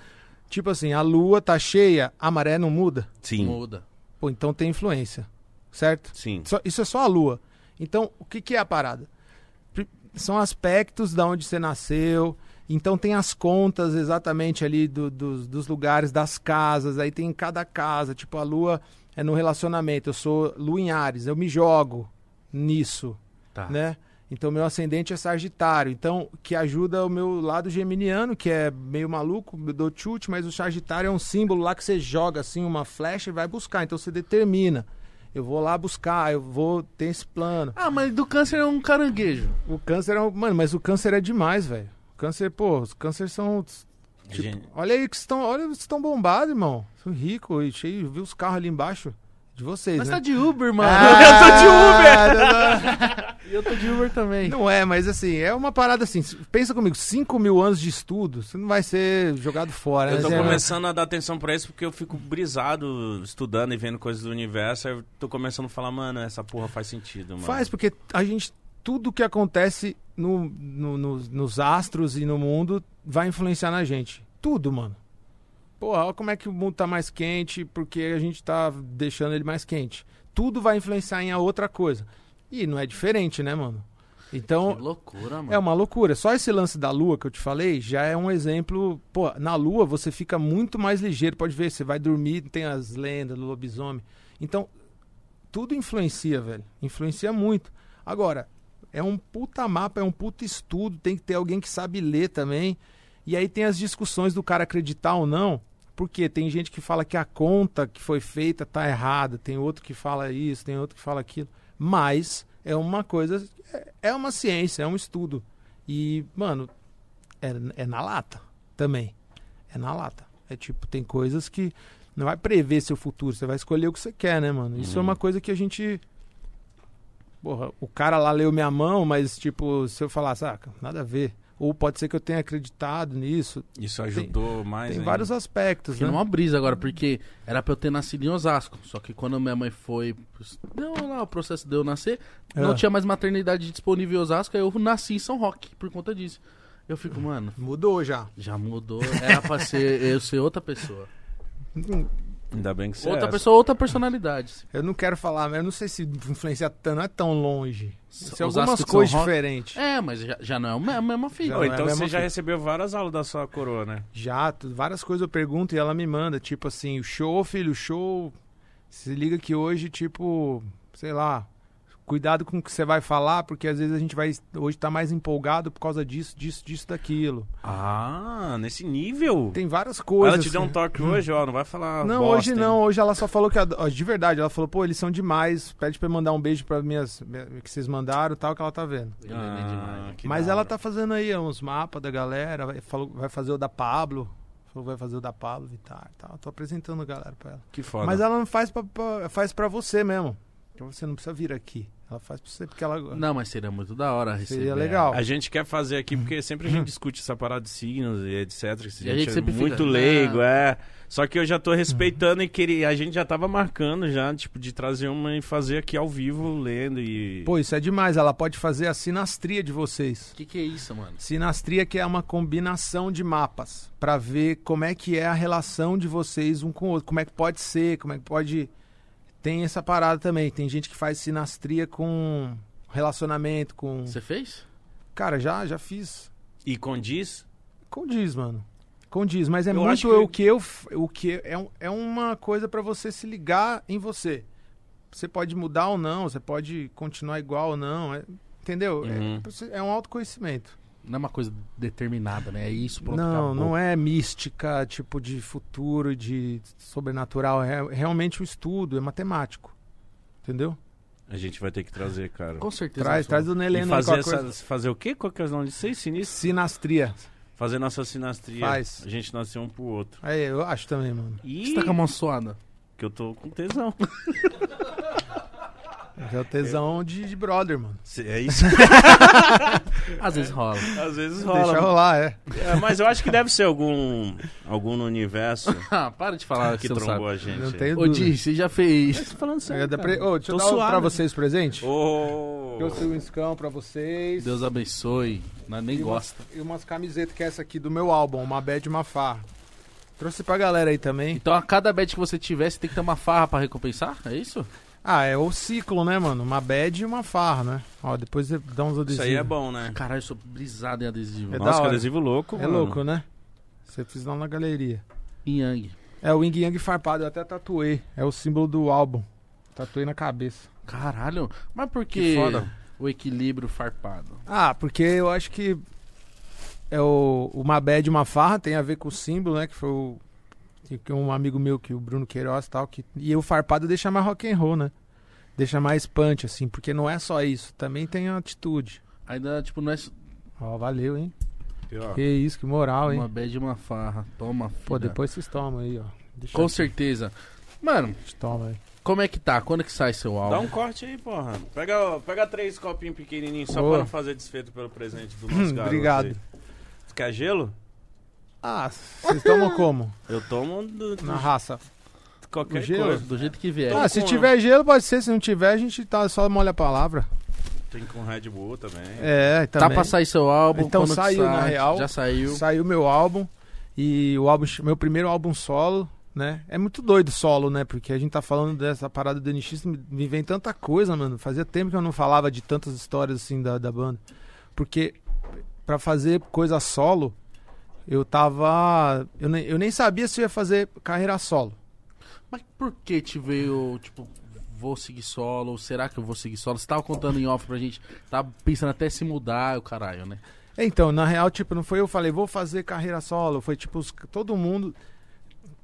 Speaker 3: Tipo assim, a lua tá cheia, a maré não muda.
Speaker 1: Sim,
Speaker 2: Muda.
Speaker 3: Pô, então tem influência, certo?
Speaker 1: sim.
Speaker 3: Só- isso é só a lua. Então, o que, que é a parada? Pri- São aspectos da onde você nasceu. Então tem as contas exatamente ali do- dos, dos lugares, das casas. Aí tem em cada casa. Tipo, a lua é no relacionamento. Eu sou lua em Ares, eu me jogo nisso,
Speaker 2: Tá.
Speaker 3: né? Então meu ascendente é Sagitário, então que ajuda o meu lado geminiano, que é meio maluco, eu dou chute, mas o Sagitário é um símbolo lá que você joga assim uma flecha e vai buscar. Então você determina, eu vou lá buscar, eu vou ter esse plano.
Speaker 2: Ah, mas do câncer é um caranguejo.
Speaker 3: O câncer é, um- mano, mas o câncer é demais, velho. O Câncer, pô, os cânceres são tipo,
Speaker 1: Gente,
Speaker 3: olha aí que estão, olha eles estão bombados, irmão. São ricos e cheio, viu os carros ali embaixo de vocês,
Speaker 2: Mas
Speaker 3: né?
Speaker 2: tá *laughs* de Uber, mano.
Speaker 3: Ah, não, não.
Speaker 2: E eu tô de Uber também.
Speaker 3: Não é, mas assim, é uma parada assim. Pensa comigo, 5 mil anos de estudo, você não vai ser jogado fora.
Speaker 1: Eu
Speaker 3: né?
Speaker 1: tô
Speaker 3: Você é-
Speaker 1: começando a dar atenção pra isso porque eu fico brisado estudando e vendo coisas do universo. Aí eu tô começando a falar, mano, essa porra faz sentido, mano.
Speaker 3: Faz, porque a gente. Tudo que acontece no- no- no- nos astros e no mundo vai influenciar na gente. Tudo, mano. Porra, olha como é que o mundo tá mais quente porque a gente tá deixando ele mais quente. Tudo vai influenciar em a outra coisa. E não é diferente, né, mano? Então,
Speaker 2: Que loucura, mano.
Speaker 3: É uma loucura. Só esse lance da lua que eu te falei já é um exemplo. Pô, na lua você fica muito mais ligeiro. Pode ver, você vai dormir, tem as lendas do lobisomem. Então, tudo influencia, velho. Influencia muito. Agora, é um puta mapa, é um puta estudo. Tem que ter alguém que sabe ler também. E aí tem as discussões do cara acreditar ou não. Porque tem gente que fala que a conta que foi feita tá errada, tem outro que fala isso, tem outro que fala aquilo. Mas é uma coisa, é- é uma ciência, é um estudo. E, mano, é, é na lata também. É na lata. É tipo, tem coisas que não vai prever seu futuro, você vai escolher o que você quer, né, mano? Isso é uma coisa que a gente. Porra, o cara lá leu minha mão, mas, tipo, se eu falar, saca, nada a ver. Ou pode ser que eu tenha acreditado nisso.
Speaker 1: Isso ajudou mais.
Speaker 3: Tem
Speaker 1: ainda.
Speaker 3: vários aspectos,
Speaker 2: Fiquei
Speaker 3: né?
Speaker 2: numa brisa agora, porque era pra eu ter nascido em Osasco. Só que quando minha mãe foi. Deu lá o processo de eu nascer, não
Speaker 3: Ah.
Speaker 2: tinha mais maternidade disponível em Osasco, aí eu nasci em São Roque por conta disso. Eu fico, mano,
Speaker 3: Mudou já.
Speaker 2: já mudou. Era pra
Speaker 3: *laughs*
Speaker 2: ser eu ser outra pessoa.
Speaker 1: Ainda bem que você
Speaker 2: outra
Speaker 1: é
Speaker 2: pessoa, outra personalidade.
Speaker 3: Eu não quero falar, mas eu não sei se influencia tanto, não é tão longe.
Speaker 2: S-
Speaker 3: Se
Speaker 2: Osasco
Speaker 3: algumas
Speaker 2: de
Speaker 3: coisas
Speaker 2: São Roque.
Speaker 3: diferentes.
Speaker 2: É, mas já, já não é o me- a mesma filha.
Speaker 1: Ô,
Speaker 3: Não, é a
Speaker 1: então
Speaker 3: mesma
Speaker 1: você já
Speaker 3: coisa.
Speaker 1: recebeu várias aulas da sua coroa, né?
Speaker 3: Já, tu- várias coisas eu pergunto e ela me manda, tipo assim, o show, filho, o show. Se liga que hoje, tipo, sei lá, cuidado com o que você vai falar, porque às vezes a gente vai hoje tá mais empolgado por causa disso, disso, disso, daquilo.
Speaker 1: Ah, nesse nível.
Speaker 3: Tem várias
Speaker 1: Ela
Speaker 3: coisas. assim.
Speaker 1: te deu um toque hoje, ó, não vai falar.
Speaker 3: Hum. Não,
Speaker 1: bosta,
Speaker 3: hoje
Speaker 1: hein?
Speaker 3: não, hoje ela só falou que ado- ó, de verdade, ela falou, pô, eles são demais, pede pra eu mandar um beijo para minhas minha- que vocês mandaram, e tal, que ela tá vendo.
Speaker 2: Ele é nem
Speaker 1: Ah,
Speaker 2: demais.
Speaker 1: que
Speaker 3: Mas
Speaker 1: da
Speaker 3: ela
Speaker 1: hora.
Speaker 3: tá fazendo aí uns mapas da galera, vai, falou, vai fazer o da Pablo, falou, vai fazer o da Pablo Vittar, e tal. Tô apresentando a galera pra ela.
Speaker 1: Que foda.
Speaker 3: Mas ela não faz pra, pra- faz pra você mesmo. Então você não precisa vir aqui. Ela faz pra você porque ela
Speaker 2: Não, mas seria muito da hora receber.
Speaker 3: seria legal.
Speaker 1: A gente quer fazer aqui porque sempre a
Speaker 3: *laughs*
Speaker 1: gente discute essa parada de signos e etc. Que
Speaker 2: E a
Speaker 1: a
Speaker 2: gente
Speaker 1: gente
Speaker 2: sempre
Speaker 1: é muito
Speaker 2: fica, Hum.
Speaker 1: leigo, é. Só que eu já tô respeitando e queria. A gente já tava marcando já, tipo, de trazer uma e fazer aqui ao vivo, lendo e.
Speaker 3: Pô, isso é demais. Ela pode fazer a sinastria de vocês.
Speaker 2: O que, que é isso, mano?
Speaker 3: Sinastria que é uma combinação de mapas pra ver como é que é a relação de vocês um com o outro, como é que pode ser, como é que pode tem essa parada também. Tem gente que faz sinastria com relacionamento, com
Speaker 2: Você fez?
Speaker 3: Cara, já já fiz.
Speaker 1: E condiz?
Speaker 3: Condiz, mano. Condiz, mas é
Speaker 1: Eu
Speaker 3: muito
Speaker 1: acho que-
Speaker 3: o que eu f- o que é, um- é uma coisa pra você se ligar em você. Você pode mudar ou não, você pode continuar igual ou não, é- entendeu? É-
Speaker 1: Uhum.
Speaker 3: É, um autoconhecimento.
Speaker 2: Não é uma coisa determinada, né? É isso,
Speaker 1: tá
Speaker 2: pronto,
Speaker 3: não,
Speaker 2: acabou.
Speaker 3: não é mística, tipo de futuro, de sobrenatural, é realmente o estudo, é matemático. Entendeu?
Speaker 1: A gente vai ter que trazer, cara.
Speaker 2: Com certeza.
Speaker 3: é. Traz,
Speaker 2: não
Speaker 3: traz o Neleno
Speaker 1: né? e
Speaker 3: aí
Speaker 1: fazer,
Speaker 3: qualquer
Speaker 1: essa-
Speaker 3: é, coisa.
Speaker 1: fazer o quê? Qual que é o nome disso? aí? Sinistro?
Speaker 3: Sinastria.
Speaker 1: Fazer nossa sinastria.
Speaker 3: Faz.
Speaker 1: A gente nasceu um pro outro.
Speaker 3: Aí, É, eu acho também, mano.
Speaker 1: E
Speaker 2: Você tá com a mão suada?
Speaker 1: que eu tô com
Speaker 3: *laughs*
Speaker 1: tesão.
Speaker 3: Mas É o tesão de, de brother, mano.
Speaker 1: Se- É isso.
Speaker 2: Às vezes rola.
Speaker 1: Às vezes
Speaker 3: Deixa
Speaker 1: rola.
Speaker 3: rolar, é.
Speaker 1: É, mas eu acho que deve ser algum algum no
Speaker 3: *laughs*
Speaker 1: universo
Speaker 2: *laughs* Ah, para de falar
Speaker 1: que
Speaker 2: que você não
Speaker 1: trombou
Speaker 2: sabe.
Speaker 1: a gente.
Speaker 3: Não
Speaker 1: aí.
Speaker 3: tenho
Speaker 2: Ô,
Speaker 3: dúvida.
Speaker 2: Di, você já fez.
Speaker 1: falando
Speaker 3: Eu ia dar pre- Ô,
Speaker 1: Tô
Speaker 3: deixa eu dar um pra
Speaker 1: suave.
Speaker 3: vocês presente.
Speaker 1: Ô.
Speaker 3: Trouxe um escão pra vocês.
Speaker 2: Deus abençoe. Nós nem
Speaker 3: e umas,
Speaker 2: gosta.
Speaker 3: e umas camisetas que é essa aqui do meu álbum, uma bad e uma farra. Trouxe pra galera aí também.
Speaker 2: Então a cada bet que você tiver, você tem que ter uma farra pra recompensar? É isso?
Speaker 3: Ah, é o ciclo, né, mano? Uma bad e uma farra, né? Ó, depois você dá uns adesivos.
Speaker 1: Isso aí é bom, né?
Speaker 2: Caralho, eu sou brisado em adesivo.
Speaker 3: É da
Speaker 1: Nossa, que
Speaker 3: hora.
Speaker 1: adesivo louco,
Speaker 3: É
Speaker 1: mano.
Speaker 3: louco, né? Você fiz lá na galeria.
Speaker 2: Em Yang.
Speaker 3: É o Ying Yang farpado, eu até tatuei. É o símbolo do álbum. Tatuei na cabeça.
Speaker 2: Caralho. Mas por que,
Speaker 1: Que foda.
Speaker 2: o equilíbrio farpado?
Speaker 3: Ah, porque eu acho que é o, uma bad e uma farra tem a ver com o símbolo, né? Que foi o, que um amigo meu, que o Bruno Queiroz e tal, que, e o farpado deixa mais rock and roll, né? Deixa mais punch, assim, porque não é só isso, também tem a atitude.
Speaker 2: Ainda, tipo, não é
Speaker 3: Ó, valeu, hein?
Speaker 2: Tá.
Speaker 1: Pior.
Speaker 3: Que isso, que moral, hein?
Speaker 2: uma bad e uma farra. Toma, filha.
Speaker 3: Pô, depois vocês tomam aí, ó. Deixa
Speaker 2: Com
Speaker 3: aqui,
Speaker 2: certeza. Mano,
Speaker 3: vocês tomam aí.
Speaker 2: como é que tá? Quando que sai seu
Speaker 1: Dá
Speaker 2: álbum?
Speaker 1: um corte aí, porra. Pega, ó, pega três copinhos pequenininhos só
Speaker 3: Boa.
Speaker 1: pra não fazer desfeito pelo presente do
Speaker 3: *laughs*
Speaker 1: nosso garoto.
Speaker 3: Obrigado.
Speaker 1: aí. Tu Quer gelo?
Speaker 3: Ah, vocês tomam como?
Speaker 1: Eu tomo do, do-
Speaker 3: Na raça.
Speaker 1: qualquer
Speaker 3: o gelo?
Speaker 1: coisa.
Speaker 2: Do jeito que vier.
Speaker 1: Toma
Speaker 3: Ah, se
Speaker 1: com-
Speaker 3: tiver gelo, pode ser. Se não tiver, a gente tá, só molha a palavra.
Speaker 1: Tem com Red Bull também.
Speaker 3: É,
Speaker 2: Tá
Speaker 3: também.
Speaker 2: pra sair seu álbum.
Speaker 3: Então
Speaker 2: quando que
Speaker 3: saiu, na
Speaker 2: sai?
Speaker 3: real.
Speaker 2: Já saiu.
Speaker 3: Saiu meu álbum e o álbum, meu primeiro álbum solo, né? É muito doido solo, né? Porque a gente tá falando dessa parada do NX, me- me vem tanta coisa, mano. Fazia tempo que eu não falava de tantas histórias assim da, da banda. Porque pra fazer coisa solo, eu tava. Eu nem, eu nem sabia se eu ia fazer carreira solo.
Speaker 2: Mas por que te veio, tipo, vou seguir solo? Ou será que eu vou seguir solo? Você tava contando em off pra gente, tava pensando até se mudar, o caralho, né?
Speaker 3: Então, na real, tipo, não foi eu falei, vou fazer carreira solo. Foi tipo, os- todo mundo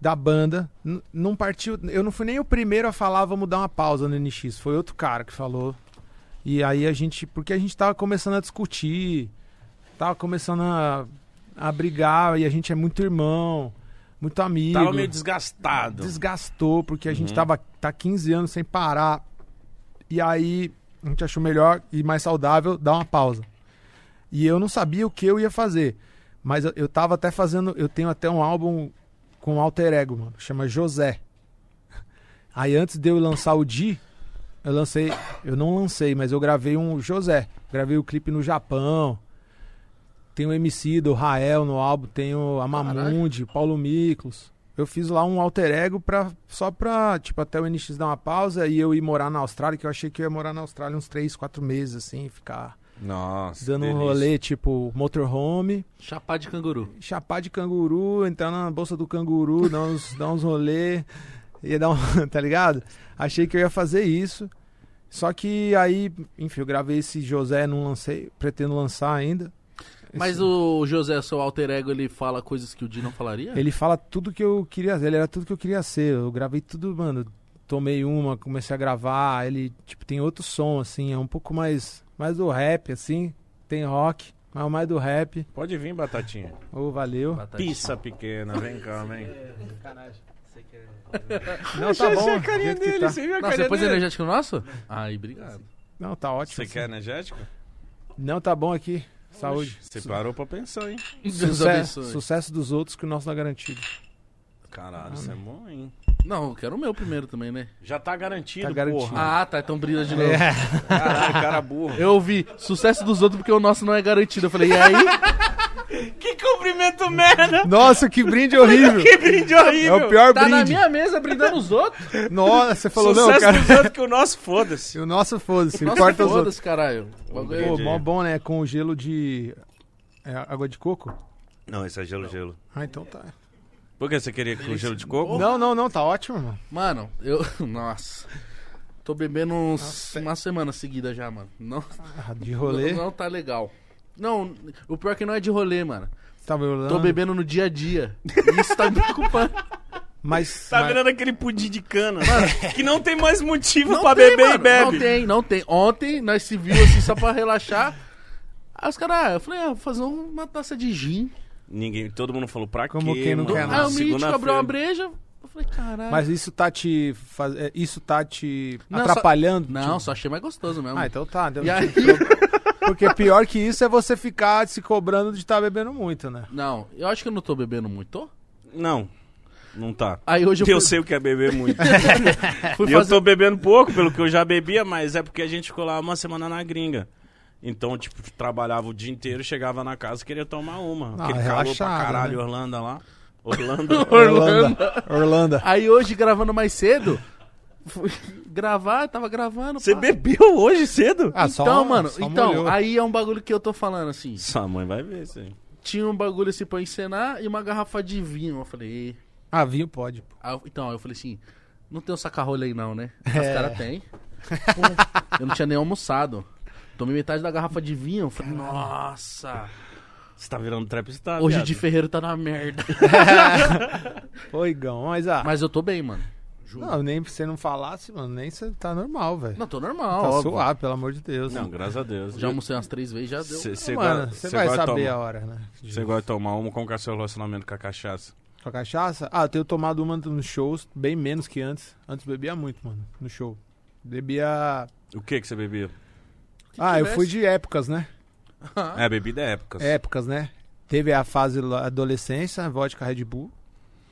Speaker 3: da banda n- não partiu. Eu não fui nem o primeiro a falar, vamos dar uma pausa no NX. Foi outro cara que falou. E aí a gente. Porque a gente tava começando a discutir, tava começando a, a brigar, e a gente é muito irmão, muito amigo.
Speaker 1: Tava meio desgastado.
Speaker 3: Desgastou, porque a gente
Speaker 1: Uhum.
Speaker 3: tava tá 15 anos sem parar. E aí a gente achou melhor e mais saudável dar uma pausa. E eu não sabia o que eu ia fazer. Mas eu, eu tava até fazendo. Eu tenho até um álbum com alter ego, mano. Chama José. Aí antes de eu lançar o Di, eu lancei. Eu não lancei, mas eu gravei um José. Gravei o clipe no Japão. Tem o MC do Rael no álbum, tem o Amamundi, Paulo Miklos. Eu fiz lá um alter ego pra, só pra, tipo, até o NX dar uma pausa e eu ir morar na Austrália, que eu achei que eu ia morar na Austrália uns 3, 4 meses, assim, ficar
Speaker 1: Nossa.
Speaker 3: dando um
Speaker 1: delícia.
Speaker 3: rolê, tipo, motorhome,
Speaker 2: Chapar de canguru.
Speaker 3: chapar de canguru, entrar na bolsa do canguru, dar uns, *laughs* dar uns rolê, ia dar um, *laughs* tá ligado? Achei que eu ia fazer isso. Só que aí, enfim, eu gravei esse José, não lancei, pretendo lançar ainda.
Speaker 2: Mas o José, seu alter ego, ele fala coisas que o Di não falaria?
Speaker 3: Ele fala tudo que eu queria, ele era tudo que eu queria ser. Eu gravei tudo, mano. Tomei uma, comecei a gravar, ele tipo tem outro som assim, é um pouco mais mais do rap assim, tem rock, mas é mais do rap.
Speaker 1: Pode vir, Batatinha.
Speaker 3: Ô, valeu.
Speaker 2: Batata.
Speaker 1: Pizza pequena, vem cá, vem.
Speaker 3: Não, tá bom. do jeito que tá.
Speaker 1: viu
Speaker 2: Nossa, depois é energético nosso? Ai, obrigado.
Speaker 3: Não, tá ótimo.
Speaker 1: Você
Speaker 3: assim.
Speaker 1: quer energético?
Speaker 3: Não, tá bom aqui. Saúde.
Speaker 1: Você parou pra pensar, hein?
Speaker 2: Deus
Speaker 3: Sucesso,
Speaker 2: abençoe.
Speaker 3: sucesso dos outros que o nosso não é garantido. Ah,
Speaker 1: Caralho, isso é
Speaker 3: né?
Speaker 1: bom, hein?
Speaker 2: Não, eu quero o meu primeiro também, né?
Speaker 1: Já tá garantido,
Speaker 3: Tá garantido.
Speaker 1: porra.
Speaker 2: Ah, tá. Então brilha de novo.
Speaker 1: Caralho, cara burro.
Speaker 2: Eu ouvi sucesso dos outros porque o nosso não é garantido. Eu falei, e aí?
Speaker 1: *laughs* Que cumprimento merda!
Speaker 3: Nossa, que
Speaker 2: *laughs*
Speaker 3: brinde horrível.
Speaker 1: Que brinde
Speaker 3: É
Speaker 1: horrível!
Speaker 3: o pior
Speaker 2: Tá na
Speaker 3: brinde.
Speaker 2: minha mesa brindando os outros.
Speaker 3: Nossa, você falou
Speaker 1: Sucesso
Speaker 3: não, cara.
Speaker 1: dos outros que o nosso, foda-se.
Speaker 3: O nosso foda-se,
Speaker 2: Nossa,
Speaker 3: importa os outros.
Speaker 2: foda-se, caralho. O bagulho é-
Speaker 3: Pô,
Speaker 1: Entendi.
Speaker 3: mó bom, né? Com gelo de. é, água de coco?
Speaker 1: Não, isso é gelo, gelo.
Speaker 3: Ah, então tá.
Speaker 1: Por que você queria com gelo de coco?
Speaker 3: Não, não, não, tá ótimo, mano.
Speaker 2: Mano, eu. *laughs* Nossa. Tô bebendo uns, uma semana seguida já, mano. Não,
Speaker 3: Ah, De rolê.
Speaker 2: não, não tá legal. Não, o pior é que não é de rolê, mano.
Speaker 3: Tá rolando.
Speaker 2: Tô bebendo no dia a dia. E isso tá me
Speaker 3: *laughs*
Speaker 2: preocupando.
Speaker 3: Mas.
Speaker 1: Tá
Speaker 3: mas-
Speaker 1: virando aquele pudim de cana, né? que não tem mais motivo
Speaker 2: Não
Speaker 1: pra
Speaker 2: tem,
Speaker 1: beber
Speaker 2: mano.
Speaker 1: e bebe.
Speaker 2: Não tem, não tem. Ontem nós se viu assim só pra relaxar. Aí os caras, ah, eu falei, ah, vou fazer uma taça de gin.
Speaker 1: Ninguém, todo mundo falou pra
Speaker 3: Como
Speaker 1: quê,
Speaker 3: quem É, não
Speaker 1: mano?
Speaker 3: quer
Speaker 2: Aí
Speaker 3: nada.
Speaker 2: Ah, o Mítico
Speaker 1: Segunda-feira.
Speaker 2: abriu uma breja. Eu falei, caralho.
Speaker 3: Mas isso tá te. faz- é, Isso tá te
Speaker 2: Não,
Speaker 3: atrapalhando?
Speaker 2: Não,
Speaker 3: Tipo-
Speaker 2: só achei mais gostoso mesmo.
Speaker 3: Ah, então tá. deu-
Speaker 2: E aí-
Speaker 3: Porque pior que isso é você ficar se cobrando de estar bebendo muito, né?
Speaker 2: *laughs* Não, eu acho que eu não tô bebendo muito. Tô?
Speaker 1: Não, não tá.
Speaker 3: Ah,
Speaker 2: Aí hoje eu,
Speaker 1: Eu,
Speaker 2: fui,
Speaker 1: sei o que é beber
Speaker 3: *laughs*
Speaker 1: muito.
Speaker 2: *laughs* fui
Speaker 1: e eu
Speaker 2: fazer.
Speaker 1: tô bebendo pouco, pelo que eu já bebia, mas é porque a gente ficou lá uma semana na gringa. Então, tipo, trabalhava o dia inteiro, chegava na casa e queria tomar uma.
Speaker 3: Ah,
Speaker 1: Aquele calor pra
Speaker 3: relaxado,
Speaker 1: caralho,
Speaker 3: né?
Speaker 1: Orlando lá. Orlando.
Speaker 2: Orlando.
Speaker 3: Orlando.
Speaker 2: Aí hoje, gravando mais cedo, fui *laughs* gravar, tava gravando.
Speaker 1: Você
Speaker 2: pá.
Speaker 1: bebeu hoje cedo?
Speaker 3: Ah, só-
Speaker 2: Então, mano,
Speaker 3: só
Speaker 2: então,
Speaker 3: molhou.
Speaker 2: aí é um bagulho que eu tô falando assim.
Speaker 1: Sua mãe vai ver isso aí.
Speaker 2: Tinha um bagulho assim pra encenar e uma garrafa de vinho. Eu falei, "Ê".
Speaker 3: Ah, vinho pode. pô.
Speaker 2: Aí eu- então, eu falei assim, não tem um sacarrolho aí não, né? Os
Speaker 3: É.
Speaker 2: caras
Speaker 3: *laughs*
Speaker 2: tem. Pô, eu não tinha nem almoçado. Tomei metade da garrafa de vinho. Eu falei, nossa,
Speaker 1: Você tá virando trapstar,
Speaker 2: hoje
Speaker 1: viado.
Speaker 2: de Ferreiro tá na
Speaker 3: *laughs*
Speaker 2: merda.
Speaker 3: Ô, Igão, mas ah.
Speaker 2: Mas eu tô bem, mano. Juro.
Speaker 3: Não, nem se você não falasse, mano, nem você tá normal, velho.
Speaker 2: Não, tô normal,
Speaker 3: Tá
Speaker 2: óbvio.
Speaker 3: suave, pelo amor de Deus.
Speaker 1: Não, graças a Deus.
Speaker 2: Já almocei umas três vezes, já deu.
Speaker 1: Você
Speaker 3: Mano, você vai
Speaker 1: gosta de
Speaker 3: saber a
Speaker 1: tomar-
Speaker 3: hora, né?
Speaker 1: Você gosta de tomar uma? Como que é o seu relacionamento com a cachaça?
Speaker 3: Com a cachaça? Ah, eu tenho tomado uma nos shows, bem menos que antes. Antes bebia muito, mano, no show. Bebia.
Speaker 1: O que que você bebia?
Speaker 3: ah, eu
Speaker 2: tivesse?
Speaker 3: fui de épocas, né?
Speaker 1: É, bebida é épocas.
Speaker 3: Épocas, né? Teve a fase lá- adolescência, vodka Red Bull.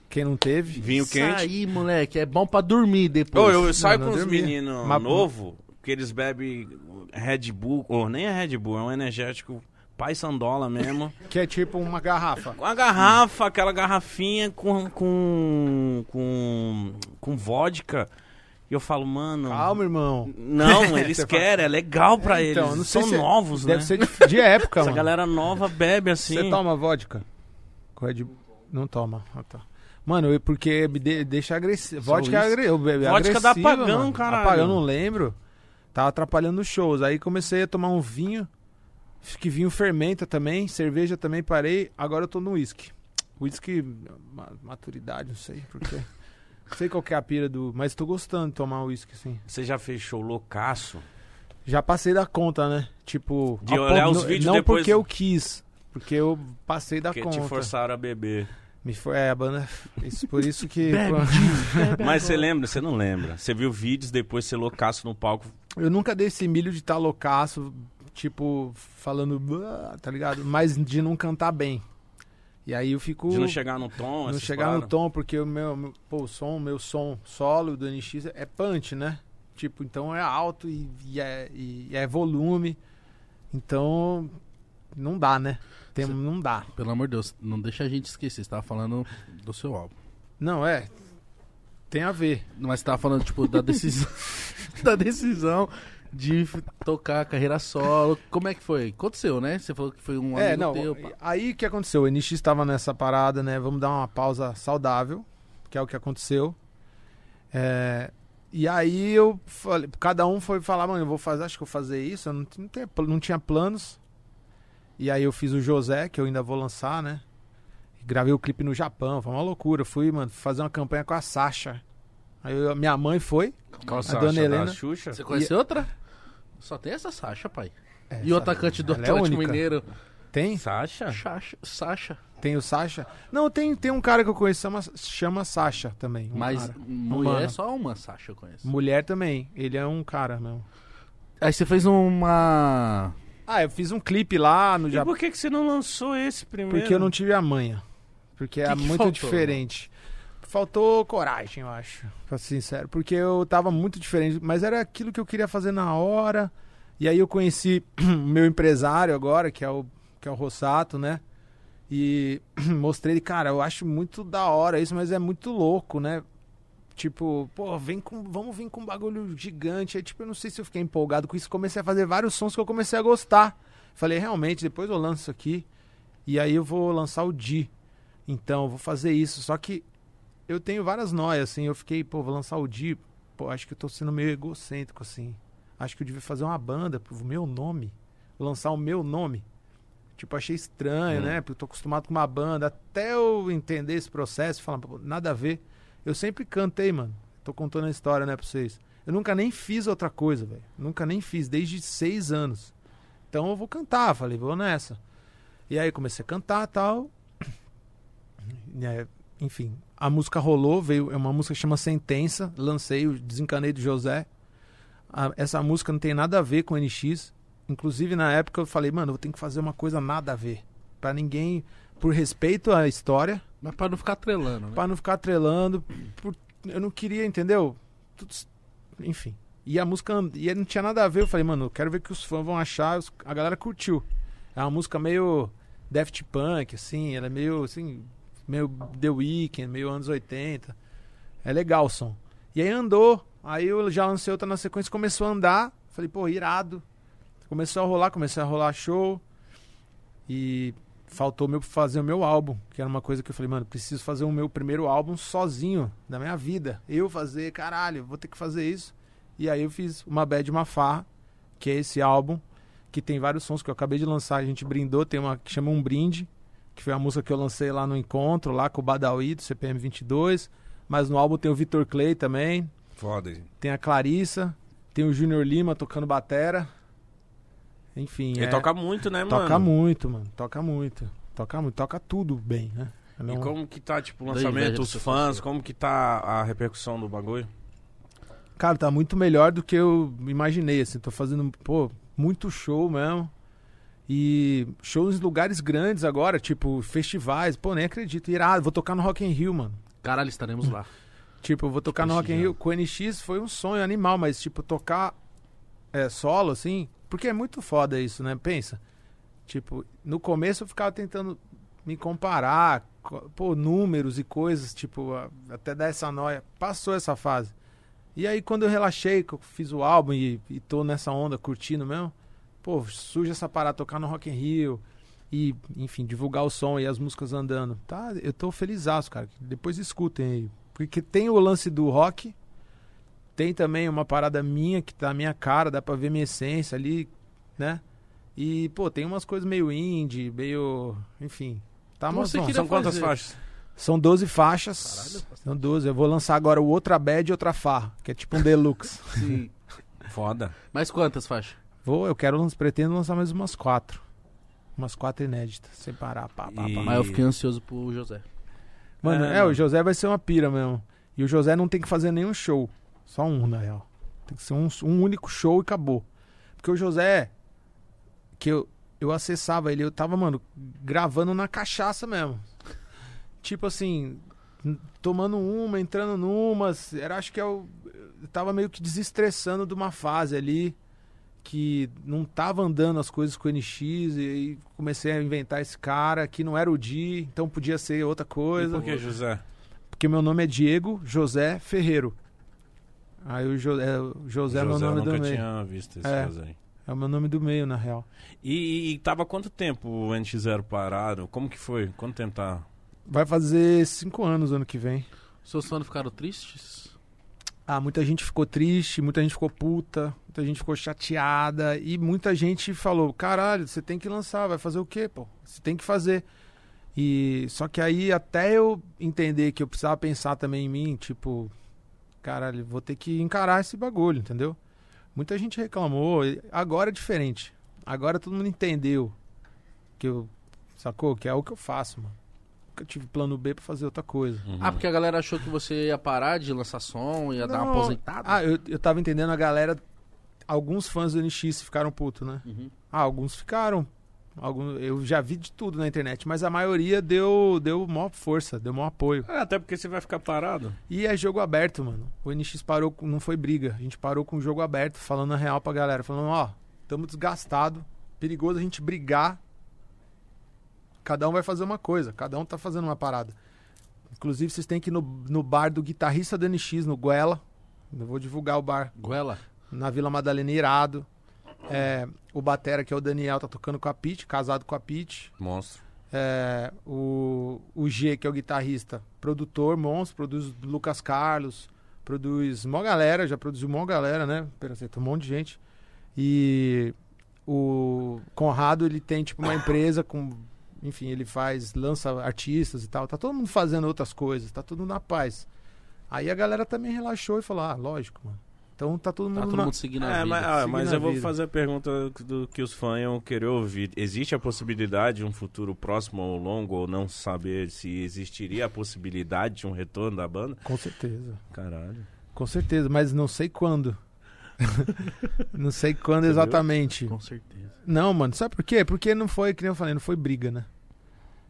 Speaker 3: Quem não teve?
Speaker 1: Vinho quente.
Speaker 2: Aí, moleque, é bom pra dormir depois.
Speaker 1: Ô, eu, eu saio
Speaker 3: não
Speaker 1: com uns
Speaker 3: dormia.
Speaker 1: meninos
Speaker 3: Mas-
Speaker 1: novos que eles bebem Red Bull, ou nem é Red Bull, é um energético pai sandola mesmo.
Speaker 3: Que é tipo uma garrafa.
Speaker 1: *laughs* Com a garrafa, aquela garrafinha com, com, com, com vodka. E eu falo, mano...
Speaker 3: Calma, irmão. *laughs*
Speaker 1: Não, eles querem, é legal pra eles.
Speaker 3: Então, não sei
Speaker 1: São
Speaker 3: se-
Speaker 1: novos,
Speaker 3: Deve
Speaker 1: né?
Speaker 3: ser de, de
Speaker 1: *laughs*
Speaker 3: época,
Speaker 1: Essa
Speaker 3: mano.
Speaker 1: galera nova bebe assim.
Speaker 3: Você toma vodka? Com Red Bull? Não toma. Ah, tá. Mano, eu- porque me de- deixa agressivo.
Speaker 2: Só
Speaker 3: Vodka é
Speaker 2: isso?
Speaker 3: agre... eu bebo- é
Speaker 1: Vodka dá
Speaker 3: agressiva,
Speaker 1: apagão,
Speaker 3: mano.
Speaker 1: caralho.
Speaker 3: Apagão, não lembro. Tava atrapalhando os shows. Aí comecei a tomar um vinho. Acho que vinho fermenta também. Cerveja também parei. Agora eu tô no uísque. Uísque, ma- maturidade, não sei
Speaker 1: *laughs*
Speaker 3: porquê. Não sei qual que é a pira do. Mas tô gostando de tomar uísque, assim.
Speaker 1: Você já fechou loucaço?
Speaker 3: Já passei da conta, né? Tipo.
Speaker 1: De
Speaker 3: a pon-
Speaker 1: olhar os
Speaker 3: não-
Speaker 1: vídeos
Speaker 3: Não
Speaker 1: depois- né?
Speaker 3: porque eu quis. Porque eu passei da
Speaker 1: Porque
Speaker 3: conta.
Speaker 1: te forçaram a
Speaker 3: *laughs*
Speaker 1: beber.
Speaker 3: Me foi, é, a banda. *laughs* Isso, por isso que.
Speaker 1: Mas você lembra? Você não lembra. Você viu vídeos, depois você loucaço no palco.
Speaker 3: eu nunca dei esse milho de estar tá loucaço, tipo, falando, "Bah", tá ligado? Mas de não cantar bem. E aí eu fico.
Speaker 1: De não chegar no tom,
Speaker 3: tipo, não
Speaker 1: essas
Speaker 3: chegar no
Speaker 1: paradas.
Speaker 3: tom, porque o meu, meu- pô, o som, meu som solo do NX é punch, né? Tipo, então é alto e, e é, e é volume. Então, não dá, né? Tem,
Speaker 2: Cê-
Speaker 3: não dá.
Speaker 2: Pelo amor de Deus, não deixa a gente esquecer. Você tava falando do seu álbum.
Speaker 3: Não, é. Tem a ver.
Speaker 2: Mas você tava falando, tipo, da decisão. *laughs* da decisão de f- tocar carreira solo. Como é que foi? Aconteceu, né? Você falou que foi um
Speaker 3: é,
Speaker 2: amigo
Speaker 3: não.
Speaker 2: teu. pá.
Speaker 3: Aí o que aconteceu? O NX estava nessa parada, né? Vamos dar uma pausa saudável, que é o que aconteceu. É, e aí eu falei, cada um foi falar, mano, eu vou fazer, acho que eu vou fazer isso, eu não, ti- não tinha, pl- não tinha planos. E aí eu fiz o José, que eu ainda vou lançar, né? Gravei o clipe no Japão, foi uma loucura. Eu Fui, mano, fazer uma campanha com a Sasha. Aí eu- minha mãe foi.
Speaker 1: Qual
Speaker 3: A
Speaker 1: Sasha?
Speaker 3: dona
Speaker 1: Da
Speaker 3: Helena-
Speaker 1: Xuxa?
Speaker 2: Você conhece outra? Só tem essa Sasha, pai.
Speaker 3: É,
Speaker 2: e o
Speaker 3: sabe?
Speaker 2: atacante do
Speaker 3: Ela é
Speaker 2: Atlético
Speaker 3: única. Ah.
Speaker 2: Mineiro.
Speaker 3: Tem?
Speaker 1: Sasha?
Speaker 2: Sasha. Sasha.
Speaker 3: Tem o Sasha? Não, tem, tem um cara que eu conheço, chama, chama Sasha também. um
Speaker 2: Mas
Speaker 3: cara.
Speaker 2: mulher é
Speaker 3: Humana.
Speaker 2: só uma Sasha eu conheço.
Speaker 3: Mulher também, ele é um cara mesmo.
Speaker 2: Aí você fez uma.
Speaker 3: Ah, eu fiz um clipe lá no
Speaker 1: E
Speaker 3: Japão.
Speaker 1: por que, que você não lançou esse primeiro?
Speaker 3: Porque eu não tive a manha. Porque é
Speaker 2: que
Speaker 3: muito
Speaker 2: faltou,
Speaker 3: diferente. Faltou coragem, eu acho. Pra ser sincero. Porque eu tava muito diferente. Mas era aquilo que eu queria fazer na hora. E aí eu conheci *clears throat* o meu empresário agora, que é o, que é o Rossato, né? E *clears throat* mostrei ele, cara, eu acho muito da hora isso, mas é muito louco, né? Tipo, pô, vem com, vamos vir com um bagulho gigante. Aí, tipo, eu não sei se eu fiquei empolgado com isso. Comecei a fazer vários sons que eu comecei a gostar. Falei, realmente, depois eu lanço isso aqui. E aí eu vou lançar o Di. Então, eu vou fazer isso. Só que eu tenho várias noias, assim. Eu fiquei, pô, vou lançar o Di. Pô, acho que eu tô sendo meio egocêntrico, assim. Acho que eu devia fazer uma banda pro meu nome. Vou lançar o meu nome. Tipo, achei estranho,
Speaker 1: Hum.
Speaker 3: né? Porque eu tô acostumado com uma banda. Até eu entender esse processo, falar, pô, nada a ver. Eu sempre cantei, mano. Tô contando a história, né, pra vocês. Eu nunca nem fiz outra coisa, velho. Nunca nem fiz, desde seis anos. Então eu vou cantar, falei, vou nessa. E aí comecei a cantar tal. E aí, né, enfim, a música rolou, veio, é uma música que chama Sentença, lancei o Desencanei do José. A- essa música não tem nada a ver com o NX. Inclusive, na época eu falei, mano, eu tenho que fazer uma coisa nada a ver. Pra ninguém, por respeito à história,
Speaker 2: Mas pra não ficar trelando, né?
Speaker 3: Pra não ficar trelando. por- Eu não queria, entendeu? Tudo s- Enfim. E a música. and- E não tinha nada a ver. Eu falei, mano, eu quero ver o que os fãs vão achar. Os- A galera curtiu. É uma música meio Daft Punk, assim. Ela é meio, assim. Meio The Weeknd, meio anos 80. É legal o som. E aí andou. Aí eu já lancei outra na sequência. Começou a andar. Falei, pô, irado. Começou a rolar, começou a rolar show. E faltou meu fazer o meu álbum, que era uma coisa que eu falei, mano, preciso fazer o meu primeiro álbum sozinho, da minha vida. Eu fazer, caralho, vou ter que fazer isso. E aí eu fiz uma bad uma farra, que é esse álbum, que tem vários sons que eu acabei de lançar, a gente brindou, tem uma que chama Um Brinde, que foi a música que eu lancei lá no encontro, lá com o Badawi do CPM 22, mas no álbum tem o Vitor Clay também,
Speaker 4: Foda, gente.
Speaker 3: tem a Clarissa, tem o Júnior Lima tocando batera. Enfim,
Speaker 1: Ele
Speaker 3: é...
Speaker 1: toca muito, né, mano?
Speaker 3: Toca muito, mano. Toca muito. Toca muito. Toca tudo bem, né? Eu
Speaker 1: E
Speaker 3: não-
Speaker 1: como que tá, tipo, o
Speaker 2: Dou inveja
Speaker 1: lançamento,
Speaker 2: pro
Speaker 1: os
Speaker 2: seu
Speaker 1: fãs,
Speaker 2: parceiro.
Speaker 1: como que tá a repercussão do bagulho?
Speaker 3: Cara, tá muito melhor do que eu imaginei, assim. Tô fazendo, pô, muito show mesmo. E shows em lugares grandes agora, tipo festivais. Pô, nem acredito. Irado. Vou tocar no Rock in Rio, mano.
Speaker 2: Caralho, estaremos lá.
Speaker 3: Tipo, eu vou tocar no Rock in Rio. Com o NX foi um sonho animal, mas, tipo, tocar é, solo, assim... Porque é muito foda isso, né? Pensa. Tipo, no começo eu ficava tentando me comparar, co- pô, números e coisas, tipo, a- até dar essa noia. Passou essa fase. E aí, quando eu relaxei, que eu fiz o álbum e, e tô nessa onda curtindo mesmo, pô, surge essa parada, tocar no Rock in Rio e, enfim, divulgar o som e as músicas andando. Tá, eu tô felizaço, cara. Depois escutem aí. Porque tem o lance do rock, tem também uma parada minha, que tá a minha cara, dá pra ver minha essência ali, né? E, pô, tem umas coisas meio indie, meio. Enfim. Tá
Speaker 2: Então você
Speaker 3: mozão.
Speaker 2: queria
Speaker 1: São quantas
Speaker 2: fazer.
Speaker 1: faixas?
Speaker 3: São 12 faixas. São 12. Eu vou lançar agora o Outra Bad e Outra Farra, que é tipo um
Speaker 2: *laughs*
Speaker 3: deluxe.
Speaker 2: Sim.
Speaker 1: Foda.
Speaker 2: Mas quantas faixas?
Speaker 3: vou, eu quero, lan- pretendo lançar mais umas quatro. Umas quatro inéditas, separar, pá, pá, pá.
Speaker 1: E-
Speaker 2: Mas eu fiquei ansioso pro José.
Speaker 3: Mano,
Speaker 1: É,
Speaker 3: é,
Speaker 1: mano.
Speaker 3: o José vai ser uma pira mesmo. E o José não tem que fazer nenhum show. Só um, na real. Tem que ser um, um único show e acabou. Porque o José, que eu, eu acessava ele, eu tava, mano, gravando na cachaça mesmo. Tipo assim, n- tomando uma, entrando numas. Era, acho que eu, eu tava meio que desestressando de uma fase ali que não tava andando as coisas com o NX e aí comecei a inventar esse cara que não era o Di, então podia ser outra
Speaker 1: E
Speaker 3: coisa.
Speaker 1: por que, José?
Speaker 3: Porque meu nome é Diego José Ferreiro. Aí o Jo- é, o José, é meu
Speaker 1: eu
Speaker 3: nome do
Speaker 1: nunca
Speaker 3: meio.
Speaker 1: tinha visto esse
Speaker 3: É.
Speaker 1: desenho.
Speaker 3: É o meu nome do meio, na real.
Speaker 1: E, e tava quanto tempo o NX0 parado? Como que foi? Quanto tempo tá?
Speaker 3: Vai fazer cinco anos ano que vem.
Speaker 2: Seus fãs ficaram tristes?
Speaker 3: Ah, muita gente ficou triste, muita gente ficou puta, muita gente ficou chateada e muita gente falou: caralho, você tem que lançar, vai fazer o quê, pô? Você tem que fazer. E só que aí até eu entender que eu precisava pensar também em mim, tipo, caralho, vou ter que encarar esse bagulho, entendeu? Muita gente reclamou, e agora é diferente. Agora todo mundo entendeu que eu sacou que é o que eu faço, mano. Nunca tive plano B pra fazer outra coisa.
Speaker 1: Uhum.
Speaker 2: Ah, porque a galera achou que você ia parar de lançar som, ia dar uma
Speaker 3: Não.
Speaker 2: aposentada?
Speaker 3: Ah, eu, eu tava entendendo a galera. Alguns fãs do NX ficaram puto, né?
Speaker 2: Uhum.
Speaker 3: Ah, alguns ficaram. Algum, eu já vi de tudo na internet, mas a maioria deu, deu maior força, deu maior apoio.
Speaker 1: Ah, até porque você vai ficar parado.
Speaker 3: E é jogo aberto, mano. O NX parou, com- não foi briga. A gente parou com o jogo aberto, falando a real pra galera. Falando, ó, tamo desgastado, perigoso a gente brigar. Cada um vai fazer uma coisa, cada um tá fazendo uma parada. Inclusive, vocês têm que ir no, no bar do guitarrista do NX, no Guela. Eu vou divulgar o bar
Speaker 2: Goela?
Speaker 3: na Vila Madalena irado. É, o Batera, que é o Daniel, tá tocando com a Pete, casado com a Pete.
Speaker 1: Monstro.
Speaker 3: É, o, o G, que é o guitarrista, produtor, monstro, produz Lucas Carlos, produz mó galera, já produziu mó galera, né? Peraceta, um monte de gente. E o Conrado, ele tem tipo uma empresa com. Enfim, ele faz, lança artistas e tal. Tá todo mundo fazendo outras coisas, tá todo mundo na paz. Aí a galera também relaxou e falou: ah, lógico, mano. Então tá todo mundo,
Speaker 2: Tá todo
Speaker 3: na-
Speaker 2: mundo seguindo a
Speaker 1: É,
Speaker 2: vida.
Speaker 1: mas, ah,
Speaker 3: seguindo
Speaker 1: mas
Speaker 3: a
Speaker 1: eu vou
Speaker 3: vida.
Speaker 1: fazer a pergunta do que os fãs iam querer ouvir. Existe a possibilidade de um futuro próximo ou longo, ou não saber se existiria a possibilidade de um retorno da banda?
Speaker 3: Com certeza.
Speaker 1: Caralho.
Speaker 3: Com certeza, mas não sei quando. *laughs* não sei quando exatamente.
Speaker 2: Com certeza.
Speaker 3: Não, mano, sabe por quê? Porque não foi, que nem eu falei, não foi briga, né?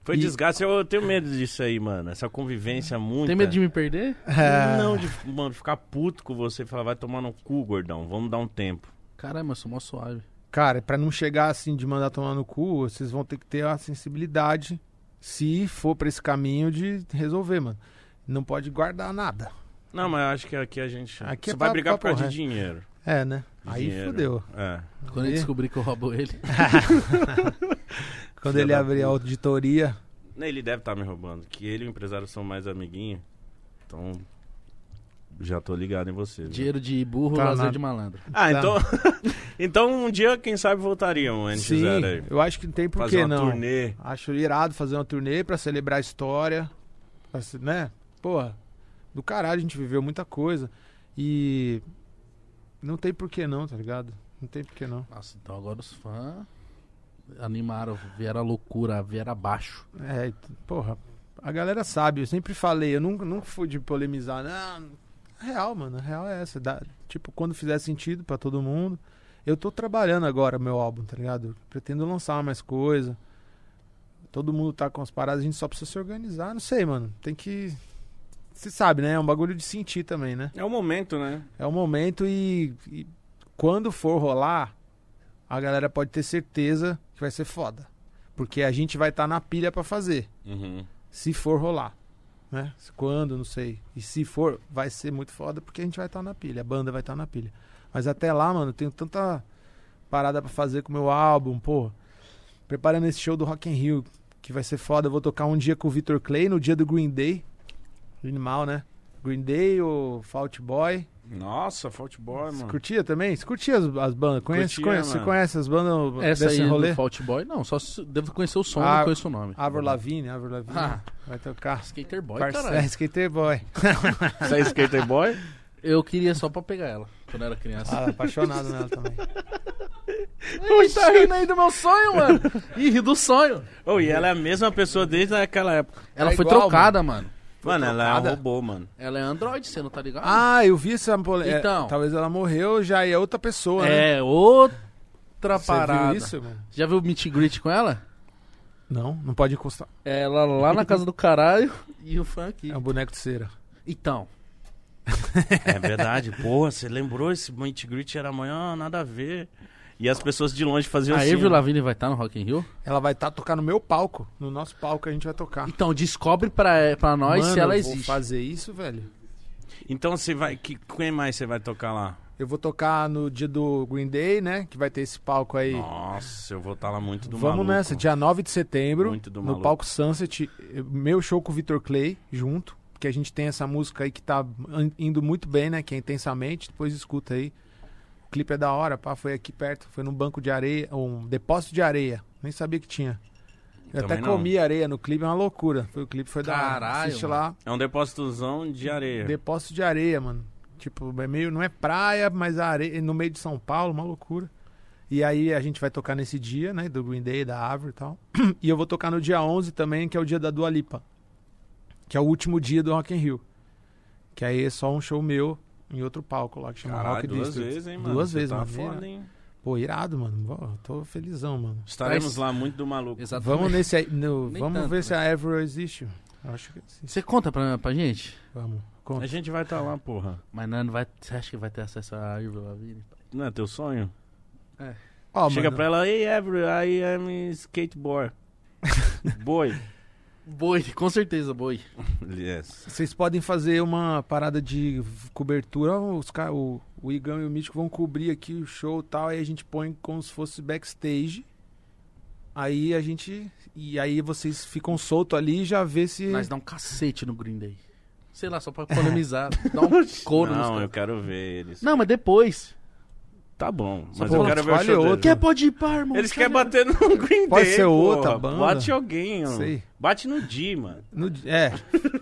Speaker 1: Foi
Speaker 3: E-
Speaker 1: desgaste, eu, eu tenho medo disso aí, mano. Essa convivência muito.
Speaker 2: Tem
Speaker 3: é.
Speaker 2: medo de me perder?
Speaker 3: Ah.
Speaker 1: Não, de, mano, ficar puto com você e falar, vai tomar no cu, gordão, vamos dar um tempo.
Speaker 2: Caramba, eu sou mó suave.
Speaker 3: Cara, pra não chegar assim de mandar tomar no cu, vocês vão ter que ter a sensibilidade se for pra esse caminho de resolver, mano. Não pode guardar nada.
Speaker 1: Não, mas eu acho que aqui a gente.
Speaker 3: Aqui
Speaker 1: você
Speaker 3: é
Speaker 1: vai
Speaker 3: papo-
Speaker 1: brigar por
Speaker 3: papo
Speaker 1: causa
Speaker 3: reto.
Speaker 1: de dinheiro.
Speaker 3: É, né? Aí
Speaker 1: Dinheiro.
Speaker 3: fudeu.
Speaker 1: É.
Speaker 2: Quando eu
Speaker 3: Aí-
Speaker 2: descobri que eu roubo *laughs* ele.
Speaker 3: Quando
Speaker 1: Filha
Speaker 3: ele
Speaker 1: da
Speaker 3: abrir a
Speaker 1: puta.
Speaker 3: auditoria,
Speaker 1: Ele deve estar me roubando, que ele e o empresário são mais amiguinhos. Então, já tô ligado em você. viu?
Speaker 2: Dinheiro de burro,
Speaker 3: Tá
Speaker 2: lazer
Speaker 3: nada.
Speaker 2: de malandro.
Speaker 1: Ah,
Speaker 3: Tá.
Speaker 1: então. *laughs* então um dia, quem sabe, voltariam, antes
Speaker 3: sim,
Speaker 1: aí.
Speaker 3: eu acho que não tem por
Speaker 1: Fazer
Speaker 3: que
Speaker 1: uma
Speaker 3: não.
Speaker 1: turnê.
Speaker 3: Acho irado fazer uma turnê pra celebrar a história, pra se- né? Porra, do caralho a gente viveu muita coisa e não tem por que não, tá ligado? Não tem por que não.
Speaker 2: Nossa, então agora os fãs animaram, vieram a loucura, vieram abaixo.
Speaker 3: É, e t- porra, a galera sabe, eu sempre falei, eu nunca, nunca fui de polemizar, não, a real, mano, a real é essa, dá- tipo, quando fizer sentido pra todo mundo, eu tô trabalhando agora meu álbum, tá ligado? Eu pretendo lançar mais coisa, todo mundo tá com as paradas, a gente só precisa se organizar, não sei, mano, tem que, você sabe, né, é um bagulho de sentir também, né?
Speaker 1: É o momento, né?
Speaker 3: É o momento e, e quando for rolar, a galera pode ter certeza que vai ser foda, porque a gente vai estar na pilha pra fazer
Speaker 1: Uhum.
Speaker 3: se for rolar. Né?
Speaker 1: É.
Speaker 3: Quando, não sei. E se for, vai ser muito foda porque a gente vai estar na pilha, a banda vai estar na pilha. Mas até lá, mano, eu tenho tanta parada pra fazer com o meu álbum, pô. Preparando esse show do Rock in Rio, que vai ser foda. Eu vou tocar um dia com o Victor Clay, no dia do Green Day. Animal, né? Green Day ou Fault Boy.
Speaker 1: Nossa, Football,
Speaker 3: Você
Speaker 1: mano.
Speaker 3: curtia também? Você curtia as, as bandas? Conhece,
Speaker 1: Hum. Curtia,
Speaker 3: conhece, você
Speaker 1: mano.
Speaker 3: conhece as bandas
Speaker 2: Essa
Speaker 3: desse
Speaker 2: aí é
Speaker 3: rolê?
Speaker 2: do Fault Boy, não, só se- devo conhecer o som,
Speaker 3: Ah,
Speaker 2: não conheço o nome.
Speaker 3: Avril Lavigne, Avril Lavigne.
Speaker 2: Ah.
Speaker 3: Vai tocar.
Speaker 2: Skater Boy,
Speaker 3: Parce-
Speaker 2: caralho.
Speaker 3: É, Skater Boy.
Speaker 1: Você é skater *laughs* boy?
Speaker 2: Eu queria só pra pegar ela, quando eu era criança.
Speaker 3: Ah, apaixonado nela também.
Speaker 2: Ui, tá rindo aí do meu sonho, mano. Ih, ri do sonho.
Speaker 1: Oh, e ela é a mesma pessoa desde aquela época.
Speaker 2: Ela
Speaker 3: É
Speaker 2: foi
Speaker 3: igual,
Speaker 2: trocada, mano.
Speaker 1: mano, ela é
Speaker 3: trocada?
Speaker 1: um robô,
Speaker 3: *laughs*
Speaker 1: mano.
Speaker 2: Ela é Android, você não tá ligado?
Speaker 3: Ah, eu vi essa polêmica.
Speaker 2: Então.
Speaker 3: Talvez ela morreu já e é outra pessoa, é né?
Speaker 2: é, outra outra
Speaker 3: Você
Speaker 2: parada.
Speaker 3: viu isso, mano?
Speaker 2: Já viu o meet and greet com ela?
Speaker 3: Não, não pode encostar.
Speaker 2: É Ela lá na casa do caralho e o fã aqui.
Speaker 3: É um boneco de cera.
Speaker 2: Então,
Speaker 1: É verdade, porra, você lembrou esse meet and greet era amanhã, nada a ver. E as pessoas de longe faziam
Speaker 2: a
Speaker 1: assim.
Speaker 2: Avril
Speaker 1: ó.
Speaker 2: Lavigne vai estar no Rock in Rio?
Speaker 3: Ela vai estar tocar no meu palco. No nosso palco a gente vai tocar.
Speaker 2: Então, descobre pra, pra nós
Speaker 3: Mano,
Speaker 2: se ela
Speaker 3: eu vou
Speaker 2: existe.
Speaker 3: fazer isso, velho.
Speaker 1: Então você vai. Que, quem mais você vai tocar lá?
Speaker 3: Eu vou tocar no dia do Green Day, né? Que vai ter esse palco aí.
Speaker 1: Nossa, eu vou estar lá muito do
Speaker 3: Vamos
Speaker 1: maluco.
Speaker 3: nessa, dia 9 de setembro,
Speaker 1: Muito do
Speaker 3: no
Speaker 1: maluco.
Speaker 3: palco Sunset, eh, meu show com o Victor Clay junto, porque a gente tem essa música aí que tá an- indo muito bem, né, que é Intensamente, depois escuta aí. O clipe é da hora, pá, foi aqui perto, foi num banco de areia, um depósito de areia, nem sabia que tinha. Eu
Speaker 1: Também
Speaker 3: até
Speaker 1: não.
Speaker 3: comi areia no clipe, é uma loucura. Foi, o clipe foi da hora.
Speaker 2: Caralho,
Speaker 3: Assiste
Speaker 2: mano.
Speaker 3: lá,
Speaker 1: É um depósitozão de areia.
Speaker 3: depósito de areia, mano. Tipo, é meio, não é praia, mas a areia no meio de São Paulo, uma loucura. E aí a gente vai tocar nesse dia, né, do Green Day, da Árvore e tal. *clears throat* E eu vou tocar no dia 11 também, que é o dia da Dua Lipa. Que é o último dia do Rock in Rio. Que aí é só um show meu em outro palco lá, que chama
Speaker 1: Caralho,
Speaker 3: Rock
Speaker 1: duas
Speaker 3: District.
Speaker 1: vezes, hein, mano?
Speaker 3: Duas
Speaker 1: Você
Speaker 3: vezes,
Speaker 1: tá
Speaker 3: mano.
Speaker 1: foda, hein?
Speaker 3: Pô, irado, mano. Pô, eu tô felizão, mano.
Speaker 1: Estaremos lá muito do maluco.
Speaker 2: Exatamente.
Speaker 3: Vamos nesse aí. no-
Speaker 2: Nem
Speaker 3: vamos
Speaker 2: tanto,
Speaker 3: ver
Speaker 2: né?
Speaker 3: se a Avril existe. Acho que sim.
Speaker 2: Você conta pra, pra gente?
Speaker 3: Vamos. Conta.
Speaker 1: A gente vai estar lá, porra.
Speaker 2: Mas não, não vai, você acha que vai ter acesso a Avril Lavigne?
Speaker 1: Não é teu sonho?
Speaker 3: Ó,
Speaker 1: Chega
Speaker 3: mano,
Speaker 1: pra ela, ei, Avery, I am
Speaker 3: *laughs*
Speaker 1: skateboard. Boy.
Speaker 2: Boi, com certeza, boi.
Speaker 1: Yes.
Speaker 3: Vocês podem fazer uma parada de v- cobertura. Ó, Os ca- o, o Igão e o Mítico vão cobrir aqui o show e tal. Aí a gente põe como se fosse backstage. Aí a gente. E aí vocês ficam solto ali e já vê se.
Speaker 2: Nós dá um cacete no Green Day. Sei lá, só pra economizar. dá um couro nos
Speaker 1: Não, é-
Speaker 2: caras.
Speaker 1: eu quero ver eles.
Speaker 2: Não, mas depois.
Speaker 1: Tá bom, mas
Speaker 3: Pô,
Speaker 1: eu quero ver o
Speaker 3: escolhe
Speaker 1: show
Speaker 3: outro.
Speaker 1: deles.
Speaker 2: Quer pode ir par, irmão.
Speaker 1: Eles
Speaker 2: Deixa eu
Speaker 1: querem bater no Green Day,
Speaker 3: Pode ser outra
Speaker 1: porra.
Speaker 3: banda.
Speaker 1: Bate alguém,
Speaker 2: um-
Speaker 1: ó.
Speaker 3: Sei.
Speaker 1: Bate no Di, mano.
Speaker 3: No di- é,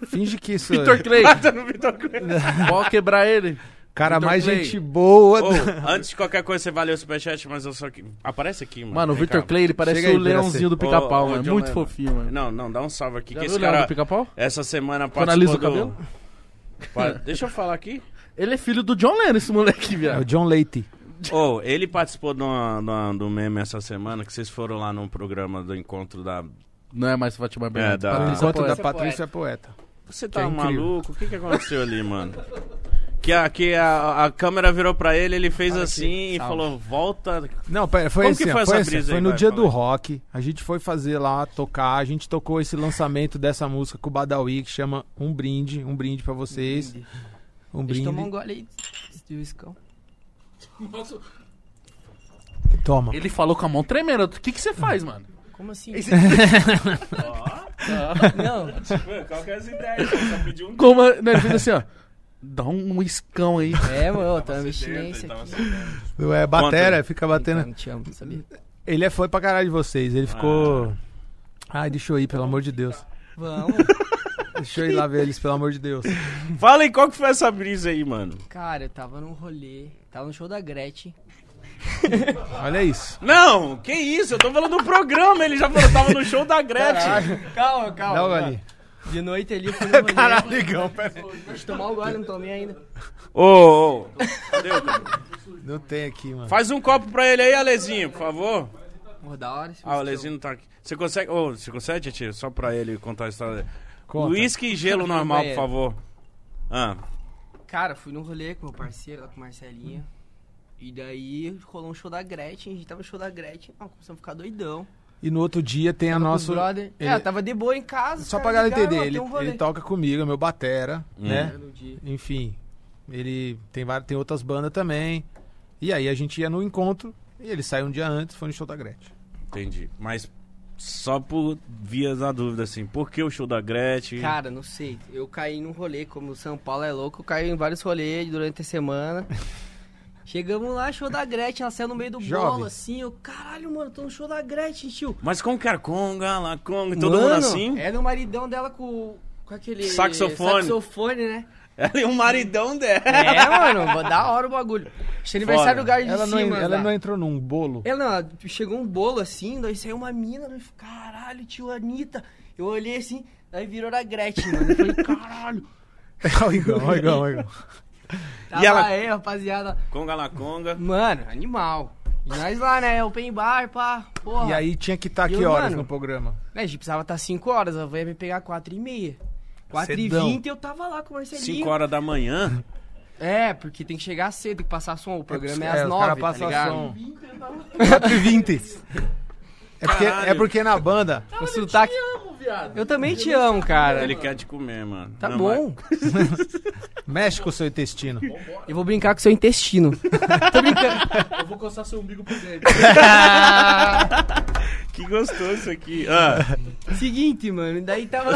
Speaker 3: finge que isso. é
Speaker 1: *laughs*
Speaker 2: Vitor Clay,
Speaker 1: Bata no Vitor Clay.
Speaker 2: pode quebrar ele.
Speaker 3: cara,
Speaker 2: Vitor
Speaker 3: mais
Speaker 2: Clay.
Speaker 3: gente boa.
Speaker 1: Ô, antes de qualquer coisa, você valeu o superchat, mas eu só... que- Aparece aqui, mano.
Speaker 2: Mano, o
Speaker 1: Vem
Speaker 2: Vitor
Speaker 1: cá.
Speaker 2: Clay, ele parece
Speaker 3: Chega aí,
Speaker 2: o leãozinho do
Speaker 1: Piracete.
Speaker 2: pica-pau,
Speaker 1: Ô, ô,
Speaker 2: mano.
Speaker 1: John
Speaker 2: Muito
Speaker 1: Lennon.
Speaker 2: fofinho, mano.
Speaker 1: Não, não, dá um salve aqui,
Speaker 2: Já
Speaker 1: que
Speaker 2: viu
Speaker 1: esse
Speaker 2: o leão
Speaker 1: cara...
Speaker 2: do pica-pau?
Speaker 1: Essa semana
Speaker 2: analisa
Speaker 1: participou
Speaker 2: o
Speaker 1: do...
Speaker 2: cabelo?
Speaker 1: Pa- Deixa eu falar
Speaker 2: *laughs*
Speaker 1: aqui.
Speaker 2: Ele é filho do John Lennon, esse moleque,
Speaker 3: É o
Speaker 2: viado.
Speaker 3: John Leite.
Speaker 1: Ô, ele participou de uma- de uma- do meme essa semana, que vocês foram lá num programa do encontro da...
Speaker 2: Não é mais Fátima Bernardes.
Speaker 1: da-
Speaker 3: Por
Speaker 2: Patrícia
Speaker 3: enquanto da
Speaker 2: é Poeta.
Speaker 3: Patrícia é Poeta.
Speaker 1: Você tá
Speaker 3: Que é incrível.
Speaker 1: maluco? O que que aconteceu ali, mano? Que, a, que a, a câmera virou pra ele, ele fez assim e
Speaker 2: Salve.
Speaker 1: falou, volta...
Speaker 3: Não, pera, foi
Speaker 1: Como
Speaker 3: assim,
Speaker 1: que
Speaker 3: ó,
Speaker 1: foi
Speaker 3: foi,
Speaker 1: essa
Speaker 3: assim,
Speaker 1: brisa
Speaker 3: foi
Speaker 1: aí,
Speaker 3: no
Speaker 1: vai,
Speaker 3: dia
Speaker 1: fala
Speaker 3: do
Speaker 1: aí.
Speaker 3: rock, a gente foi fazer lá, tocar, a gente tocou esse lançamento dessa música com o Badawi, que chama Um Brinde, Um Brinde pra vocês, Um
Speaker 4: Deixa eu
Speaker 3: Brinde.
Speaker 4: tomar um gole aí de uiscão.
Speaker 3: Toma.
Speaker 2: Ele falou com a mão tremendo. O que que você
Speaker 1: *laughs*
Speaker 2: faz, mano?
Speaker 4: Como assim?
Speaker 2: Esse-
Speaker 4: *laughs* Não,
Speaker 1: Qual que é as ideias? Só pediu um...
Speaker 2: Como a- não, ele fez assim, ó. Dá um iscão aí.
Speaker 4: é, mano, tá uma abstinência aqui.
Speaker 3: É batera,
Speaker 1: Conta.
Speaker 3: fica batendo.
Speaker 4: Então, te amo, sabia?
Speaker 3: Ele é fã pra caralho de vocês, ele ficou...
Speaker 4: Ah.
Speaker 3: Ai, deixa eu ir, pelo amor de Deus.
Speaker 4: Vamos.
Speaker 3: Deixa eu ir lá ver eles, pelo amor de Deus.
Speaker 1: Fala aí, qual que foi essa brisa aí, mano?
Speaker 4: Cara, eu tava num rolê, tava no show da Gretchen.
Speaker 3: Olha isso.
Speaker 1: Não, que isso? Eu tô falando do programa, ele já falou, tava no show da Gretchen.
Speaker 4: Calma, calma.
Speaker 3: Dá um o ali.
Speaker 4: De noite ali,
Speaker 3: *laughs*
Speaker 4: eu fui no rolê.
Speaker 3: Caralho, Igão, pera aí.
Speaker 4: Deixa eu tomar o gole, não tomei ainda.
Speaker 1: Ô, ô, cadê o cara?
Speaker 3: Não tem aqui, mano.
Speaker 1: Faz um copo pra ele aí, Alezinho, por favor.
Speaker 4: Pô, da hora. esse
Speaker 1: Ah, o
Speaker 4: uísque.
Speaker 1: Alezinho não tá aqui. Você consegue, ô, você consegue, Tietchan? Só pra ele contar a história dele.
Speaker 3: Conta.
Speaker 1: Uísque e gelo normal, por favor. Ah,
Speaker 4: Cara, fui num rolê com meu parceiro, lá com o Marcelinho. E daí rolou um show da Gretchen, a gente tava no show da Gretchen. Ah, começamos a ficar doidão.
Speaker 3: E no outro dia tem a
Speaker 4: Tava com os
Speaker 3: nossa...
Speaker 4: Brother.
Speaker 3: ele-
Speaker 4: É, eu tava de boa em casa. os
Speaker 3: Só pra
Speaker 4: caras
Speaker 3: galera entender,
Speaker 4: ligaram, ó,
Speaker 3: ele,
Speaker 4: tem um rolê.
Speaker 3: ele toca comigo, é meu batera, né?
Speaker 1: Hum.
Speaker 4: No dia.
Speaker 3: enfim, ele tem várias, tem outras bandas também. E aí a gente ia no encontro e ele saiu um dia antes, foi no show da Gretchen.
Speaker 1: entendi. Mas só por vias da dúvida, assim, por que o show da Gretchen?
Speaker 4: Cara, não sei. Eu caí num rolê, como São Paulo é louco, eu caí em vários rolês durante
Speaker 1: *laughs*
Speaker 4: a semana. Chegamos lá, show da Gretchen, ela saiu no meio do
Speaker 3: Jovem.
Speaker 4: bolo, assim, eu, caralho, mano, tô no show da Gretchen, tio.
Speaker 1: Mas como que era Conga, La Conga, todo mundo
Speaker 4: Mano,
Speaker 1: assim?
Speaker 4: Era o maridão dela com, com aquele...
Speaker 1: Saxofone. *laughs*
Speaker 4: Saxofone, né?
Speaker 1: Ela é um maridão dela.
Speaker 4: É, mano, da hora o bagulho. Esse aniversário do Gás de
Speaker 3: Ela não,
Speaker 4: cima,
Speaker 3: ela
Speaker 4: lá.
Speaker 3: não entrou num bolo. *laughs*
Speaker 4: Ela, ela chegou um bolo assim, daí saiu uma mina, daí eu falei, caralho, tio Anitta. Eu olhei assim, daí virou da Gretchen, mano. Eu falei, caralho.
Speaker 3: Olha o Igão, olha o Igão, olha o Igão.
Speaker 1: *laughs*
Speaker 4: Tá
Speaker 1: E ela-
Speaker 4: lá, aí, rapaziada.
Speaker 1: Conga, La Conga.
Speaker 4: Mano, animal. E nós lá, né? Open bar, pá. Porra.
Speaker 3: E aí tinha que estar
Speaker 4: E
Speaker 3: que
Speaker 4: eu,
Speaker 3: horas
Speaker 4: mano?
Speaker 3: no programa?
Speaker 4: Né, a gente precisava estar 5 horas, a van ia me pegar 4 e meia. 4 e
Speaker 3: Cedão.
Speaker 4: 20 eu tava lá com o Marcelinho.
Speaker 1: 5 horas da manhã.
Speaker 4: É, porque tem que chegar cedo, tem que passar som. O programa
Speaker 3: os
Speaker 4: é, às
Speaker 3: cara
Speaker 4: 9, tá
Speaker 3: passa
Speaker 4: ligado?
Speaker 3: som. 4 e 20. *laughs* É porque, é
Speaker 1: Caralho.
Speaker 3: porque na banda.
Speaker 4: O sotaque... Eu também te amo, cara.
Speaker 1: Ele quer te comer, mano.
Speaker 4: Tá
Speaker 1: Não,
Speaker 4: bom.
Speaker 3: Mexe com o seu intestino.
Speaker 4: Eu vou brincar com seu intestino. *laughs*
Speaker 2: Eu vou coçar seu umbigo por dentro.
Speaker 1: mas Que gostoso isso aqui. Ah,
Speaker 4: Seguinte, mano, daí
Speaker 3: *laughs*
Speaker 4: tava.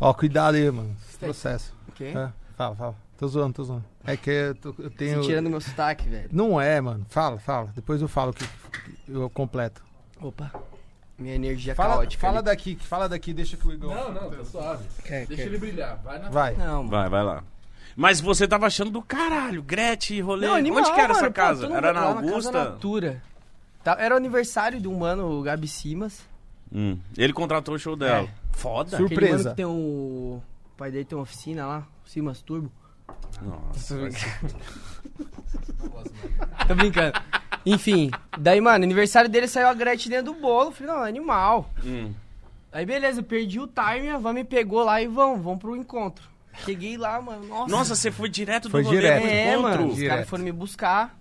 Speaker 3: Ó, cuidado aí, mano. Esse processo.
Speaker 4: Ok.
Speaker 3: É, fala, fala. Tô zoando, tô zoando. É que eu, tô- eu tenho.
Speaker 4: Tirando meu sotaque, velho.
Speaker 3: Não é, mano. Fala, fala. Depois eu falo que que eu completo.
Speaker 4: Opa. Minha energia
Speaker 3: Fala,
Speaker 4: caótica.
Speaker 3: fala
Speaker 4: ali.
Speaker 3: daqui, fala daqui, deixa que o Igor.
Speaker 2: Não, não, tá suave.
Speaker 4: Quer,
Speaker 2: Deixa
Speaker 4: quer.
Speaker 2: ele brilhar. Vai na
Speaker 3: Vai.
Speaker 4: Não, mano.
Speaker 1: vai, vai lá. Mas você tava achando do caralho, Gretchen, rolê.
Speaker 4: Não, animal,
Speaker 1: Onde que era
Speaker 4: mano,
Speaker 1: essa
Speaker 4: pô,
Speaker 1: casa?
Speaker 4: todo
Speaker 1: Era
Speaker 4: mundo
Speaker 1: na
Speaker 4: lá casa
Speaker 1: Augusta?
Speaker 4: Natura. Tá- Era o aniversário de um mano, o Gabi Simas.
Speaker 1: Hum, Ele contratou o show dela.
Speaker 4: É.
Speaker 1: Foda.
Speaker 3: Sur-
Speaker 4: Aquele mano
Speaker 3: Surpresa.
Speaker 4: que tem um. O pai dele tem uma oficina lá, o Simas Turbo.
Speaker 1: Nossa. *laughs*
Speaker 4: Tô brincando. Enfim, daí, mano, aniversário dele saiu a Gretchen dentro do bolo. Falei, não, animal.
Speaker 1: Hum.
Speaker 4: Aí, beleza, eu perdi o time, a van me pegou lá e vamos, vamos pro encontro. Cheguei lá, mano, nossa.
Speaker 1: Nossa, você foi direto do
Speaker 3: Foi
Speaker 1: rolê
Speaker 3: direto.
Speaker 1: pro
Speaker 4: É,
Speaker 1: encontro. *laughs*
Speaker 4: mano, os
Speaker 3: Direto.
Speaker 4: caras foram me buscar.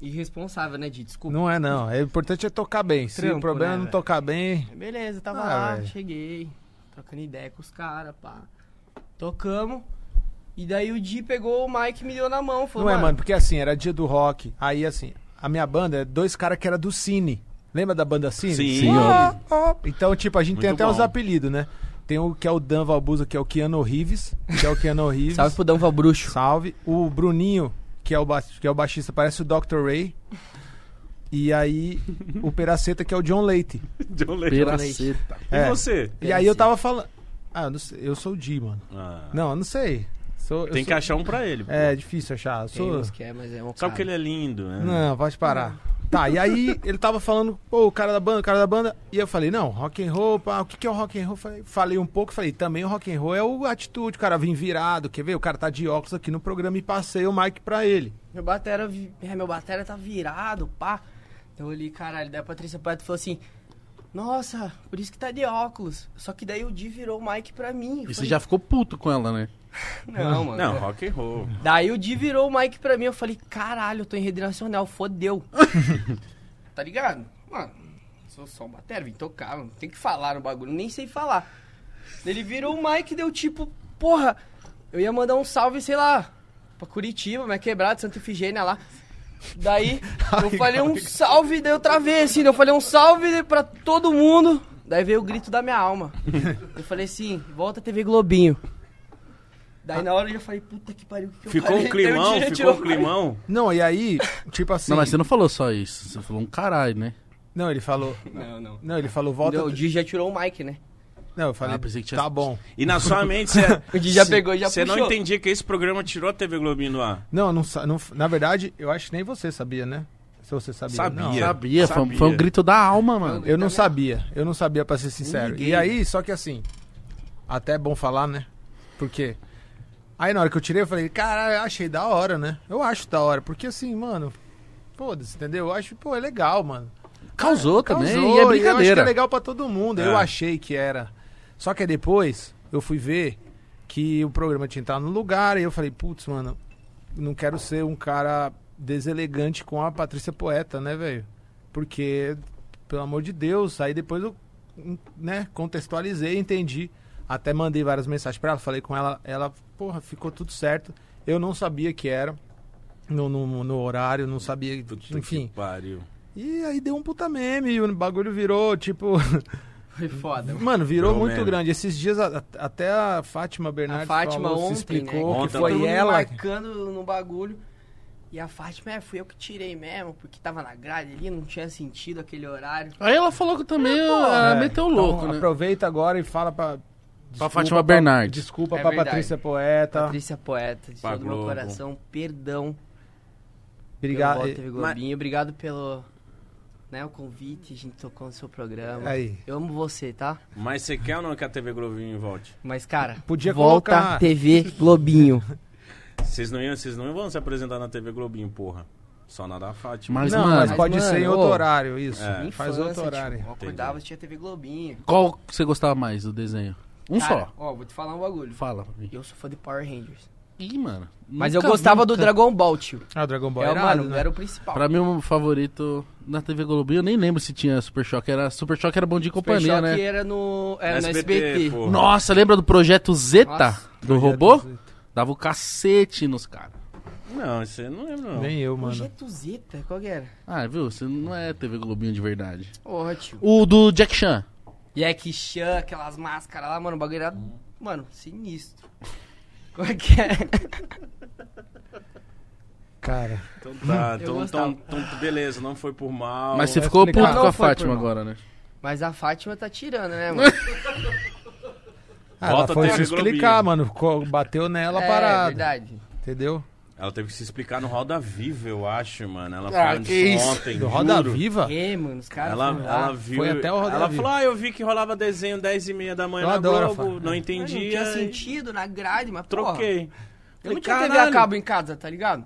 Speaker 4: Irresponsável, né, Di? Desculpa.
Speaker 3: Não é, não. É importante é tocar bem. Se
Speaker 4: Trampo,
Speaker 3: o problema
Speaker 4: né,
Speaker 3: é não
Speaker 4: velho?
Speaker 3: tocar bem.
Speaker 4: Beleza, tava
Speaker 3: Ah,
Speaker 4: lá,
Speaker 3: velho.
Speaker 4: cheguei, trocando ideia com os caras, pá. Tocamos. E daí o Di pegou o Mike e me deu na mão. Falou,
Speaker 3: não é, mano, porque assim, era dia do rock. Aí, assim, a minha banda é dois caras que era do Cine. Lembra da banda Cine?
Speaker 1: Sim. Sim,
Speaker 3: Ah, ah. Então, tipo, a gente tem
Speaker 1: Muito
Speaker 3: até uns
Speaker 1: bom.
Speaker 3: apelidos, né? Tem o que é o Dan Valbuza, que é o Keanu Reeves, que é o *laughs* Keanu Reeves.
Speaker 4: Salve pro Dão Valbruxo.
Speaker 3: Salve. O Bruninho, que é o, ba- que é o baixista, parece o Dr. Ray. E aí, o Peraceta, que é o John Leite.
Speaker 1: John Lennon.
Speaker 2: peraceta.
Speaker 1: E
Speaker 3: É.
Speaker 1: você?
Speaker 3: E aí eu
Speaker 4: Peraceta.
Speaker 3: tava falando. Ah, eu, não sei, eu sou o Di, mano.
Speaker 1: Ah,
Speaker 3: Não, eu não sei. Sou- eu
Speaker 1: Tem que
Speaker 3: sou-
Speaker 1: achar um pra ele. pô.
Speaker 3: É difícil achar. Eu
Speaker 4: Quem
Speaker 3: sou...
Speaker 4: nos quer, mas é um
Speaker 1: Só porque
Speaker 4: cara.
Speaker 1: ele é lindo, né?
Speaker 3: Não, pode parar. Tá, e aí ele tava falando, pô, o cara da banda, o cara da banda, e eu falei, não, rock and roll, pá, o que que é o rock and roll? Falei, falei um pouco, falei, também o rock and roll é o atitude, o cara vem virado, quer ver? O cara tá de óculos aqui no programa e passei o mic pra ele.
Speaker 4: Meu batera, vi- é, meu batera tá virado, pá. Então eu li, caralho, daí a Patrícia Pato falou assim... Nossa, por isso que tá de óculos. Só que daí o Di virou o Mike pra mim. Eu
Speaker 2: E você
Speaker 4: falei,
Speaker 2: já ficou puto com ela, né?
Speaker 4: Não, mano.
Speaker 1: Não, rock and roll.
Speaker 4: Daí o Di virou o Mike pra mim, eu falei, caralho, eu tô em rede nacional, fodeu. tá ligado? Mano, sou só um batera, vim tocar, não tem que falar no bagulho, nem sei falar. Ele virou o Mike e deu tipo, porra, eu ia mandar um salve, sei lá, pra Curitiba, minha quebrada, Santa Efigênia lá.
Speaker 1: *laughs*
Speaker 4: Daí eu falei um salve, daí eu travei assim, daí eu falei um salve pra todo mundo. Daí veio o grito da
Speaker 1: *laughs*
Speaker 4: minha alma. Eu falei assim, volta TV Globinho. Daí na hora eu já falei, puta que pariu, o que que eu
Speaker 1: Ficou
Speaker 4: falei? *laughs*
Speaker 1: um climão,
Speaker 4: Daí o
Speaker 1: ficou
Speaker 4: dia tirou-
Speaker 1: um climão.
Speaker 3: Não,
Speaker 2: *laughs*
Speaker 3: e aí, tipo assim.
Speaker 2: Não, mas você não falou só isso. Você falou um caralho, né?
Speaker 3: Não, ele falou.
Speaker 4: Não, não.
Speaker 3: Não, ele falou, volta.
Speaker 4: Não, o Di já tirou o Mike, né?
Speaker 3: Não, eu falei,
Speaker 2: Ah, pensei que tinha-
Speaker 3: tá bom.
Speaker 1: E na sua mente
Speaker 4: *laughs*
Speaker 1: você.
Speaker 4: O Di já pegou e já
Speaker 1: Você
Speaker 4: puxou.
Speaker 1: não entendia que esse programa tirou a TV Globinho do ar.
Speaker 3: Não, não, sa- não, na verdade, eu acho que nem você sabia, né? Se você sabia.
Speaker 1: Sabia.
Speaker 3: Não.
Speaker 2: Sabia, Foi,
Speaker 1: Sabia.
Speaker 2: foi um grito da alma, mano.
Speaker 3: Eu não sabia, eu não sabia, pra ser sincero. E aí, só que assim, até é bom falar, né? Porque. Aí na hora que eu tirei, eu falei, cara, eu achei da hora, né? Eu acho da hora, porque assim, mano, foda-se, entendeu? Eu acho, pô, é legal, mano.
Speaker 2: Causou também,
Speaker 3: Causou,
Speaker 2: e é
Speaker 3: Eu acho que
Speaker 2: brincadeira.
Speaker 3: é legal pra todo mundo, eu
Speaker 1: É.
Speaker 3: achei que era. Só que aí depois, eu fui ver que o programa tinha entrado no lugar, e eu falei, putz, mano, não quero ser um cara deselegante com a Patrícia Poeta, né, velho? Porque, pelo amor de Deus, aí depois eu, né, contextualizei, entendi. Até mandei várias mensagens pra ela, falei com ela, ela, porra, ficou tudo certo. Eu não sabia que era no, no, no horário, não sabia,
Speaker 1: Puta
Speaker 3: enfim.
Speaker 1: que pariu.
Speaker 3: E aí deu um puta meme, e o bagulho virou, tipo... *laughs*
Speaker 4: Foi foda. mano.
Speaker 3: Mano, virou
Speaker 1: Virou
Speaker 3: muito
Speaker 1: meme.
Speaker 3: grande. Esses dias a- a- até a Fátima Bernardes
Speaker 4: A Fátima
Speaker 3: falou,
Speaker 4: ontem,
Speaker 3: se explicou,
Speaker 1: né?
Speaker 3: que
Speaker 1: Ontem
Speaker 3: foi
Speaker 4: Todo mundo
Speaker 3: ela...
Speaker 4: marcando no bagulho. E a Fátima, é, fui eu que tirei mesmo, porque tava na grade ali, não tinha sentido aquele horário.
Speaker 2: Aí ela falou que também ah,
Speaker 3: É,
Speaker 2: meteu o
Speaker 3: então
Speaker 2: louco, né?
Speaker 3: aproveita agora e fala pra... desculpa
Speaker 2: Fátima Bernardes.
Speaker 3: Desculpa
Speaker 4: É
Speaker 3: pra
Speaker 4: verdade.
Speaker 3: Patrícia Poeta.
Speaker 4: Patrícia Poeta, de
Speaker 1: Pra
Speaker 4: todo meu
Speaker 1: Globo.
Speaker 4: coração, perdão
Speaker 3: Obrigado.
Speaker 4: pelo Volta TV
Speaker 1: Mas-
Speaker 4: Globinho, obrigado pelo né, o convite, a gente tocou no seu programa.
Speaker 3: Aí.
Speaker 4: Eu amo você, tá?
Speaker 1: Mas você quer ou não que a TV Globinho volte?
Speaker 4: Mas, cara,
Speaker 3: Podia
Speaker 4: volta
Speaker 3: colocar-
Speaker 4: TV Globinho.
Speaker 1: Vocês não, iam, vocês não vão se apresentar na TV Globinho, porra. Só na da Fátima.
Speaker 2: Mas,
Speaker 3: não,
Speaker 2: mano,
Speaker 3: mas pode
Speaker 4: mas,
Speaker 3: ser em
Speaker 4: mano,
Speaker 3: outro
Speaker 4: ô,
Speaker 3: horário, isso.
Speaker 1: é.
Speaker 3: *laughs* Faz outro horário.
Speaker 4: Tipo, eu acordava, tinha TV Globinho.
Speaker 2: qual que você gostava mais do desenho? Um
Speaker 4: Cara,
Speaker 2: só.
Speaker 4: Ó, vou te falar um bagulho.
Speaker 2: Fala. pra mim.
Speaker 4: Eu sou fã de Power Rangers.
Speaker 2: Ih, mano.
Speaker 4: Mas
Speaker 2: nunca,
Speaker 4: eu gostava do
Speaker 2: nunca-
Speaker 4: Dragon Ball, tio.
Speaker 3: Ah, o Dragon Ball
Speaker 4: É,
Speaker 3: era
Speaker 4: mano,
Speaker 3: né?
Speaker 4: era o principal.
Speaker 2: Pra mim, o meu favorito na TV Globinho, eu nem lembro se tinha Super Choque. Era, Super Choque era bom de
Speaker 4: Super
Speaker 2: companhia,
Speaker 4: Choque é-
Speaker 2: né?
Speaker 4: era no, era
Speaker 1: No
Speaker 4: no SBT.
Speaker 1: pô.
Speaker 2: Nossa, lembra do Projeto Zeta?
Speaker 4: Nossa.
Speaker 2: do
Speaker 3: é
Speaker 2: robô? Dava o cacete nos caras.
Speaker 1: Não, isso aí eu não lembro, não.
Speaker 3: Nem eu, mano.
Speaker 4: Projeto Zeta, qual que era?
Speaker 2: Ah, viu? Você não é TV Globinho de verdade.
Speaker 4: Ótimo.
Speaker 2: O do Jack Chan.
Speaker 4: Jack Chan, aquelas máscaras lá, mano, o bagulho era. Mano, sinistro. Como é que é?
Speaker 3: Cara.
Speaker 1: Então tá, então,
Speaker 4: gostava.
Speaker 1: então, então beleza, não foi por mal.
Speaker 2: Mas você
Speaker 3: vai
Speaker 2: ficou puto
Speaker 3: explicar.
Speaker 2: com
Speaker 4: Não é
Speaker 2: a
Speaker 4: foi por
Speaker 2: Fátima
Speaker 4: mal.
Speaker 2: agora, né?
Speaker 4: Mas a Fátima tá tirando, né, mano?
Speaker 3: Ah, ela
Speaker 1: Volta
Speaker 3: foi
Speaker 1: até
Speaker 3: se
Speaker 1: a Globinho.
Speaker 3: explicar, mano. Co- Bateu nela
Speaker 4: É
Speaker 3: parada.
Speaker 4: verdade.
Speaker 3: Entendeu?
Speaker 1: Ela teve que se explicar no Roda Viva, eu acho, mano. Ela
Speaker 2: Ah,
Speaker 1: falou
Speaker 2: que
Speaker 1: isso
Speaker 2: isso.
Speaker 1: ontem.
Speaker 3: Do Roda
Speaker 1: juro.
Speaker 3: Viva?
Speaker 4: É, mano, os caras.
Speaker 1: Ela,
Speaker 4: foram lá.
Speaker 1: ela viu.
Speaker 3: Foi até o Roda
Speaker 1: ela
Speaker 3: Viva.
Speaker 1: falou: Ah, eu vi que rolava desenho 10 e meia da manhã
Speaker 3: Eu
Speaker 1: na
Speaker 3: adoro
Speaker 1: Globo.
Speaker 3: a Fá-
Speaker 1: Não
Speaker 4: Mas Não
Speaker 1: entendia.
Speaker 4: tinha
Speaker 1: e
Speaker 4: sentido na grade, mas porra,
Speaker 1: troquei.
Speaker 4: Eu
Speaker 1: Falei,
Speaker 4: não tinha TV a
Speaker 1: "Caralho".
Speaker 4: cabo em casa, tá ligado?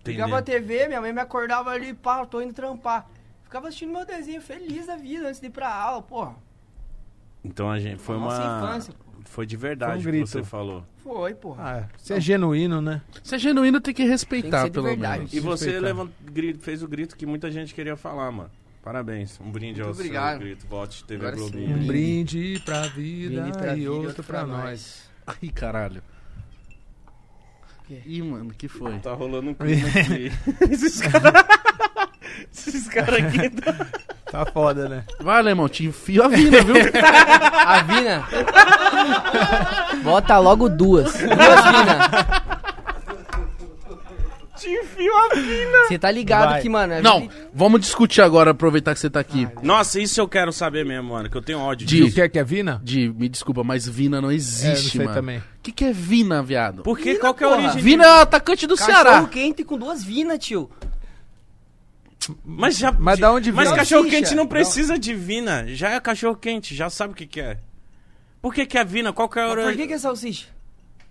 Speaker 1: Entendeu?
Speaker 4: Ligava a TV, minha mãe me acordava ali, pá, tô indo trampar. Ficava assistindo meu desenho, feliz da vida, antes de ir pra aula, porra.
Speaker 1: Então a gente foi
Speaker 4: Nossa
Speaker 1: uma.
Speaker 4: infância, pô.
Speaker 1: Foi de verdade
Speaker 3: Foi um
Speaker 1: o que
Speaker 3: grito.
Speaker 1: você falou.
Speaker 4: Foi, porra.
Speaker 3: Ah, você é genuíno, né?
Speaker 2: Se é genuíno, tem que respeitar,
Speaker 4: Tem que ser de
Speaker 2: pelo
Speaker 4: verdade.
Speaker 2: menos.
Speaker 1: E você
Speaker 3: Respeitar.
Speaker 1: levant... gri- fez o grito que muita gente queria falar, mano. Parabéns. Um brinde
Speaker 4: Muito
Speaker 1: ao
Speaker 4: obrigado.
Speaker 1: seu grito. Volte TV
Speaker 4: Agora sim.
Speaker 1: Globinho.
Speaker 3: Um
Speaker 4: Brinde.
Speaker 3: brinde pra vida
Speaker 4: Vini pra
Speaker 3: e
Speaker 4: vida,
Speaker 3: tá outro pra nós.
Speaker 2: Ai, caralho.
Speaker 4: quê?
Speaker 2: Ih, mano, que foi?
Speaker 1: Tá rolando um clima aqui. Esses caras. Esses caras *laughs* aqui.
Speaker 3: Tá foda, né?
Speaker 2: Vai, Alemão, te enfio a vida, viu?
Speaker 4: A Vina. Bota logo duas. Duas Vina.
Speaker 1: Te enfio a vina.
Speaker 4: Você tá ligado
Speaker 3: Vai.
Speaker 4: que, mano. a
Speaker 2: *laughs* Não,
Speaker 4: Vina-
Speaker 2: vamos discutir agora, aproveitar que você tá aqui.
Speaker 1: Nossa, isso eu quero saber mesmo, mano. Que eu tenho ódio
Speaker 2: Diz.
Speaker 1: disso.
Speaker 3: Quer que é Vina?
Speaker 2: Di, me desculpa, mas Vina não existe,
Speaker 3: É, não sei
Speaker 2: mano.
Speaker 3: também.
Speaker 2: O que, que é Vina, viado?
Speaker 1: Por que? Qual que é a
Speaker 4: porra.
Speaker 1: origem?
Speaker 2: Vina é o atacante do
Speaker 4: Cachorro
Speaker 2: Ceará.
Speaker 4: quente com duas Vina, tio.
Speaker 1: Mas já.
Speaker 3: Mas da onde
Speaker 1: Mas
Speaker 3: vem?
Speaker 1: cachorro
Speaker 4: Salsicha.
Speaker 1: quente não precisa de vina. Já é cachorro quente, já sabe o que, que é. Por que, que é vina? Qual que é a
Speaker 4: Por que
Speaker 1: origem?
Speaker 4: que é salsicha?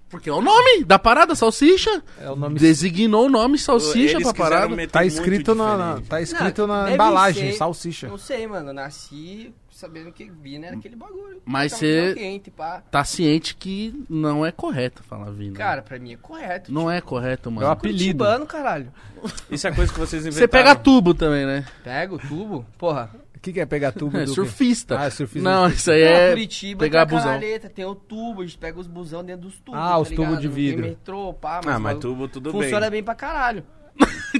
Speaker 2: Porque é o nome da parada, salsicha.
Speaker 3: É o nome
Speaker 2: Designou é o nome salsicha pra parada.
Speaker 3: Tá escrito na, na- tá escrito
Speaker 4: Não,
Speaker 3: na
Speaker 4: deve
Speaker 3: embalagem,
Speaker 4: ser.
Speaker 3: salsicha.
Speaker 4: Não sei, mano. eu Nasci sabendo que Vina era aquele bagulho.
Speaker 2: Mas
Speaker 4: Cachorro
Speaker 2: cê-
Speaker 4: quente, pá.
Speaker 2: Tá ciente que não é correto falar Vina.
Speaker 4: Cara, pra mim é correto.
Speaker 2: Não é correto,
Speaker 3: É o
Speaker 2: mano.
Speaker 3: apelido.
Speaker 4: Curitibano, caralho.
Speaker 1: Isso é coisa que vocês inventaram.
Speaker 2: Você pega tubo também, né?
Speaker 4: Pega o tubo. Porra.
Speaker 3: O que, que é pegar tubo?
Speaker 2: É,
Speaker 3: do quê?
Speaker 2: surfista.
Speaker 3: Ah, é surfista.
Speaker 2: Não, isso aí
Speaker 4: Não,
Speaker 2: é
Speaker 4: Curitiba
Speaker 2: pegar
Speaker 4: tem a
Speaker 2: busão.
Speaker 4: canaleta, tem o tubo, a gente pega os busão dentro dos tubos. tá
Speaker 3: Ah, os tubos
Speaker 4: ligado?
Speaker 3: de
Speaker 4: Não
Speaker 3: vidro.
Speaker 4: Tem metrô, pá, mas,
Speaker 1: Ah, mas
Speaker 4: o bagulho
Speaker 1: tubo, tudo bem.
Speaker 4: funciona bem pra caralho.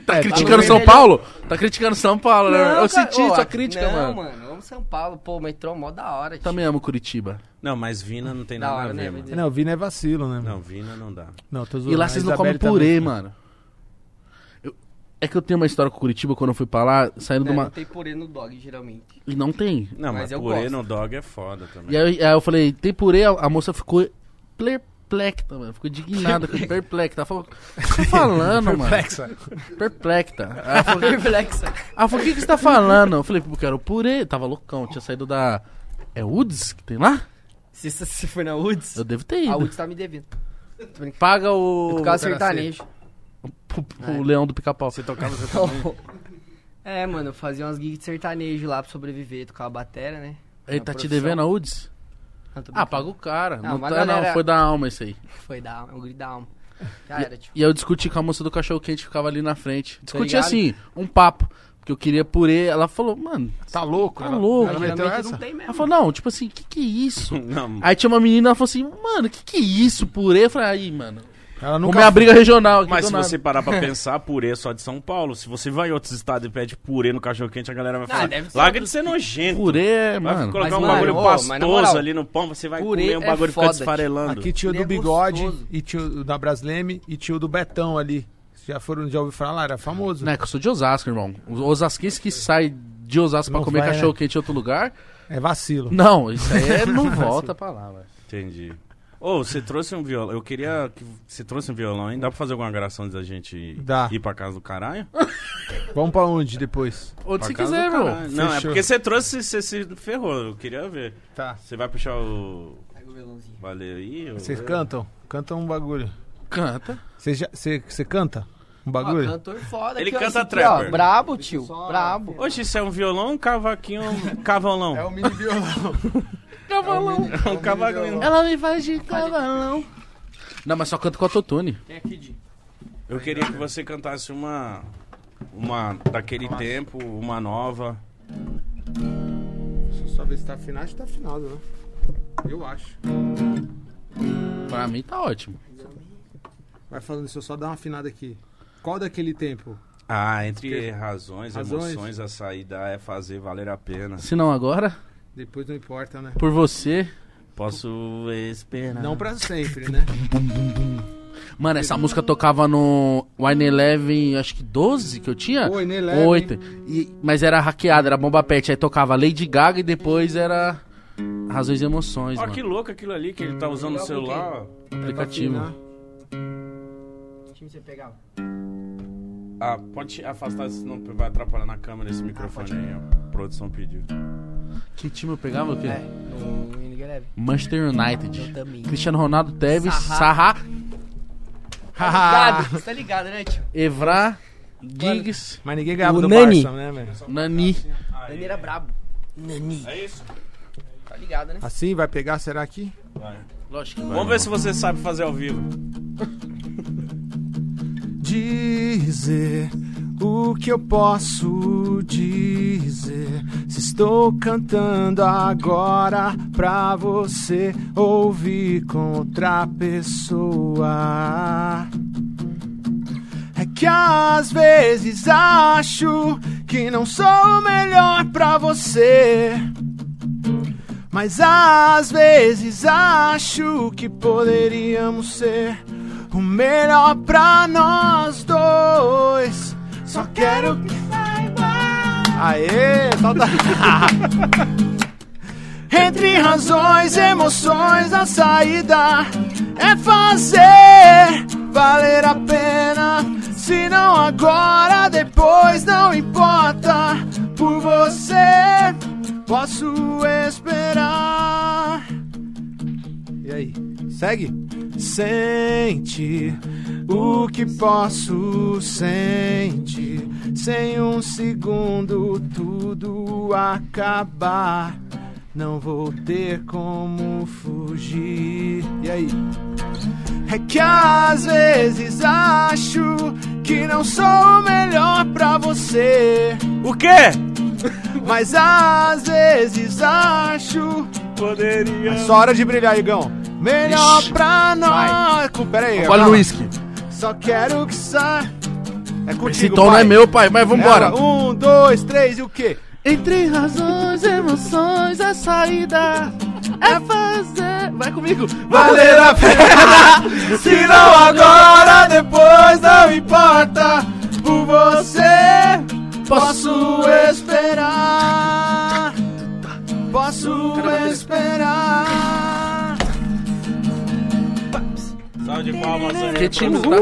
Speaker 2: Tá
Speaker 3: É,
Speaker 2: criticando
Speaker 4: tá no
Speaker 2: São
Speaker 4: vermelho.
Speaker 2: Paulo? Tá criticando São Paulo, né?
Speaker 4: Não,
Speaker 2: Eu
Speaker 4: cara,
Speaker 2: senti
Speaker 4: ô,
Speaker 2: sua
Speaker 4: a-
Speaker 2: crítica,
Speaker 4: não,
Speaker 2: mano. Tá
Speaker 4: mano, vamos São Paulo. Pô, o metrô é mó da hora. tio.
Speaker 2: Também amo Curitiba.
Speaker 1: Não, mas vina não tem
Speaker 4: Da
Speaker 1: nada
Speaker 4: hora,
Speaker 1: a
Speaker 4: né,
Speaker 1: ver,
Speaker 4: mas
Speaker 1: mano.
Speaker 3: Não, Vina é vacilo, né?
Speaker 1: Não, vina não dá.
Speaker 3: não tô zoando.
Speaker 2: E lá
Speaker 3: A
Speaker 2: vocês não comem
Speaker 3: Isabelle tá
Speaker 2: purê,
Speaker 3: doida.
Speaker 2: mano. Eu- É que eu tenho uma história com Curitiba quando eu fui pra lá, saindo
Speaker 4: Né,
Speaker 2: de
Speaker 4: Não
Speaker 2: uma.
Speaker 4: tem purê no dog, geralmente.
Speaker 2: E não tem.
Speaker 1: Não,
Speaker 4: Mas
Speaker 1: mas,
Speaker 4: eu
Speaker 1: purê
Speaker 4: gosto.
Speaker 1: no dog é foda
Speaker 2: E
Speaker 1: também.
Speaker 2: aí, aí eu falei, tem purê? A, a moça ficou perplexa, mano. Ficou indignada, ficou perplexa. Ela falou, o que você tá falando, mano?
Speaker 3: *laughs* Perplexa.
Speaker 2: Perplexa. Aí
Speaker 4: *laughs*
Speaker 2: Ela falou,
Speaker 4: Perplexa.
Speaker 2: ela falou, o que, que você tá falando? Eu falei, porque era o purê. Tava loucão, tinha saído da. É Woods que tem lá?
Speaker 4: Se você foi na Woods,
Speaker 2: Eu devo ter ido.
Speaker 4: a Woods tá me devendo.
Speaker 2: Paga o.
Speaker 4: Por causa do sertanejo.
Speaker 2: tá o, o leão do pica-pau.
Speaker 1: Você tocava
Speaker 2: tá
Speaker 4: *laughs*
Speaker 1: você
Speaker 4: É, mano, eu fazia umas gigs de sertanejo lá pra sobreviver, tocava batera, né?
Speaker 2: Ele
Speaker 4: Na
Speaker 2: tá te
Speaker 4: profissão.
Speaker 2: devendo a Woods?
Speaker 4: Não, tô
Speaker 2: Ah,
Speaker 4: brincando.
Speaker 2: paga o cara.
Speaker 4: Não,
Speaker 2: Não,
Speaker 4: mas
Speaker 2: tá,
Speaker 4: galera-
Speaker 2: não, foi da alma isso aí.
Speaker 4: Foi da alma, é um grito
Speaker 2: *laughs*
Speaker 4: da alma. Já era, tio.
Speaker 2: E aí eu discuti com a moça do cachorro quente que ficava ali na frente. Discuti
Speaker 4: ligado?
Speaker 2: assim, um papo. Porque eu queria purê. Ela falou, mano.
Speaker 3: Tá louco?
Speaker 2: Tá
Speaker 3: ela-
Speaker 2: louco.
Speaker 3: Ela meteu
Speaker 4: Geralmente
Speaker 3: essa?
Speaker 4: não tem mesmo.
Speaker 2: Ela falou, não, tipo assim, que que é isso?
Speaker 1: *laughs*
Speaker 4: *laughs*
Speaker 1: Não,
Speaker 2: Aí tinha uma menina, ela falou assim, mano, que que é isso, purê? Eu falei, aí, mano,
Speaker 3: Ela
Speaker 2: como
Speaker 3: nunca
Speaker 2: é a briga regional aqui
Speaker 1: mas
Speaker 2: do
Speaker 1: se
Speaker 2: nada.
Speaker 1: você parar
Speaker 4: *laughs*
Speaker 1: pra pensar, purê é só de São Paulo. Se você vai em outros estados e pede purê no cachorro quente, a galera vai falar.
Speaker 4: deve ser
Speaker 1: Larga de ser nojento.
Speaker 2: Purê, é,
Speaker 1: Vai
Speaker 2: mano.
Speaker 1: colocar um
Speaker 4: mano,
Speaker 1: bagulho
Speaker 4: ô, mas na
Speaker 1: pastoso
Speaker 4: moral,
Speaker 1: ali no pão, você vai
Speaker 4: purê
Speaker 1: comer um
Speaker 4: é
Speaker 1: bagulho
Speaker 4: foda,
Speaker 1: fica desfarelando.
Speaker 3: Aqui tinha o do
Speaker 4: Ele é
Speaker 3: Bigode
Speaker 4: gostoso.
Speaker 3: e tinha o da Brasleme e tinha o do Betão ali. Vocês Já foram, já ouviu falar? Era famoso.
Speaker 2: Não, é que eu sou de Osasco, irmão. Os osasquenses que saem de Osasco pra
Speaker 3: Não
Speaker 2: comer
Speaker 3: vai, né?
Speaker 2: cachorro quente em outro lugar.
Speaker 3: É vacilo.
Speaker 2: Não, isso aí é- não volta pra lá, velho.
Speaker 1: Entendi. Ô, você trouxe um violão. Eu queria que você trouxe um violão, hein? Dá pra fazer alguma gração da gente
Speaker 3: Dá.
Speaker 1: ir pra casa do caralho?
Speaker 3: Vamos pra onde depois?
Speaker 2: Onde você
Speaker 1: Pra casa
Speaker 2: quiser,
Speaker 1: do
Speaker 2: meu.
Speaker 1: caralho. Não, é
Speaker 3: Fechou.
Speaker 1: porque você trouxe, você se ferrou. Eu queria ver.
Speaker 3: Tá.
Speaker 1: Você vai puxar o.
Speaker 4: Pega o violãozinho.
Speaker 1: Valeu aí?
Speaker 3: Vocês cantam? Cantam um bagulho.
Speaker 2: Canta.
Speaker 3: Você já- Você você canta? Um
Speaker 4: Ó,
Speaker 3: bagulho?
Speaker 4: cantor foda.
Speaker 1: Ele
Speaker 4: aqui, ó,
Speaker 1: canta
Speaker 4: esse aqui,
Speaker 1: trapper.
Speaker 4: ó, brabo, tio.
Speaker 3: Só-
Speaker 4: Brabo.
Speaker 1: Oxe, isso é um violão, um cavaquinho, um cavalão.
Speaker 5: É o mini violão.
Speaker 1: *laughs*
Speaker 2: Cavalão.
Speaker 5: É um
Speaker 1: cavaquinho.
Speaker 2: Ela me faz de cavalão. Não, mas só canto com autotune.
Speaker 4: Tem aqui de.
Speaker 1: Eu queria que você cantasse uma. Uma daquele tempo, uma nova.
Speaker 3: Deixa eu só ver se tá afinado. Acho que tá afinado, né? Eu acho.
Speaker 2: Pra mim tá ótimo.
Speaker 3: Vai falando, deixa eu só dar uma afinada aqui. Qual daquele tempo?
Speaker 1: Ah, entre razões,
Speaker 3: Razões.
Speaker 1: emoções, a saída é fazer valer a pena.
Speaker 2: Se não agora,
Speaker 3: Depois não importa, né?
Speaker 2: por você.
Speaker 1: Posso esperar.
Speaker 3: Não pra sempre, né?
Speaker 2: Mano, essa música tocava no Wine Eleven, acho que 12 que eu tinha?
Speaker 3: Wine Eleven.
Speaker 2: Oito. E, mas era hackeada, era bomba pet. Aí tocava Lady Gaga e depois era Razões e Emoções,
Speaker 1: Ó,
Speaker 2: mano.
Speaker 1: que louco aquilo ali que ele tá usando no celular. ó.
Speaker 2: aplicativo.
Speaker 3: Pra afinar.
Speaker 4: Que time você pegava?
Speaker 1: Ah, pode afastar, senão vai atrapalhar na câmera esse microfone aí, ó. A produção pediu.
Speaker 2: Que time eu pegava o quê?
Speaker 4: É, no no Winning
Speaker 1: *laughs*
Speaker 4: Eleven.
Speaker 2: Manchester United.
Speaker 4: Eu também.
Speaker 2: Cristiano Ronaldo, Tevez,
Speaker 4: Sarra.
Speaker 2: Sarra,
Speaker 4: Tá ligado? Você tá ligado, né, tio?
Speaker 2: Evra, Giggs,
Speaker 3: *laughs* Mas ninguém ganhava
Speaker 4: O
Speaker 3: do
Speaker 4: Nani.
Speaker 3: Barça, né, velho?
Speaker 2: Nani.
Speaker 4: Nani era brabo. Nani.
Speaker 1: É isso?
Speaker 4: Tá ligado, né?
Speaker 3: Assim, vai pegar, será que?
Speaker 2: Lógico que vai.
Speaker 1: Vamos ver se você sabe fazer ao vivo.
Speaker 3: Dizer o que eu posso dizer. Se estou cantando agora pra você ouvir com outra pessoa. É que às vezes acho que não sou o melhor pra você. Mas às vezes acho que poderíamos ser o melhor pra nós dois. Só quero que saiba. Aê, solta. *laughs* Entre razões, emoções, a saída é fazer valer a pena. Se não agora, depois não importa. Por você posso esperar. E aí? Segue? Sente o que posso sente. Sem um segundo tudo acabar. Não vou ter como fugir. E aí? É que às vezes acho que não sou o melhor pra você.
Speaker 1: O quê?
Speaker 3: *laughs* Mas às vezes acho.
Speaker 1: Poderia.
Speaker 3: É só hora de brilhar, Igão. Melhor
Speaker 2: Ixi,
Speaker 3: pra nós. Pera aí,
Speaker 2: Olha
Speaker 3: calma.
Speaker 2: o uísque.
Speaker 3: Só quero que sa. É contigo,
Speaker 2: Esse tom não
Speaker 3: pai.
Speaker 2: é meu, pai, mas vambora.
Speaker 3: Ela, um, dois, três e o quê?
Speaker 2: Entre razões, emoções, a saída é fazer. Vai comigo!
Speaker 3: Valer a pena. *laughs* Se não agora, depois não importa. Por você, posso esperar. Posso esperar.
Speaker 1: Salve de palmas aí.
Speaker 2: Que time, tá?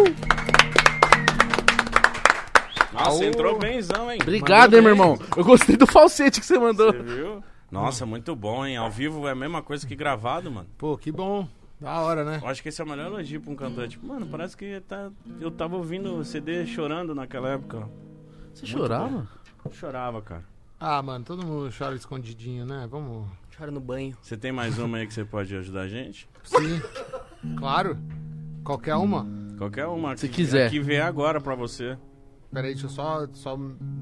Speaker 1: Nossa, entrou benzão, hein?
Speaker 2: Obrigado, hein, meu irmão. Eu gostei do falsete que você mandou.
Speaker 1: Você viu? Nossa, muito bom, hein? Ao vivo é a mesma coisa que gravado, mano.
Speaker 3: Pô, que bom. Da hora, né?
Speaker 1: Eu acho que esse é o melhor elogio pra um cantor. Tipo, mano, parece que tá... eu tava ouvindo o CD chorando naquela época.
Speaker 2: Você chorava?
Speaker 1: Eu chorava, cara.
Speaker 3: Ah, mano, todo mundo chora escondidinho, né? Vamos.
Speaker 4: Chora no banho.
Speaker 1: Você tem mais uma aí que você pode ajudar a gente?
Speaker 3: Sim. claro. Qualquer uma.
Speaker 1: Qualquer uma
Speaker 2: Se
Speaker 1: que,
Speaker 2: quiser.
Speaker 1: a que vier agora pra você.
Speaker 3: Pera aí, deixa eu só, só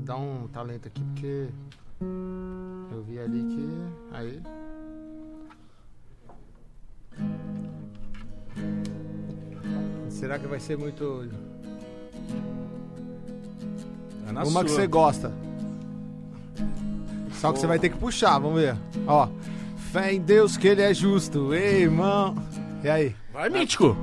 Speaker 3: dar um talento aqui, porque eu vi ali que. Aí. Será que vai ser muito.
Speaker 1: É na
Speaker 3: uma
Speaker 1: sua.
Speaker 3: que você gosta. Só que você vai ter que puxar, vamos ver. Ó. Fé em Deus que ele é justo. Ei, irmão. E aí?
Speaker 2: Vai, mítico!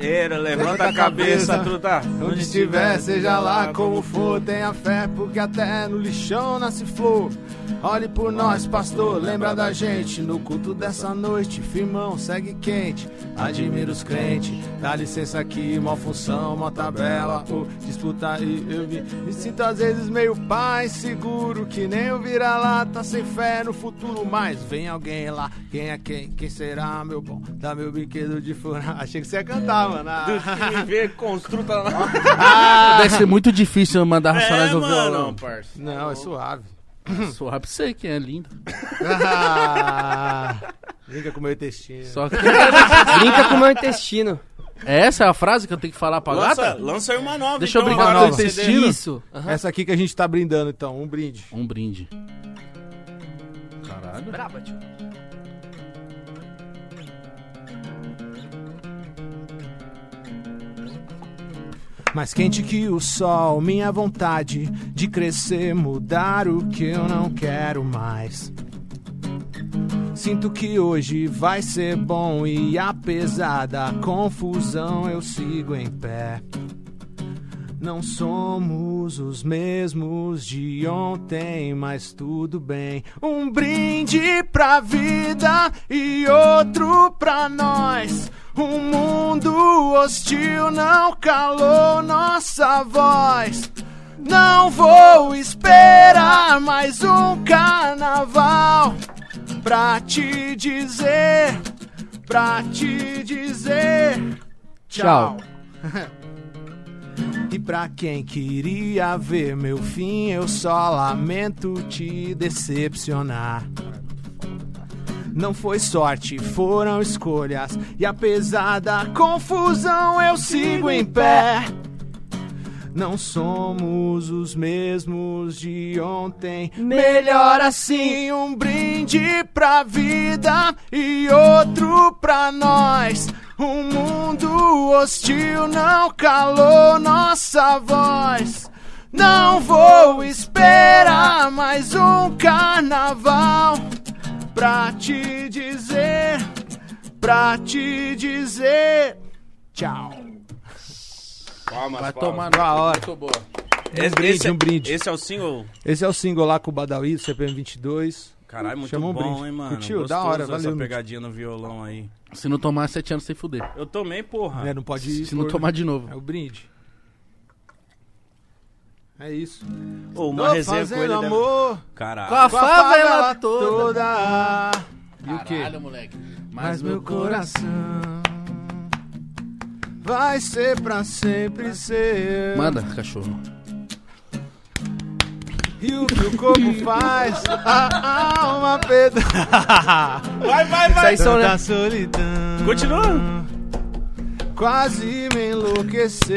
Speaker 1: Era, levanta a cabeça,
Speaker 3: cabeça.
Speaker 1: tu tá.
Speaker 3: Onde estiver, seja lá como for, tenha fé, porque até no lixão nasce flor. Ore por nós, pastor, lembra da gente. No culto dessa noite, firmão, segue quente. Admira os crentes, dá licença aqui, mó função, mó tabela. Ô, disputa aí, eu vi. Me sinto às vezes meio pai, seguro que nem o vira-lata, sem fé no futuro. Mas vem alguém lá, quem é quem? Quem será, meu bom? Dá meu brinquedo de furar. Achei que *laughs* você ia cantar, mano. Ah.
Speaker 1: Me vê, construta lá.
Speaker 2: Deve ser muito difícil mandar Racionais
Speaker 1: É,
Speaker 2: ao
Speaker 1: mano,
Speaker 2: violão.
Speaker 1: parça.
Speaker 3: Não, é suave.
Speaker 2: Suave pra você que é lindo.
Speaker 3: Ah, brinca com meu intestino.
Speaker 2: Só que...
Speaker 4: Brinca com o meu intestino.
Speaker 2: Essa é a frase que eu tenho que falar pra
Speaker 1: Lança,
Speaker 2: gata?
Speaker 1: lança aí uma nova,
Speaker 2: Deixa eu
Speaker 1: então,
Speaker 2: brincar
Speaker 1: agora
Speaker 2: com
Speaker 1: do CD.
Speaker 2: o intestino.
Speaker 4: Isso. Aham.
Speaker 3: Essa aqui que a gente tá brindando, então. Um brinde.
Speaker 2: Um brinde. Caralho.
Speaker 4: Braba, tio.
Speaker 3: Mais quente que o sol, minha vontade de crescer, mudar o que eu não quero mais. Sinto que hoje vai ser bom e apesar da confusão eu sigo em pé. Não somos os mesmos de ontem, mas tudo bem. Um brinde pra vida e outro pra nós. Um mundo hostil não calou nossa voz. Não vou esperar mais um carnaval pra te dizer, pra te dizer
Speaker 2: Tchau.
Speaker 3: tchau. *laughs* E pra quem queria ver meu fim, eu só lamento te decepcionar. Não foi sorte, foram escolhas. E apesar da confusão, eu sigo em pé. Não somos os mesmos de ontem. Melhor assim, um brinde pra vida e outro pra nós. Um mundo hostil não calou nossa voz. Não vou esperar mais um carnaval pra te dizer, pra te dizer tchau.
Speaker 1: Palmas,
Speaker 2: Vai
Speaker 1: palmas.
Speaker 2: tomar
Speaker 3: Da hora.
Speaker 2: Muito boa.
Speaker 1: Esse,
Speaker 3: brinde,
Speaker 1: esse é-
Speaker 3: um brinde.
Speaker 1: Esse é o single.
Speaker 3: Esse é o single lá com o Badawi, do CPM22.
Speaker 1: Caralho, muito
Speaker 3: Chamou um
Speaker 1: bom,
Speaker 3: brinde.
Speaker 1: hein, mano.
Speaker 3: Curtiu?
Speaker 1: Gostoso
Speaker 3: Da hora, valeu,
Speaker 1: essa
Speaker 3: Mitch.
Speaker 1: pegadinha no violão aí.
Speaker 2: Se não tomar, sete anos sem fuder.
Speaker 1: Eu tomei, porra.
Speaker 3: É, não pode ir.
Speaker 2: Se não
Speaker 3: por-
Speaker 2: tomar de novo.
Speaker 3: É o brinde. É isso.
Speaker 1: Ô, uma resenha com ele. né, deve-
Speaker 3: amor
Speaker 1: Caralho.
Speaker 2: Com a
Speaker 3: com a favela toda.
Speaker 2: E o quê? Caralho, moleque.
Speaker 3: Mas meu coração vai ser pra sempre seu.
Speaker 2: Manda, cachorro.
Speaker 3: E o que o corpo faz, Ah, a alma peda.
Speaker 1: Vai, vai, vai.
Speaker 2: É
Speaker 4: Sai som, né?
Speaker 3: Da solidão.
Speaker 1: Continua.
Speaker 3: Quase me enlouqueceu.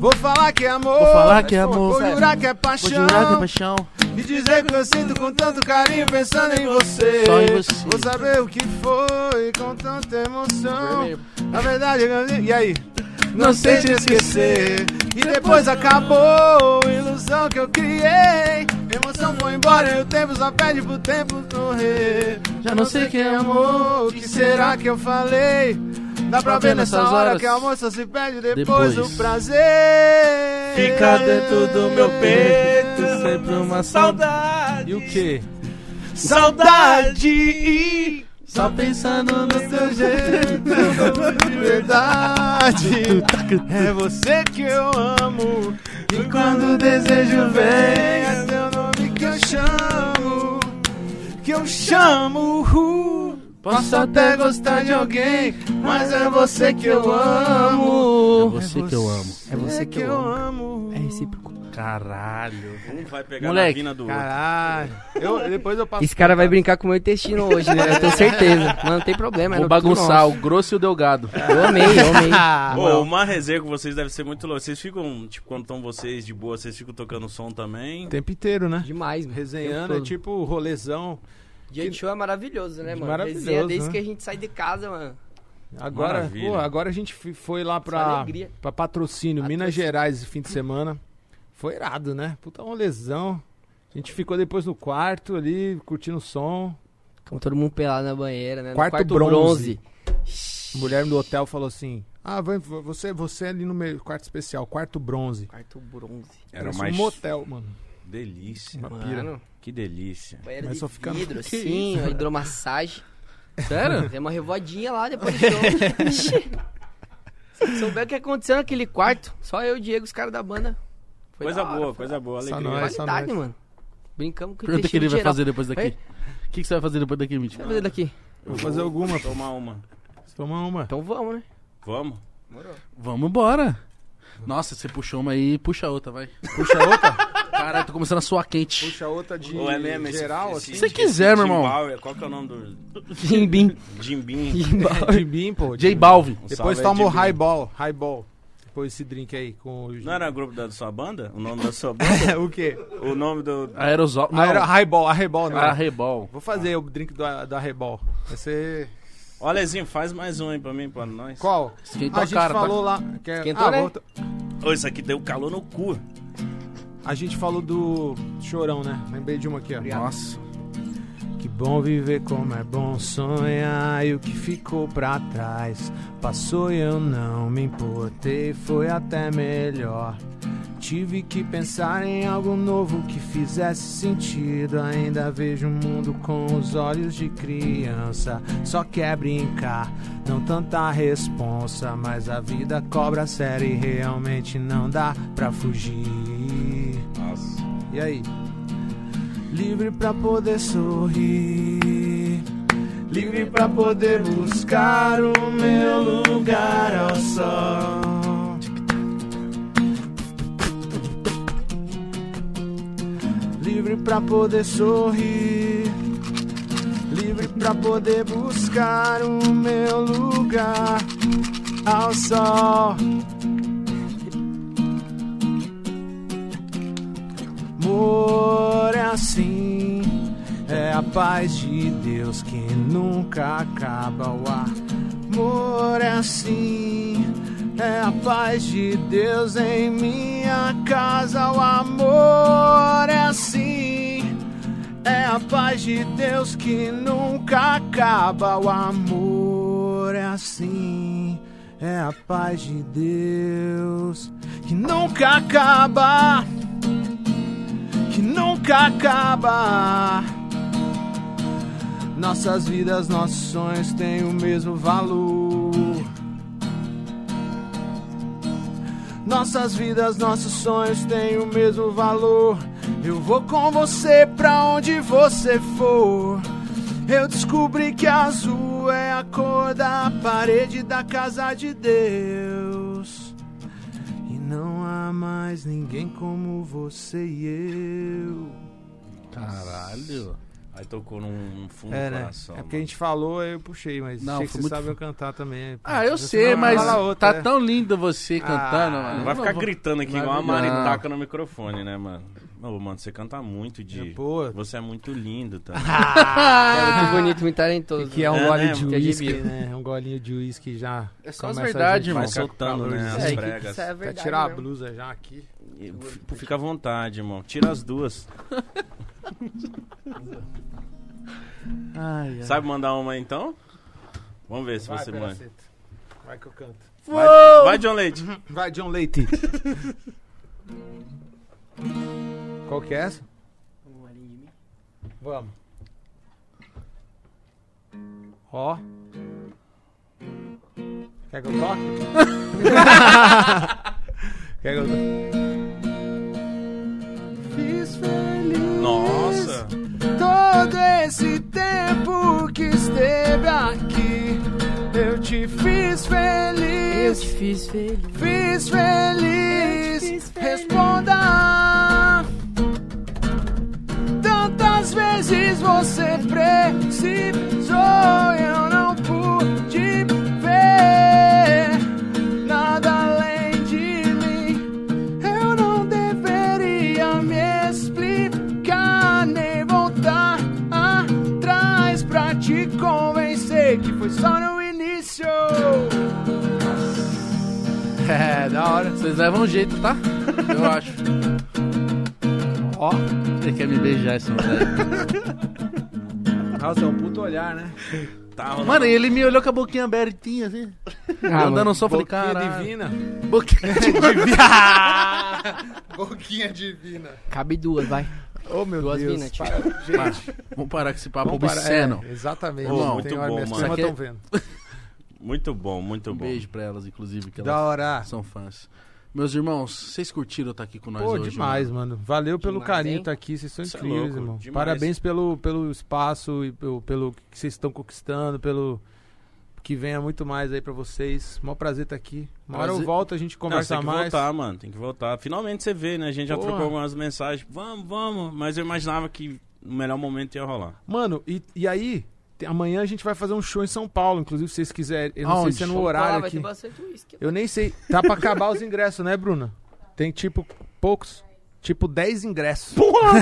Speaker 3: Vou falar que é amor.
Speaker 2: Vou falar que é amor.
Speaker 3: Vou jurar que é paixão.
Speaker 2: Vou jurar que é paixão.
Speaker 3: E dizer que eu sinto com tanto carinho pensando em você.
Speaker 2: Só em você.
Speaker 3: Vou saber o que foi com tanta emoção. Na verdade, eu- e aí? Não, sei te esquecer. E depois acabou a ilusão que eu criei. A emoção foi embora e o tempo só pede pro tempo correr.
Speaker 2: Já não sei
Speaker 3: quem
Speaker 2: quem é amor.
Speaker 3: O que será que eu falei? Dá pra ver nessas horas que a
Speaker 2: horas.
Speaker 3: moça se perde depois,
Speaker 2: Depois.
Speaker 3: o prazer.
Speaker 1: Fica dentro do meu peito.
Speaker 2: Sempre uma
Speaker 1: Saudade.
Speaker 3: E o que?
Speaker 1: Saudade.
Speaker 2: Só pensando no
Speaker 3: seu jeito *laughs* de verdade. É você que eu amo. E quando o desejo vem, é teu nome que eu chamo. Que eu chamo. uh. Posso até gostar de alguém, mas é você que eu
Speaker 2: É
Speaker 3: amo.
Speaker 2: você que eu amo.
Speaker 4: É você que eu amo.
Speaker 3: amo.
Speaker 4: É recíproco.
Speaker 2: Caralho.
Speaker 1: Um vai pegar
Speaker 2: Moleque.
Speaker 1: na vina do outro.
Speaker 3: Caralho. Eu, depois eu passo.
Speaker 4: Esse cara vai brincar com o meu intestino hoje, né? Eu tenho certeza. Mas não tem problema. é
Speaker 2: Vou
Speaker 4: no futuro
Speaker 2: bagunçar
Speaker 4: nosso.
Speaker 2: o grosso e o delgado.
Speaker 4: Eu amei, eu amei.
Speaker 3: *laughs* Ah,
Speaker 1: Ô, uma resenha com vocês deve ser muito louca. Vocês ficam, tipo, quando estão vocês de boa, vocês ficam tocando som também.
Speaker 3: o tempo inteiro, né?
Speaker 4: Demais, mano.
Speaker 3: Resenhando
Speaker 4: Tempo
Speaker 3: é
Speaker 4: todo.
Speaker 3: tipo rolezão.
Speaker 4: Dia de show é maravilhoso, né, mano?
Speaker 3: Maravilhoso,
Speaker 4: Resenha desde
Speaker 3: né?
Speaker 4: que a gente sai de casa, mano.
Speaker 3: Agora,
Speaker 1: Maravilha.
Speaker 3: pô, agora a gente fi- foi lá
Speaker 4: Só
Speaker 3: pra,
Speaker 4: alegria.
Speaker 3: pra patrocínio,
Speaker 4: Patrocínio.
Speaker 3: Minas Gerais, esse fim de semana. Foi irado, né? Puta uma lesão. A gente ficou depois no quarto ali, curtindo o som.
Speaker 4: Com todo mundo pelado na banheira, né?
Speaker 3: Quarto
Speaker 4: no quarto
Speaker 3: bronze.
Speaker 4: bronze.
Speaker 3: A mulher do hotel falou assim: Ah, vai- você, você ali no meio, quarto especial, quarto bronze.
Speaker 4: Quarto bronze.
Speaker 1: Era
Speaker 3: Parece
Speaker 1: mais.
Speaker 3: um motel, mano.
Speaker 1: Delícia.
Speaker 3: Uma pira.
Speaker 4: Mano,
Speaker 1: Que delícia.
Speaker 4: banheiro
Speaker 3: Mas
Speaker 4: de
Speaker 3: só fica-
Speaker 4: vidro,
Speaker 3: Que
Speaker 4: assim,
Speaker 3: isso,
Speaker 4: uma hidromassagem.
Speaker 2: Sério?
Speaker 4: Tem uma revoadinha lá depois do show. Ixi. Se souber o que aconteceu naquele quarto, só eu, Diego, os caras da banda. Foi
Speaker 1: coisa
Speaker 4: da hora,
Speaker 1: boa,
Speaker 4: foi
Speaker 1: coisa boa.
Speaker 3: Só
Speaker 1: Alegria.
Speaker 3: nós. Essa
Speaker 4: Qualidade,
Speaker 3: noite.
Speaker 4: mano. Brincamos com o
Speaker 2: Pergunta o que ele
Speaker 4: intestino
Speaker 2: vai
Speaker 4: geral.
Speaker 2: fazer depois daqui.
Speaker 4: Vai.
Speaker 2: O que, que você vai fazer depois daqui,
Speaker 4: O que
Speaker 2: Mitch?
Speaker 4: vai fazer daqui?
Speaker 3: Vou fazer alguma. pô.
Speaker 1: Tomar uma.
Speaker 3: Toma uma.
Speaker 4: Então vamos, né?
Speaker 1: Vamos?
Speaker 2: Vamos embora. Nossa, você puxou uma aí, puxa outra, vai.
Speaker 3: Puxa outra.
Speaker 2: Caralho, tô começando a suar quente.
Speaker 3: Puxa outra de
Speaker 1: Ou é mesmo esse-
Speaker 3: geral,
Speaker 1: esse-
Speaker 3: assim.
Speaker 2: Se você quiser, meu
Speaker 1: Jim
Speaker 2: irmão.
Speaker 1: Bauer, qual que é o nome do
Speaker 4: Jim Beam.
Speaker 1: Jim Beam?
Speaker 3: *laughs*
Speaker 4: Jim
Speaker 1: *laughs*
Speaker 4: Bauer.
Speaker 3: assim? De bim, pô. de
Speaker 2: J Balvin.
Speaker 1: Um salve
Speaker 3: Depois
Speaker 1: aí,
Speaker 3: toma o
Speaker 1: Jim Beam.
Speaker 3: highball. Highball. Depois esse drink aí com o.
Speaker 1: Não era o grupo da sua banda? O nome da sua
Speaker 3: *laughs*
Speaker 1: banda?
Speaker 3: o quê?
Speaker 1: o nome do...
Speaker 2: Aerosol. Não,
Speaker 3: Ah, era highball, highball não.
Speaker 2: era Rebol.
Speaker 3: É. Vou fazer o drink do, da highball. Vai ser.
Speaker 1: Ó, Lezinho, faz mais um aí pra mim, pra nós.
Speaker 3: Qual?
Speaker 2: Esquentou
Speaker 3: a
Speaker 2: a
Speaker 3: gente
Speaker 2: cara, tá?
Speaker 3: falou lá. Que é-
Speaker 4: Esquentou, né?
Speaker 3: volta-
Speaker 1: Ô, isso aqui deu calor no cu.
Speaker 3: A gente falou do chorão, né? Lembrei de uma aqui, ó.
Speaker 2: Nossa.
Speaker 3: Que bom viver como é bom sonhar e o que ficou pra trás passou e eu não me importei, foi até melhor. Tive que pensar em algo novo que fizesse sentido. Ainda vejo o mundo com os olhos de criança. Só quer brincar, não tanta responsa. Mas a vida cobra séria e realmente não dá pra fugir.
Speaker 1: Nossa.
Speaker 3: E aí? Livre pra poder sorrir, livre pra poder buscar o meu lugar ao sol. Livre pra poder sorrir, livre pra poder buscar o meu lugar ao sol. Amor é assim, é a paz de Deus que nunca acaba. O amor é assim, é a paz de Deus em minha casa. O amor é assim, é a paz de Deus que nunca acaba. O amor é assim, é a paz de Deus que nunca acaba que nunca acaba. Nossas vidas, nossos sonhos têm o mesmo valor. Nossas vidas, nossos sonhos têm o mesmo valor. Eu vou com você pra onde você for. Eu descobri que azul é a cor da parede da casa de Deus. E não há mais ninguém como você e eu.
Speaker 2: Caralho.
Speaker 1: Aí tocou num fundo
Speaker 3: É,
Speaker 1: do
Speaker 3: né?
Speaker 1: Um coração.
Speaker 3: é porque a gente falou, aí eu puxei, mas
Speaker 2: Não,
Speaker 3: não, achei que
Speaker 2: foi
Speaker 3: vocês
Speaker 2: muito
Speaker 3: sabem
Speaker 2: fo-
Speaker 3: eu cantar também. é,
Speaker 2: Ah, eu
Speaker 3: Senão
Speaker 2: sei,
Speaker 3: vai
Speaker 2: mas
Speaker 3: falar outra,
Speaker 2: tá
Speaker 3: é.
Speaker 2: tão lindo você cantando,
Speaker 3: Ah,
Speaker 2: mano.
Speaker 1: Não vai ficar
Speaker 2: Não vou-
Speaker 1: gritando aqui igual uma
Speaker 2: Maravilha.
Speaker 1: maritaca no microfone, né, mano? Ô, mano, você canta muito, Di.
Speaker 3: Pô.
Speaker 1: Você é muito lindo, tá?
Speaker 3: *laughs*
Speaker 4: Cara, muito bonito, muito talentoso.
Speaker 3: Que é um
Speaker 1: É,
Speaker 3: gole
Speaker 1: né,
Speaker 3: de
Speaker 1: mano?
Speaker 4: Que é de
Speaker 3: uísque,
Speaker 4: birra.
Speaker 3: né? Um golinho de uísque já.
Speaker 2: É só as
Speaker 3: começa a
Speaker 2: verdades,
Speaker 3: gente-
Speaker 2: irmão.
Speaker 1: Vai soltando, né,
Speaker 3: calorzinho.
Speaker 1: as
Speaker 3: É, que-
Speaker 1: pregas.
Speaker 4: Isso é
Speaker 3: Vai
Speaker 4: verdade.
Speaker 3: tirar a
Speaker 4: mesmo.
Speaker 3: blusa já aqui.
Speaker 1: E f- Fica à vontade, irmão. Tira as
Speaker 3: *laughs*
Speaker 1: duas.
Speaker 2: Ai, ai.
Speaker 1: Sabe mandar uma aí, então? Vamos ver se você manda.
Speaker 3: Peraceta. Vai que eu canto.
Speaker 1: Vai, vai, John Leite.
Speaker 2: Uhum.
Speaker 3: Vai, John Leite. *laughs* Qual que é essa? Vamos. Ó. Quer que eu toque? Quer que eu toque? Fiz feliz.
Speaker 1: Nossa.
Speaker 3: Todo esse tempo que esteve aqui, eu te fiz
Speaker 4: Eu
Speaker 3: feliz.
Speaker 4: te fiz feliz.
Speaker 3: Fiz feliz,
Speaker 4: fiz feliz.
Speaker 3: responda. Tantas vezes você precisou, eu não pude ver nada além de mim. Eu não deveria me explicar nem voltar atrás pra te convencer que foi só no início. É, da hora.
Speaker 2: Vocês levam um jeito, tá? Eu acho.
Speaker 3: Ó.
Speaker 4: Ah,
Speaker 2: Você quer me beijar esse moleque.
Speaker 3: House é um puto olhar, né?
Speaker 1: Tá rolando.
Speaker 2: Mano, ele me olhou com a boquinha abertinha, assim. eu andando só, falei,
Speaker 3: Boquinha
Speaker 2: cara.
Speaker 3: divina.
Speaker 2: Boquinha
Speaker 3: Boquinha divina.
Speaker 4: Cabe duas, vai.
Speaker 3: Oh, meu
Speaker 4: Duas
Speaker 3: Deus.
Speaker 4: minas, tio.
Speaker 3: para- Gente,
Speaker 2: *laughs* Vamos parar com esse papo
Speaker 3: vamos parar.
Speaker 2: obsceno.
Speaker 3: É, exatamente.
Speaker 1: Ô, muito
Speaker 3: Tem hora
Speaker 1: bom,
Speaker 3: mesmo que
Speaker 1: mano.
Speaker 3: vocês
Speaker 2: Isso
Speaker 3: não
Speaker 2: aqui é
Speaker 3: estão
Speaker 1: Muito bom, muito
Speaker 2: Um
Speaker 1: bom.
Speaker 2: beijo pra elas, inclusive, que
Speaker 3: vendo.
Speaker 2: elas
Speaker 3: Da hora.
Speaker 2: são fãs. Meus irmãos, vocês curtiram estar aqui com nós
Speaker 3: Pô,
Speaker 2: hoje? né?
Speaker 3: demais, mano. Valeu pelo
Speaker 4: Demais,
Speaker 3: carinho
Speaker 4: hein?
Speaker 3: tá aqui. Vocês são
Speaker 1: né? Cê é
Speaker 3: incríveis,
Speaker 1: louco,
Speaker 3: irmão.
Speaker 1: demais.
Speaker 3: Parabéns pelo, pelo espaço e pelo, pelo que vocês estão conquistando, pelo que venha muito mais aí pra vocês. Mó prazer tá aqui. Uma hora eu
Speaker 2: Prazer.
Speaker 3: volto, a gente conversa
Speaker 1: Não, tem
Speaker 3: mais.
Speaker 1: que voltar, mano. Tem que voltar. Finalmente você vê, né? A gente já
Speaker 3: Porra.
Speaker 1: trocou algumas mensagens. Vamos, vamos. Mas eu imaginava que o melhor momento ia rolar.
Speaker 3: Mano, e, e aí, te- amanhã a gente vai fazer um show em São Paulo, inclusive, se vocês quiserem. Eu não
Speaker 2: Aonde?
Speaker 3: sei se é no
Speaker 2: Opa,
Speaker 4: Vai lá,
Speaker 3: horário
Speaker 4: vai ter
Speaker 3: aqui.
Speaker 4: bastante uísque.
Speaker 3: Eu nem sei. Tá pra acabar os ingressos, né, Bruna? Tem tipo poucos. Tipo 10 ingressos.
Speaker 1: Porra!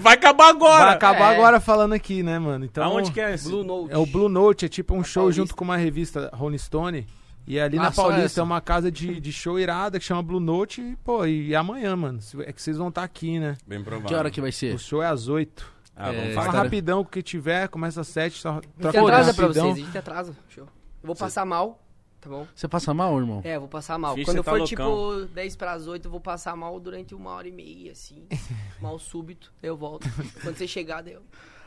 Speaker 1: vai acabar
Speaker 3: Vai
Speaker 1: agora!
Speaker 3: acabar
Speaker 4: É.
Speaker 3: agora falando aqui, né, mano? Então,
Speaker 1: Aonde que é esse?
Speaker 4: Blue Note.
Speaker 3: É o Blue Note, é tipo um show
Speaker 4: Paulista.
Speaker 3: junto com uma revista Rolling Stone. E ali
Speaker 2: Ah,
Speaker 3: na
Speaker 2: só
Speaker 3: Paulista
Speaker 2: essa?
Speaker 3: é uma casa de, de show irada que chama Blue Note. E, pô, e amanhã, mano. se- É que vocês vão estar aqui, né?
Speaker 1: Bem provável.
Speaker 2: Que hora que vai ser?
Speaker 3: O show é às 8.
Speaker 1: Ah,
Speaker 2: É,
Speaker 1: vamos
Speaker 3: Faz
Speaker 1: falar.
Speaker 2: Cara.
Speaker 3: rapidão com o que tiver, começa às 7, só
Speaker 4: A gente
Speaker 3: troca
Speaker 4: atrasa pra
Speaker 3: rapidão.
Speaker 4: vocês, a gente atrasa. Show. Eu vou passar mal, tá bom?
Speaker 2: Você passa mal, irmão?
Speaker 4: É, eu vou passar mal.
Speaker 1: Finge que
Speaker 4: Quando
Speaker 1: você tá
Speaker 4: for
Speaker 1: loucão.
Speaker 4: tipo 10 pras 8, eu vou passar mal durante uma hora e
Speaker 3: *laughs*
Speaker 4: meia, assim. mal súbito, daí eu volto. Quando você chegar, daí eu.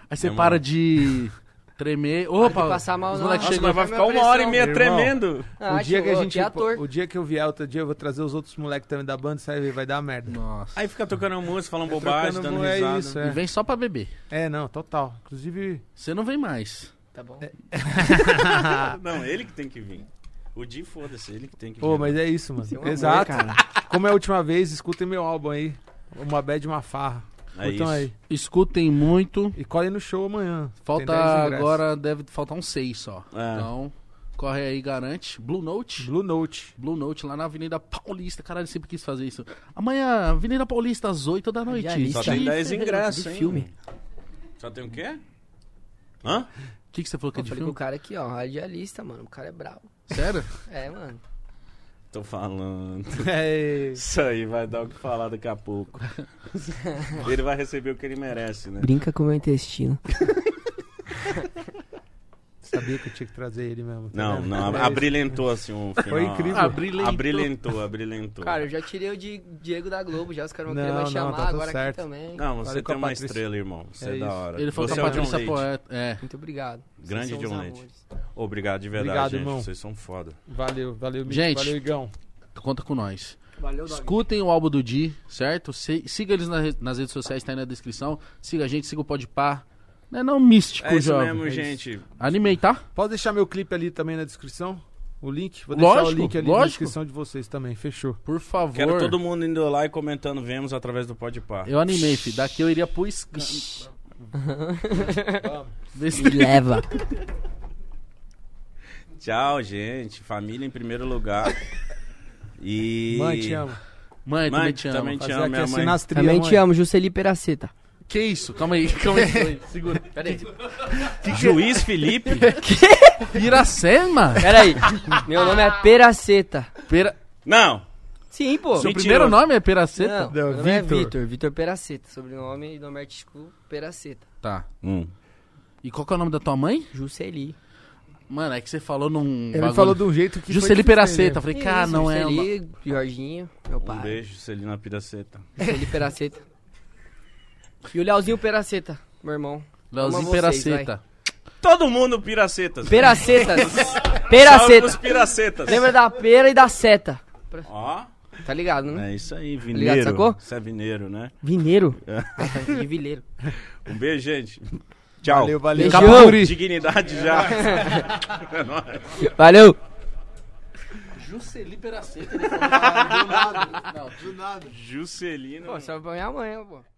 Speaker 2: Aí você
Speaker 1: É, mano.
Speaker 2: para de tremer.
Speaker 4: Para
Speaker 2: Opa,
Speaker 4: de passar mal,
Speaker 2: os
Speaker 4: não.
Speaker 2: moleques
Speaker 1: Nossa,
Speaker 2: chegam.
Speaker 1: mas vai
Speaker 4: Minha
Speaker 1: ficar uma hora e
Speaker 4: pressão,
Speaker 1: meia
Speaker 3: meu irmão.
Speaker 1: tremendo.
Speaker 4: Ah,
Speaker 3: o dia que a
Speaker 4: tio,
Speaker 3: gente,
Speaker 4: que é ator.
Speaker 3: o dia que eu vier outro dia, eu vou trazer os outros moleques também da banda, sabe? Vai dar merda.
Speaker 2: Nossa.
Speaker 1: Aí fica tocando música, falando
Speaker 3: Trocando
Speaker 1: bobagem, dando
Speaker 3: mu- é
Speaker 1: risada. *laughs*
Speaker 3: isso,
Speaker 2: E
Speaker 3: é.
Speaker 2: vem só pra beber.
Speaker 3: É, não, total. Inclusive,
Speaker 2: Você não vem mais.
Speaker 4: Tá bom.
Speaker 3: é,
Speaker 1: Não, ele que tem que vir. O Di, foda-se, ele que tem que vir.
Speaker 3: Ah. pô, mas é isso, mano.
Speaker 4: Você é um amor,
Speaker 3: Exato. Como é a última vez, escutem meu álbum aí. Uma bad, uma farra.
Speaker 1: É
Speaker 3: Escutam
Speaker 1: isso.
Speaker 3: então aí.
Speaker 2: Escutem muito.
Speaker 3: E colhem no show amanhã. Tem
Speaker 2: Falta
Speaker 3: 10 ingressos.
Speaker 2: agora, deve faltar uns seis só.
Speaker 1: É.
Speaker 2: Então, corre aí, garante. Blue Note.
Speaker 3: Blue Note.
Speaker 2: Blue Note lá na Avenida Paulista. Caralho, sempre quis fazer isso. Amanhã, Avenida Paulista, às 8 da noite.
Speaker 1: Só
Speaker 4: Idealista.
Speaker 2: O
Speaker 1: tem 10
Speaker 3: é
Speaker 4: De
Speaker 1: ingressos, hein?
Speaker 4: filme.
Speaker 1: Só tem o quê? Hã?
Speaker 2: que, que você falou que é
Speaker 4: Eu
Speaker 2: de
Speaker 4: falei com
Speaker 2: filme?
Speaker 4: o cara aqui, ó, um radialista, mano. O cara é brabo.
Speaker 2: Sério?
Speaker 4: É, mano.
Speaker 1: Tô falando.
Speaker 3: É,
Speaker 1: Isso aí vai dar o que falar daqui a
Speaker 3: *laughs*
Speaker 1: pouco. ele vai receber o que ele merece, né?
Speaker 4: Brinca com o meu intestino.
Speaker 3: sabia que eu tinha que trazer ele mesmo. tá
Speaker 1: Não,
Speaker 3: vendo?
Speaker 1: não,
Speaker 3: É
Speaker 1: ab-
Speaker 3: isso.
Speaker 1: abrilhentou assim o final.
Speaker 3: Foi incrível.
Speaker 1: Abrilhentou,
Speaker 2: Abrilhentou.
Speaker 1: abrilhentou. abrilhentou.
Speaker 4: Cara, eu já tirei o Di- Diego da Globo, já os caras
Speaker 3: Não,
Speaker 4: não querem mais
Speaker 3: não,
Speaker 4: chamar,
Speaker 3: tá tudo
Speaker 4: agora
Speaker 3: certo.
Speaker 4: aqui também.
Speaker 1: Não, você
Speaker 3: Falei com
Speaker 1: tem
Speaker 3: a
Speaker 1: uma
Speaker 3: Patrícia.
Speaker 1: estrela, irmão. Você
Speaker 3: É
Speaker 1: é, da
Speaker 3: isso.
Speaker 1: hora.
Speaker 2: Ele falou
Speaker 1: você
Speaker 2: que
Speaker 1: é
Speaker 2: a
Speaker 1: o John
Speaker 2: Patrícia
Speaker 1: Leite.
Speaker 2: Poeta. É.
Speaker 4: Muito obrigado. Vocês
Speaker 1: Grande
Speaker 4: são os
Speaker 1: John Leite.
Speaker 4: amores.
Speaker 1: Obrigado de verdade,
Speaker 3: Obrigado,
Speaker 1: gente.
Speaker 3: irmão.
Speaker 1: Vocês são foda.
Speaker 3: Valeu, valeu, Mick,
Speaker 2: Gente.
Speaker 3: Valeu, Igão.
Speaker 2: Conta com nós.
Speaker 4: Valeu, Dog.
Speaker 2: Escutem o álbum do Di, certo? Se- siga eles na re- nas redes sociais, tá aí na descrição. Siga a gente, siga o Podpah. Não é não místico,
Speaker 1: É isso
Speaker 2: jovem.
Speaker 1: mesmo,
Speaker 3: é isso.
Speaker 1: gente.
Speaker 2: Animei, tá?
Speaker 3: Pode deixar meu clipe ali também na descrição? O link? Vou deixar
Speaker 2: Lógico,
Speaker 3: o link ali na
Speaker 2: lógico.
Speaker 3: descrição de vocês também, fechou.
Speaker 2: Por favor.
Speaker 1: Quero todo mundo indo lá e comentando Vemos através do Podpah.
Speaker 2: Eu animei, fi. Daqui eu iria pro... Sky. Vê se-
Speaker 4: Me leva.
Speaker 1: Tchau, gente. Família em primeiro lugar. E...
Speaker 3: Mãe, te amo.
Speaker 2: Mãe,
Speaker 1: Mãe,
Speaker 2: também te amo.
Speaker 1: também te
Speaker 3: Fazer
Speaker 1: amo,
Speaker 3: aqui
Speaker 1: minha
Speaker 3: assim
Speaker 1: mãe.
Speaker 3: nas trilhas,
Speaker 4: Também
Speaker 3: mãe.
Speaker 4: te amo, Juscelino *laughs* Peraceta.
Speaker 2: Que isso? Calma aí, calma
Speaker 1: *laughs*
Speaker 2: aí. Segura. Pera aí.
Speaker 1: Juiz
Speaker 3: *laughs*
Speaker 1: Felipe?
Speaker 2: Piracema?
Speaker 4: Peraí, meu nome é Peraceta.
Speaker 2: Pera...
Speaker 1: Não.
Speaker 4: Sim, pô.
Speaker 2: Seu
Speaker 1: Mentiroso.
Speaker 2: primeiro nome é Piraceta?
Speaker 4: Não,
Speaker 3: Não,
Speaker 4: meu nome é
Speaker 3: Vitor.
Speaker 4: Vitor, Vitor Peraceta. Sobrenome e nome artístico Peraceta.
Speaker 2: Tá.
Speaker 1: Hum.
Speaker 2: E qual que é o nome da tua mãe?
Speaker 4: Jusceli.
Speaker 2: Mano, é que você falou num.
Speaker 3: Ele
Speaker 2: bagulho-
Speaker 3: falou de um jeito que. foi
Speaker 2: Jusceli
Speaker 3: difícil,
Speaker 2: Peraceta.
Speaker 3: né?
Speaker 2: Falei, cara, não é. Uma...
Speaker 4: Jusceli, Jorginho, meu
Speaker 1: Um
Speaker 4: pai.
Speaker 1: beijo, Celina Piraceta.
Speaker 4: Jusceli Peraceta. E o Leozinho Peraceta, meu irmão.
Speaker 2: Leozinho
Speaker 4: Amo vocês,
Speaker 2: Peraceta.
Speaker 1: Todo mundo Piracetas.
Speaker 4: Peracetas.
Speaker 1: Salve os
Speaker 4: *laughs* Peraceta.
Speaker 1: Piracetas.
Speaker 4: Lembra da pera e da seta.
Speaker 1: Ó,
Speaker 4: Tá ligado, né?
Speaker 1: é isso aí,
Speaker 4: ligado,
Speaker 1: vineiro.
Speaker 4: sacou?
Speaker 1: Você é vineiro, né?
Speaker 4: Vineiro.
Speaker 1: É.
Speaker 4: Ah, tá, De vileiro.
Speaker 1: Um beijo, gente. Tchau.
Speaker 3: Valeu, valeu.
Speaker 4: Beijão.
Speaker 2: Capuri.
Speaker 1: Dignidade já.
Speaker 4: Valeu.
Speaker 2: Jusceli Peraceta.
Speaker 1: Juscelino.
Speaker 4: Pô, salve pra minha mãe, ó, pô.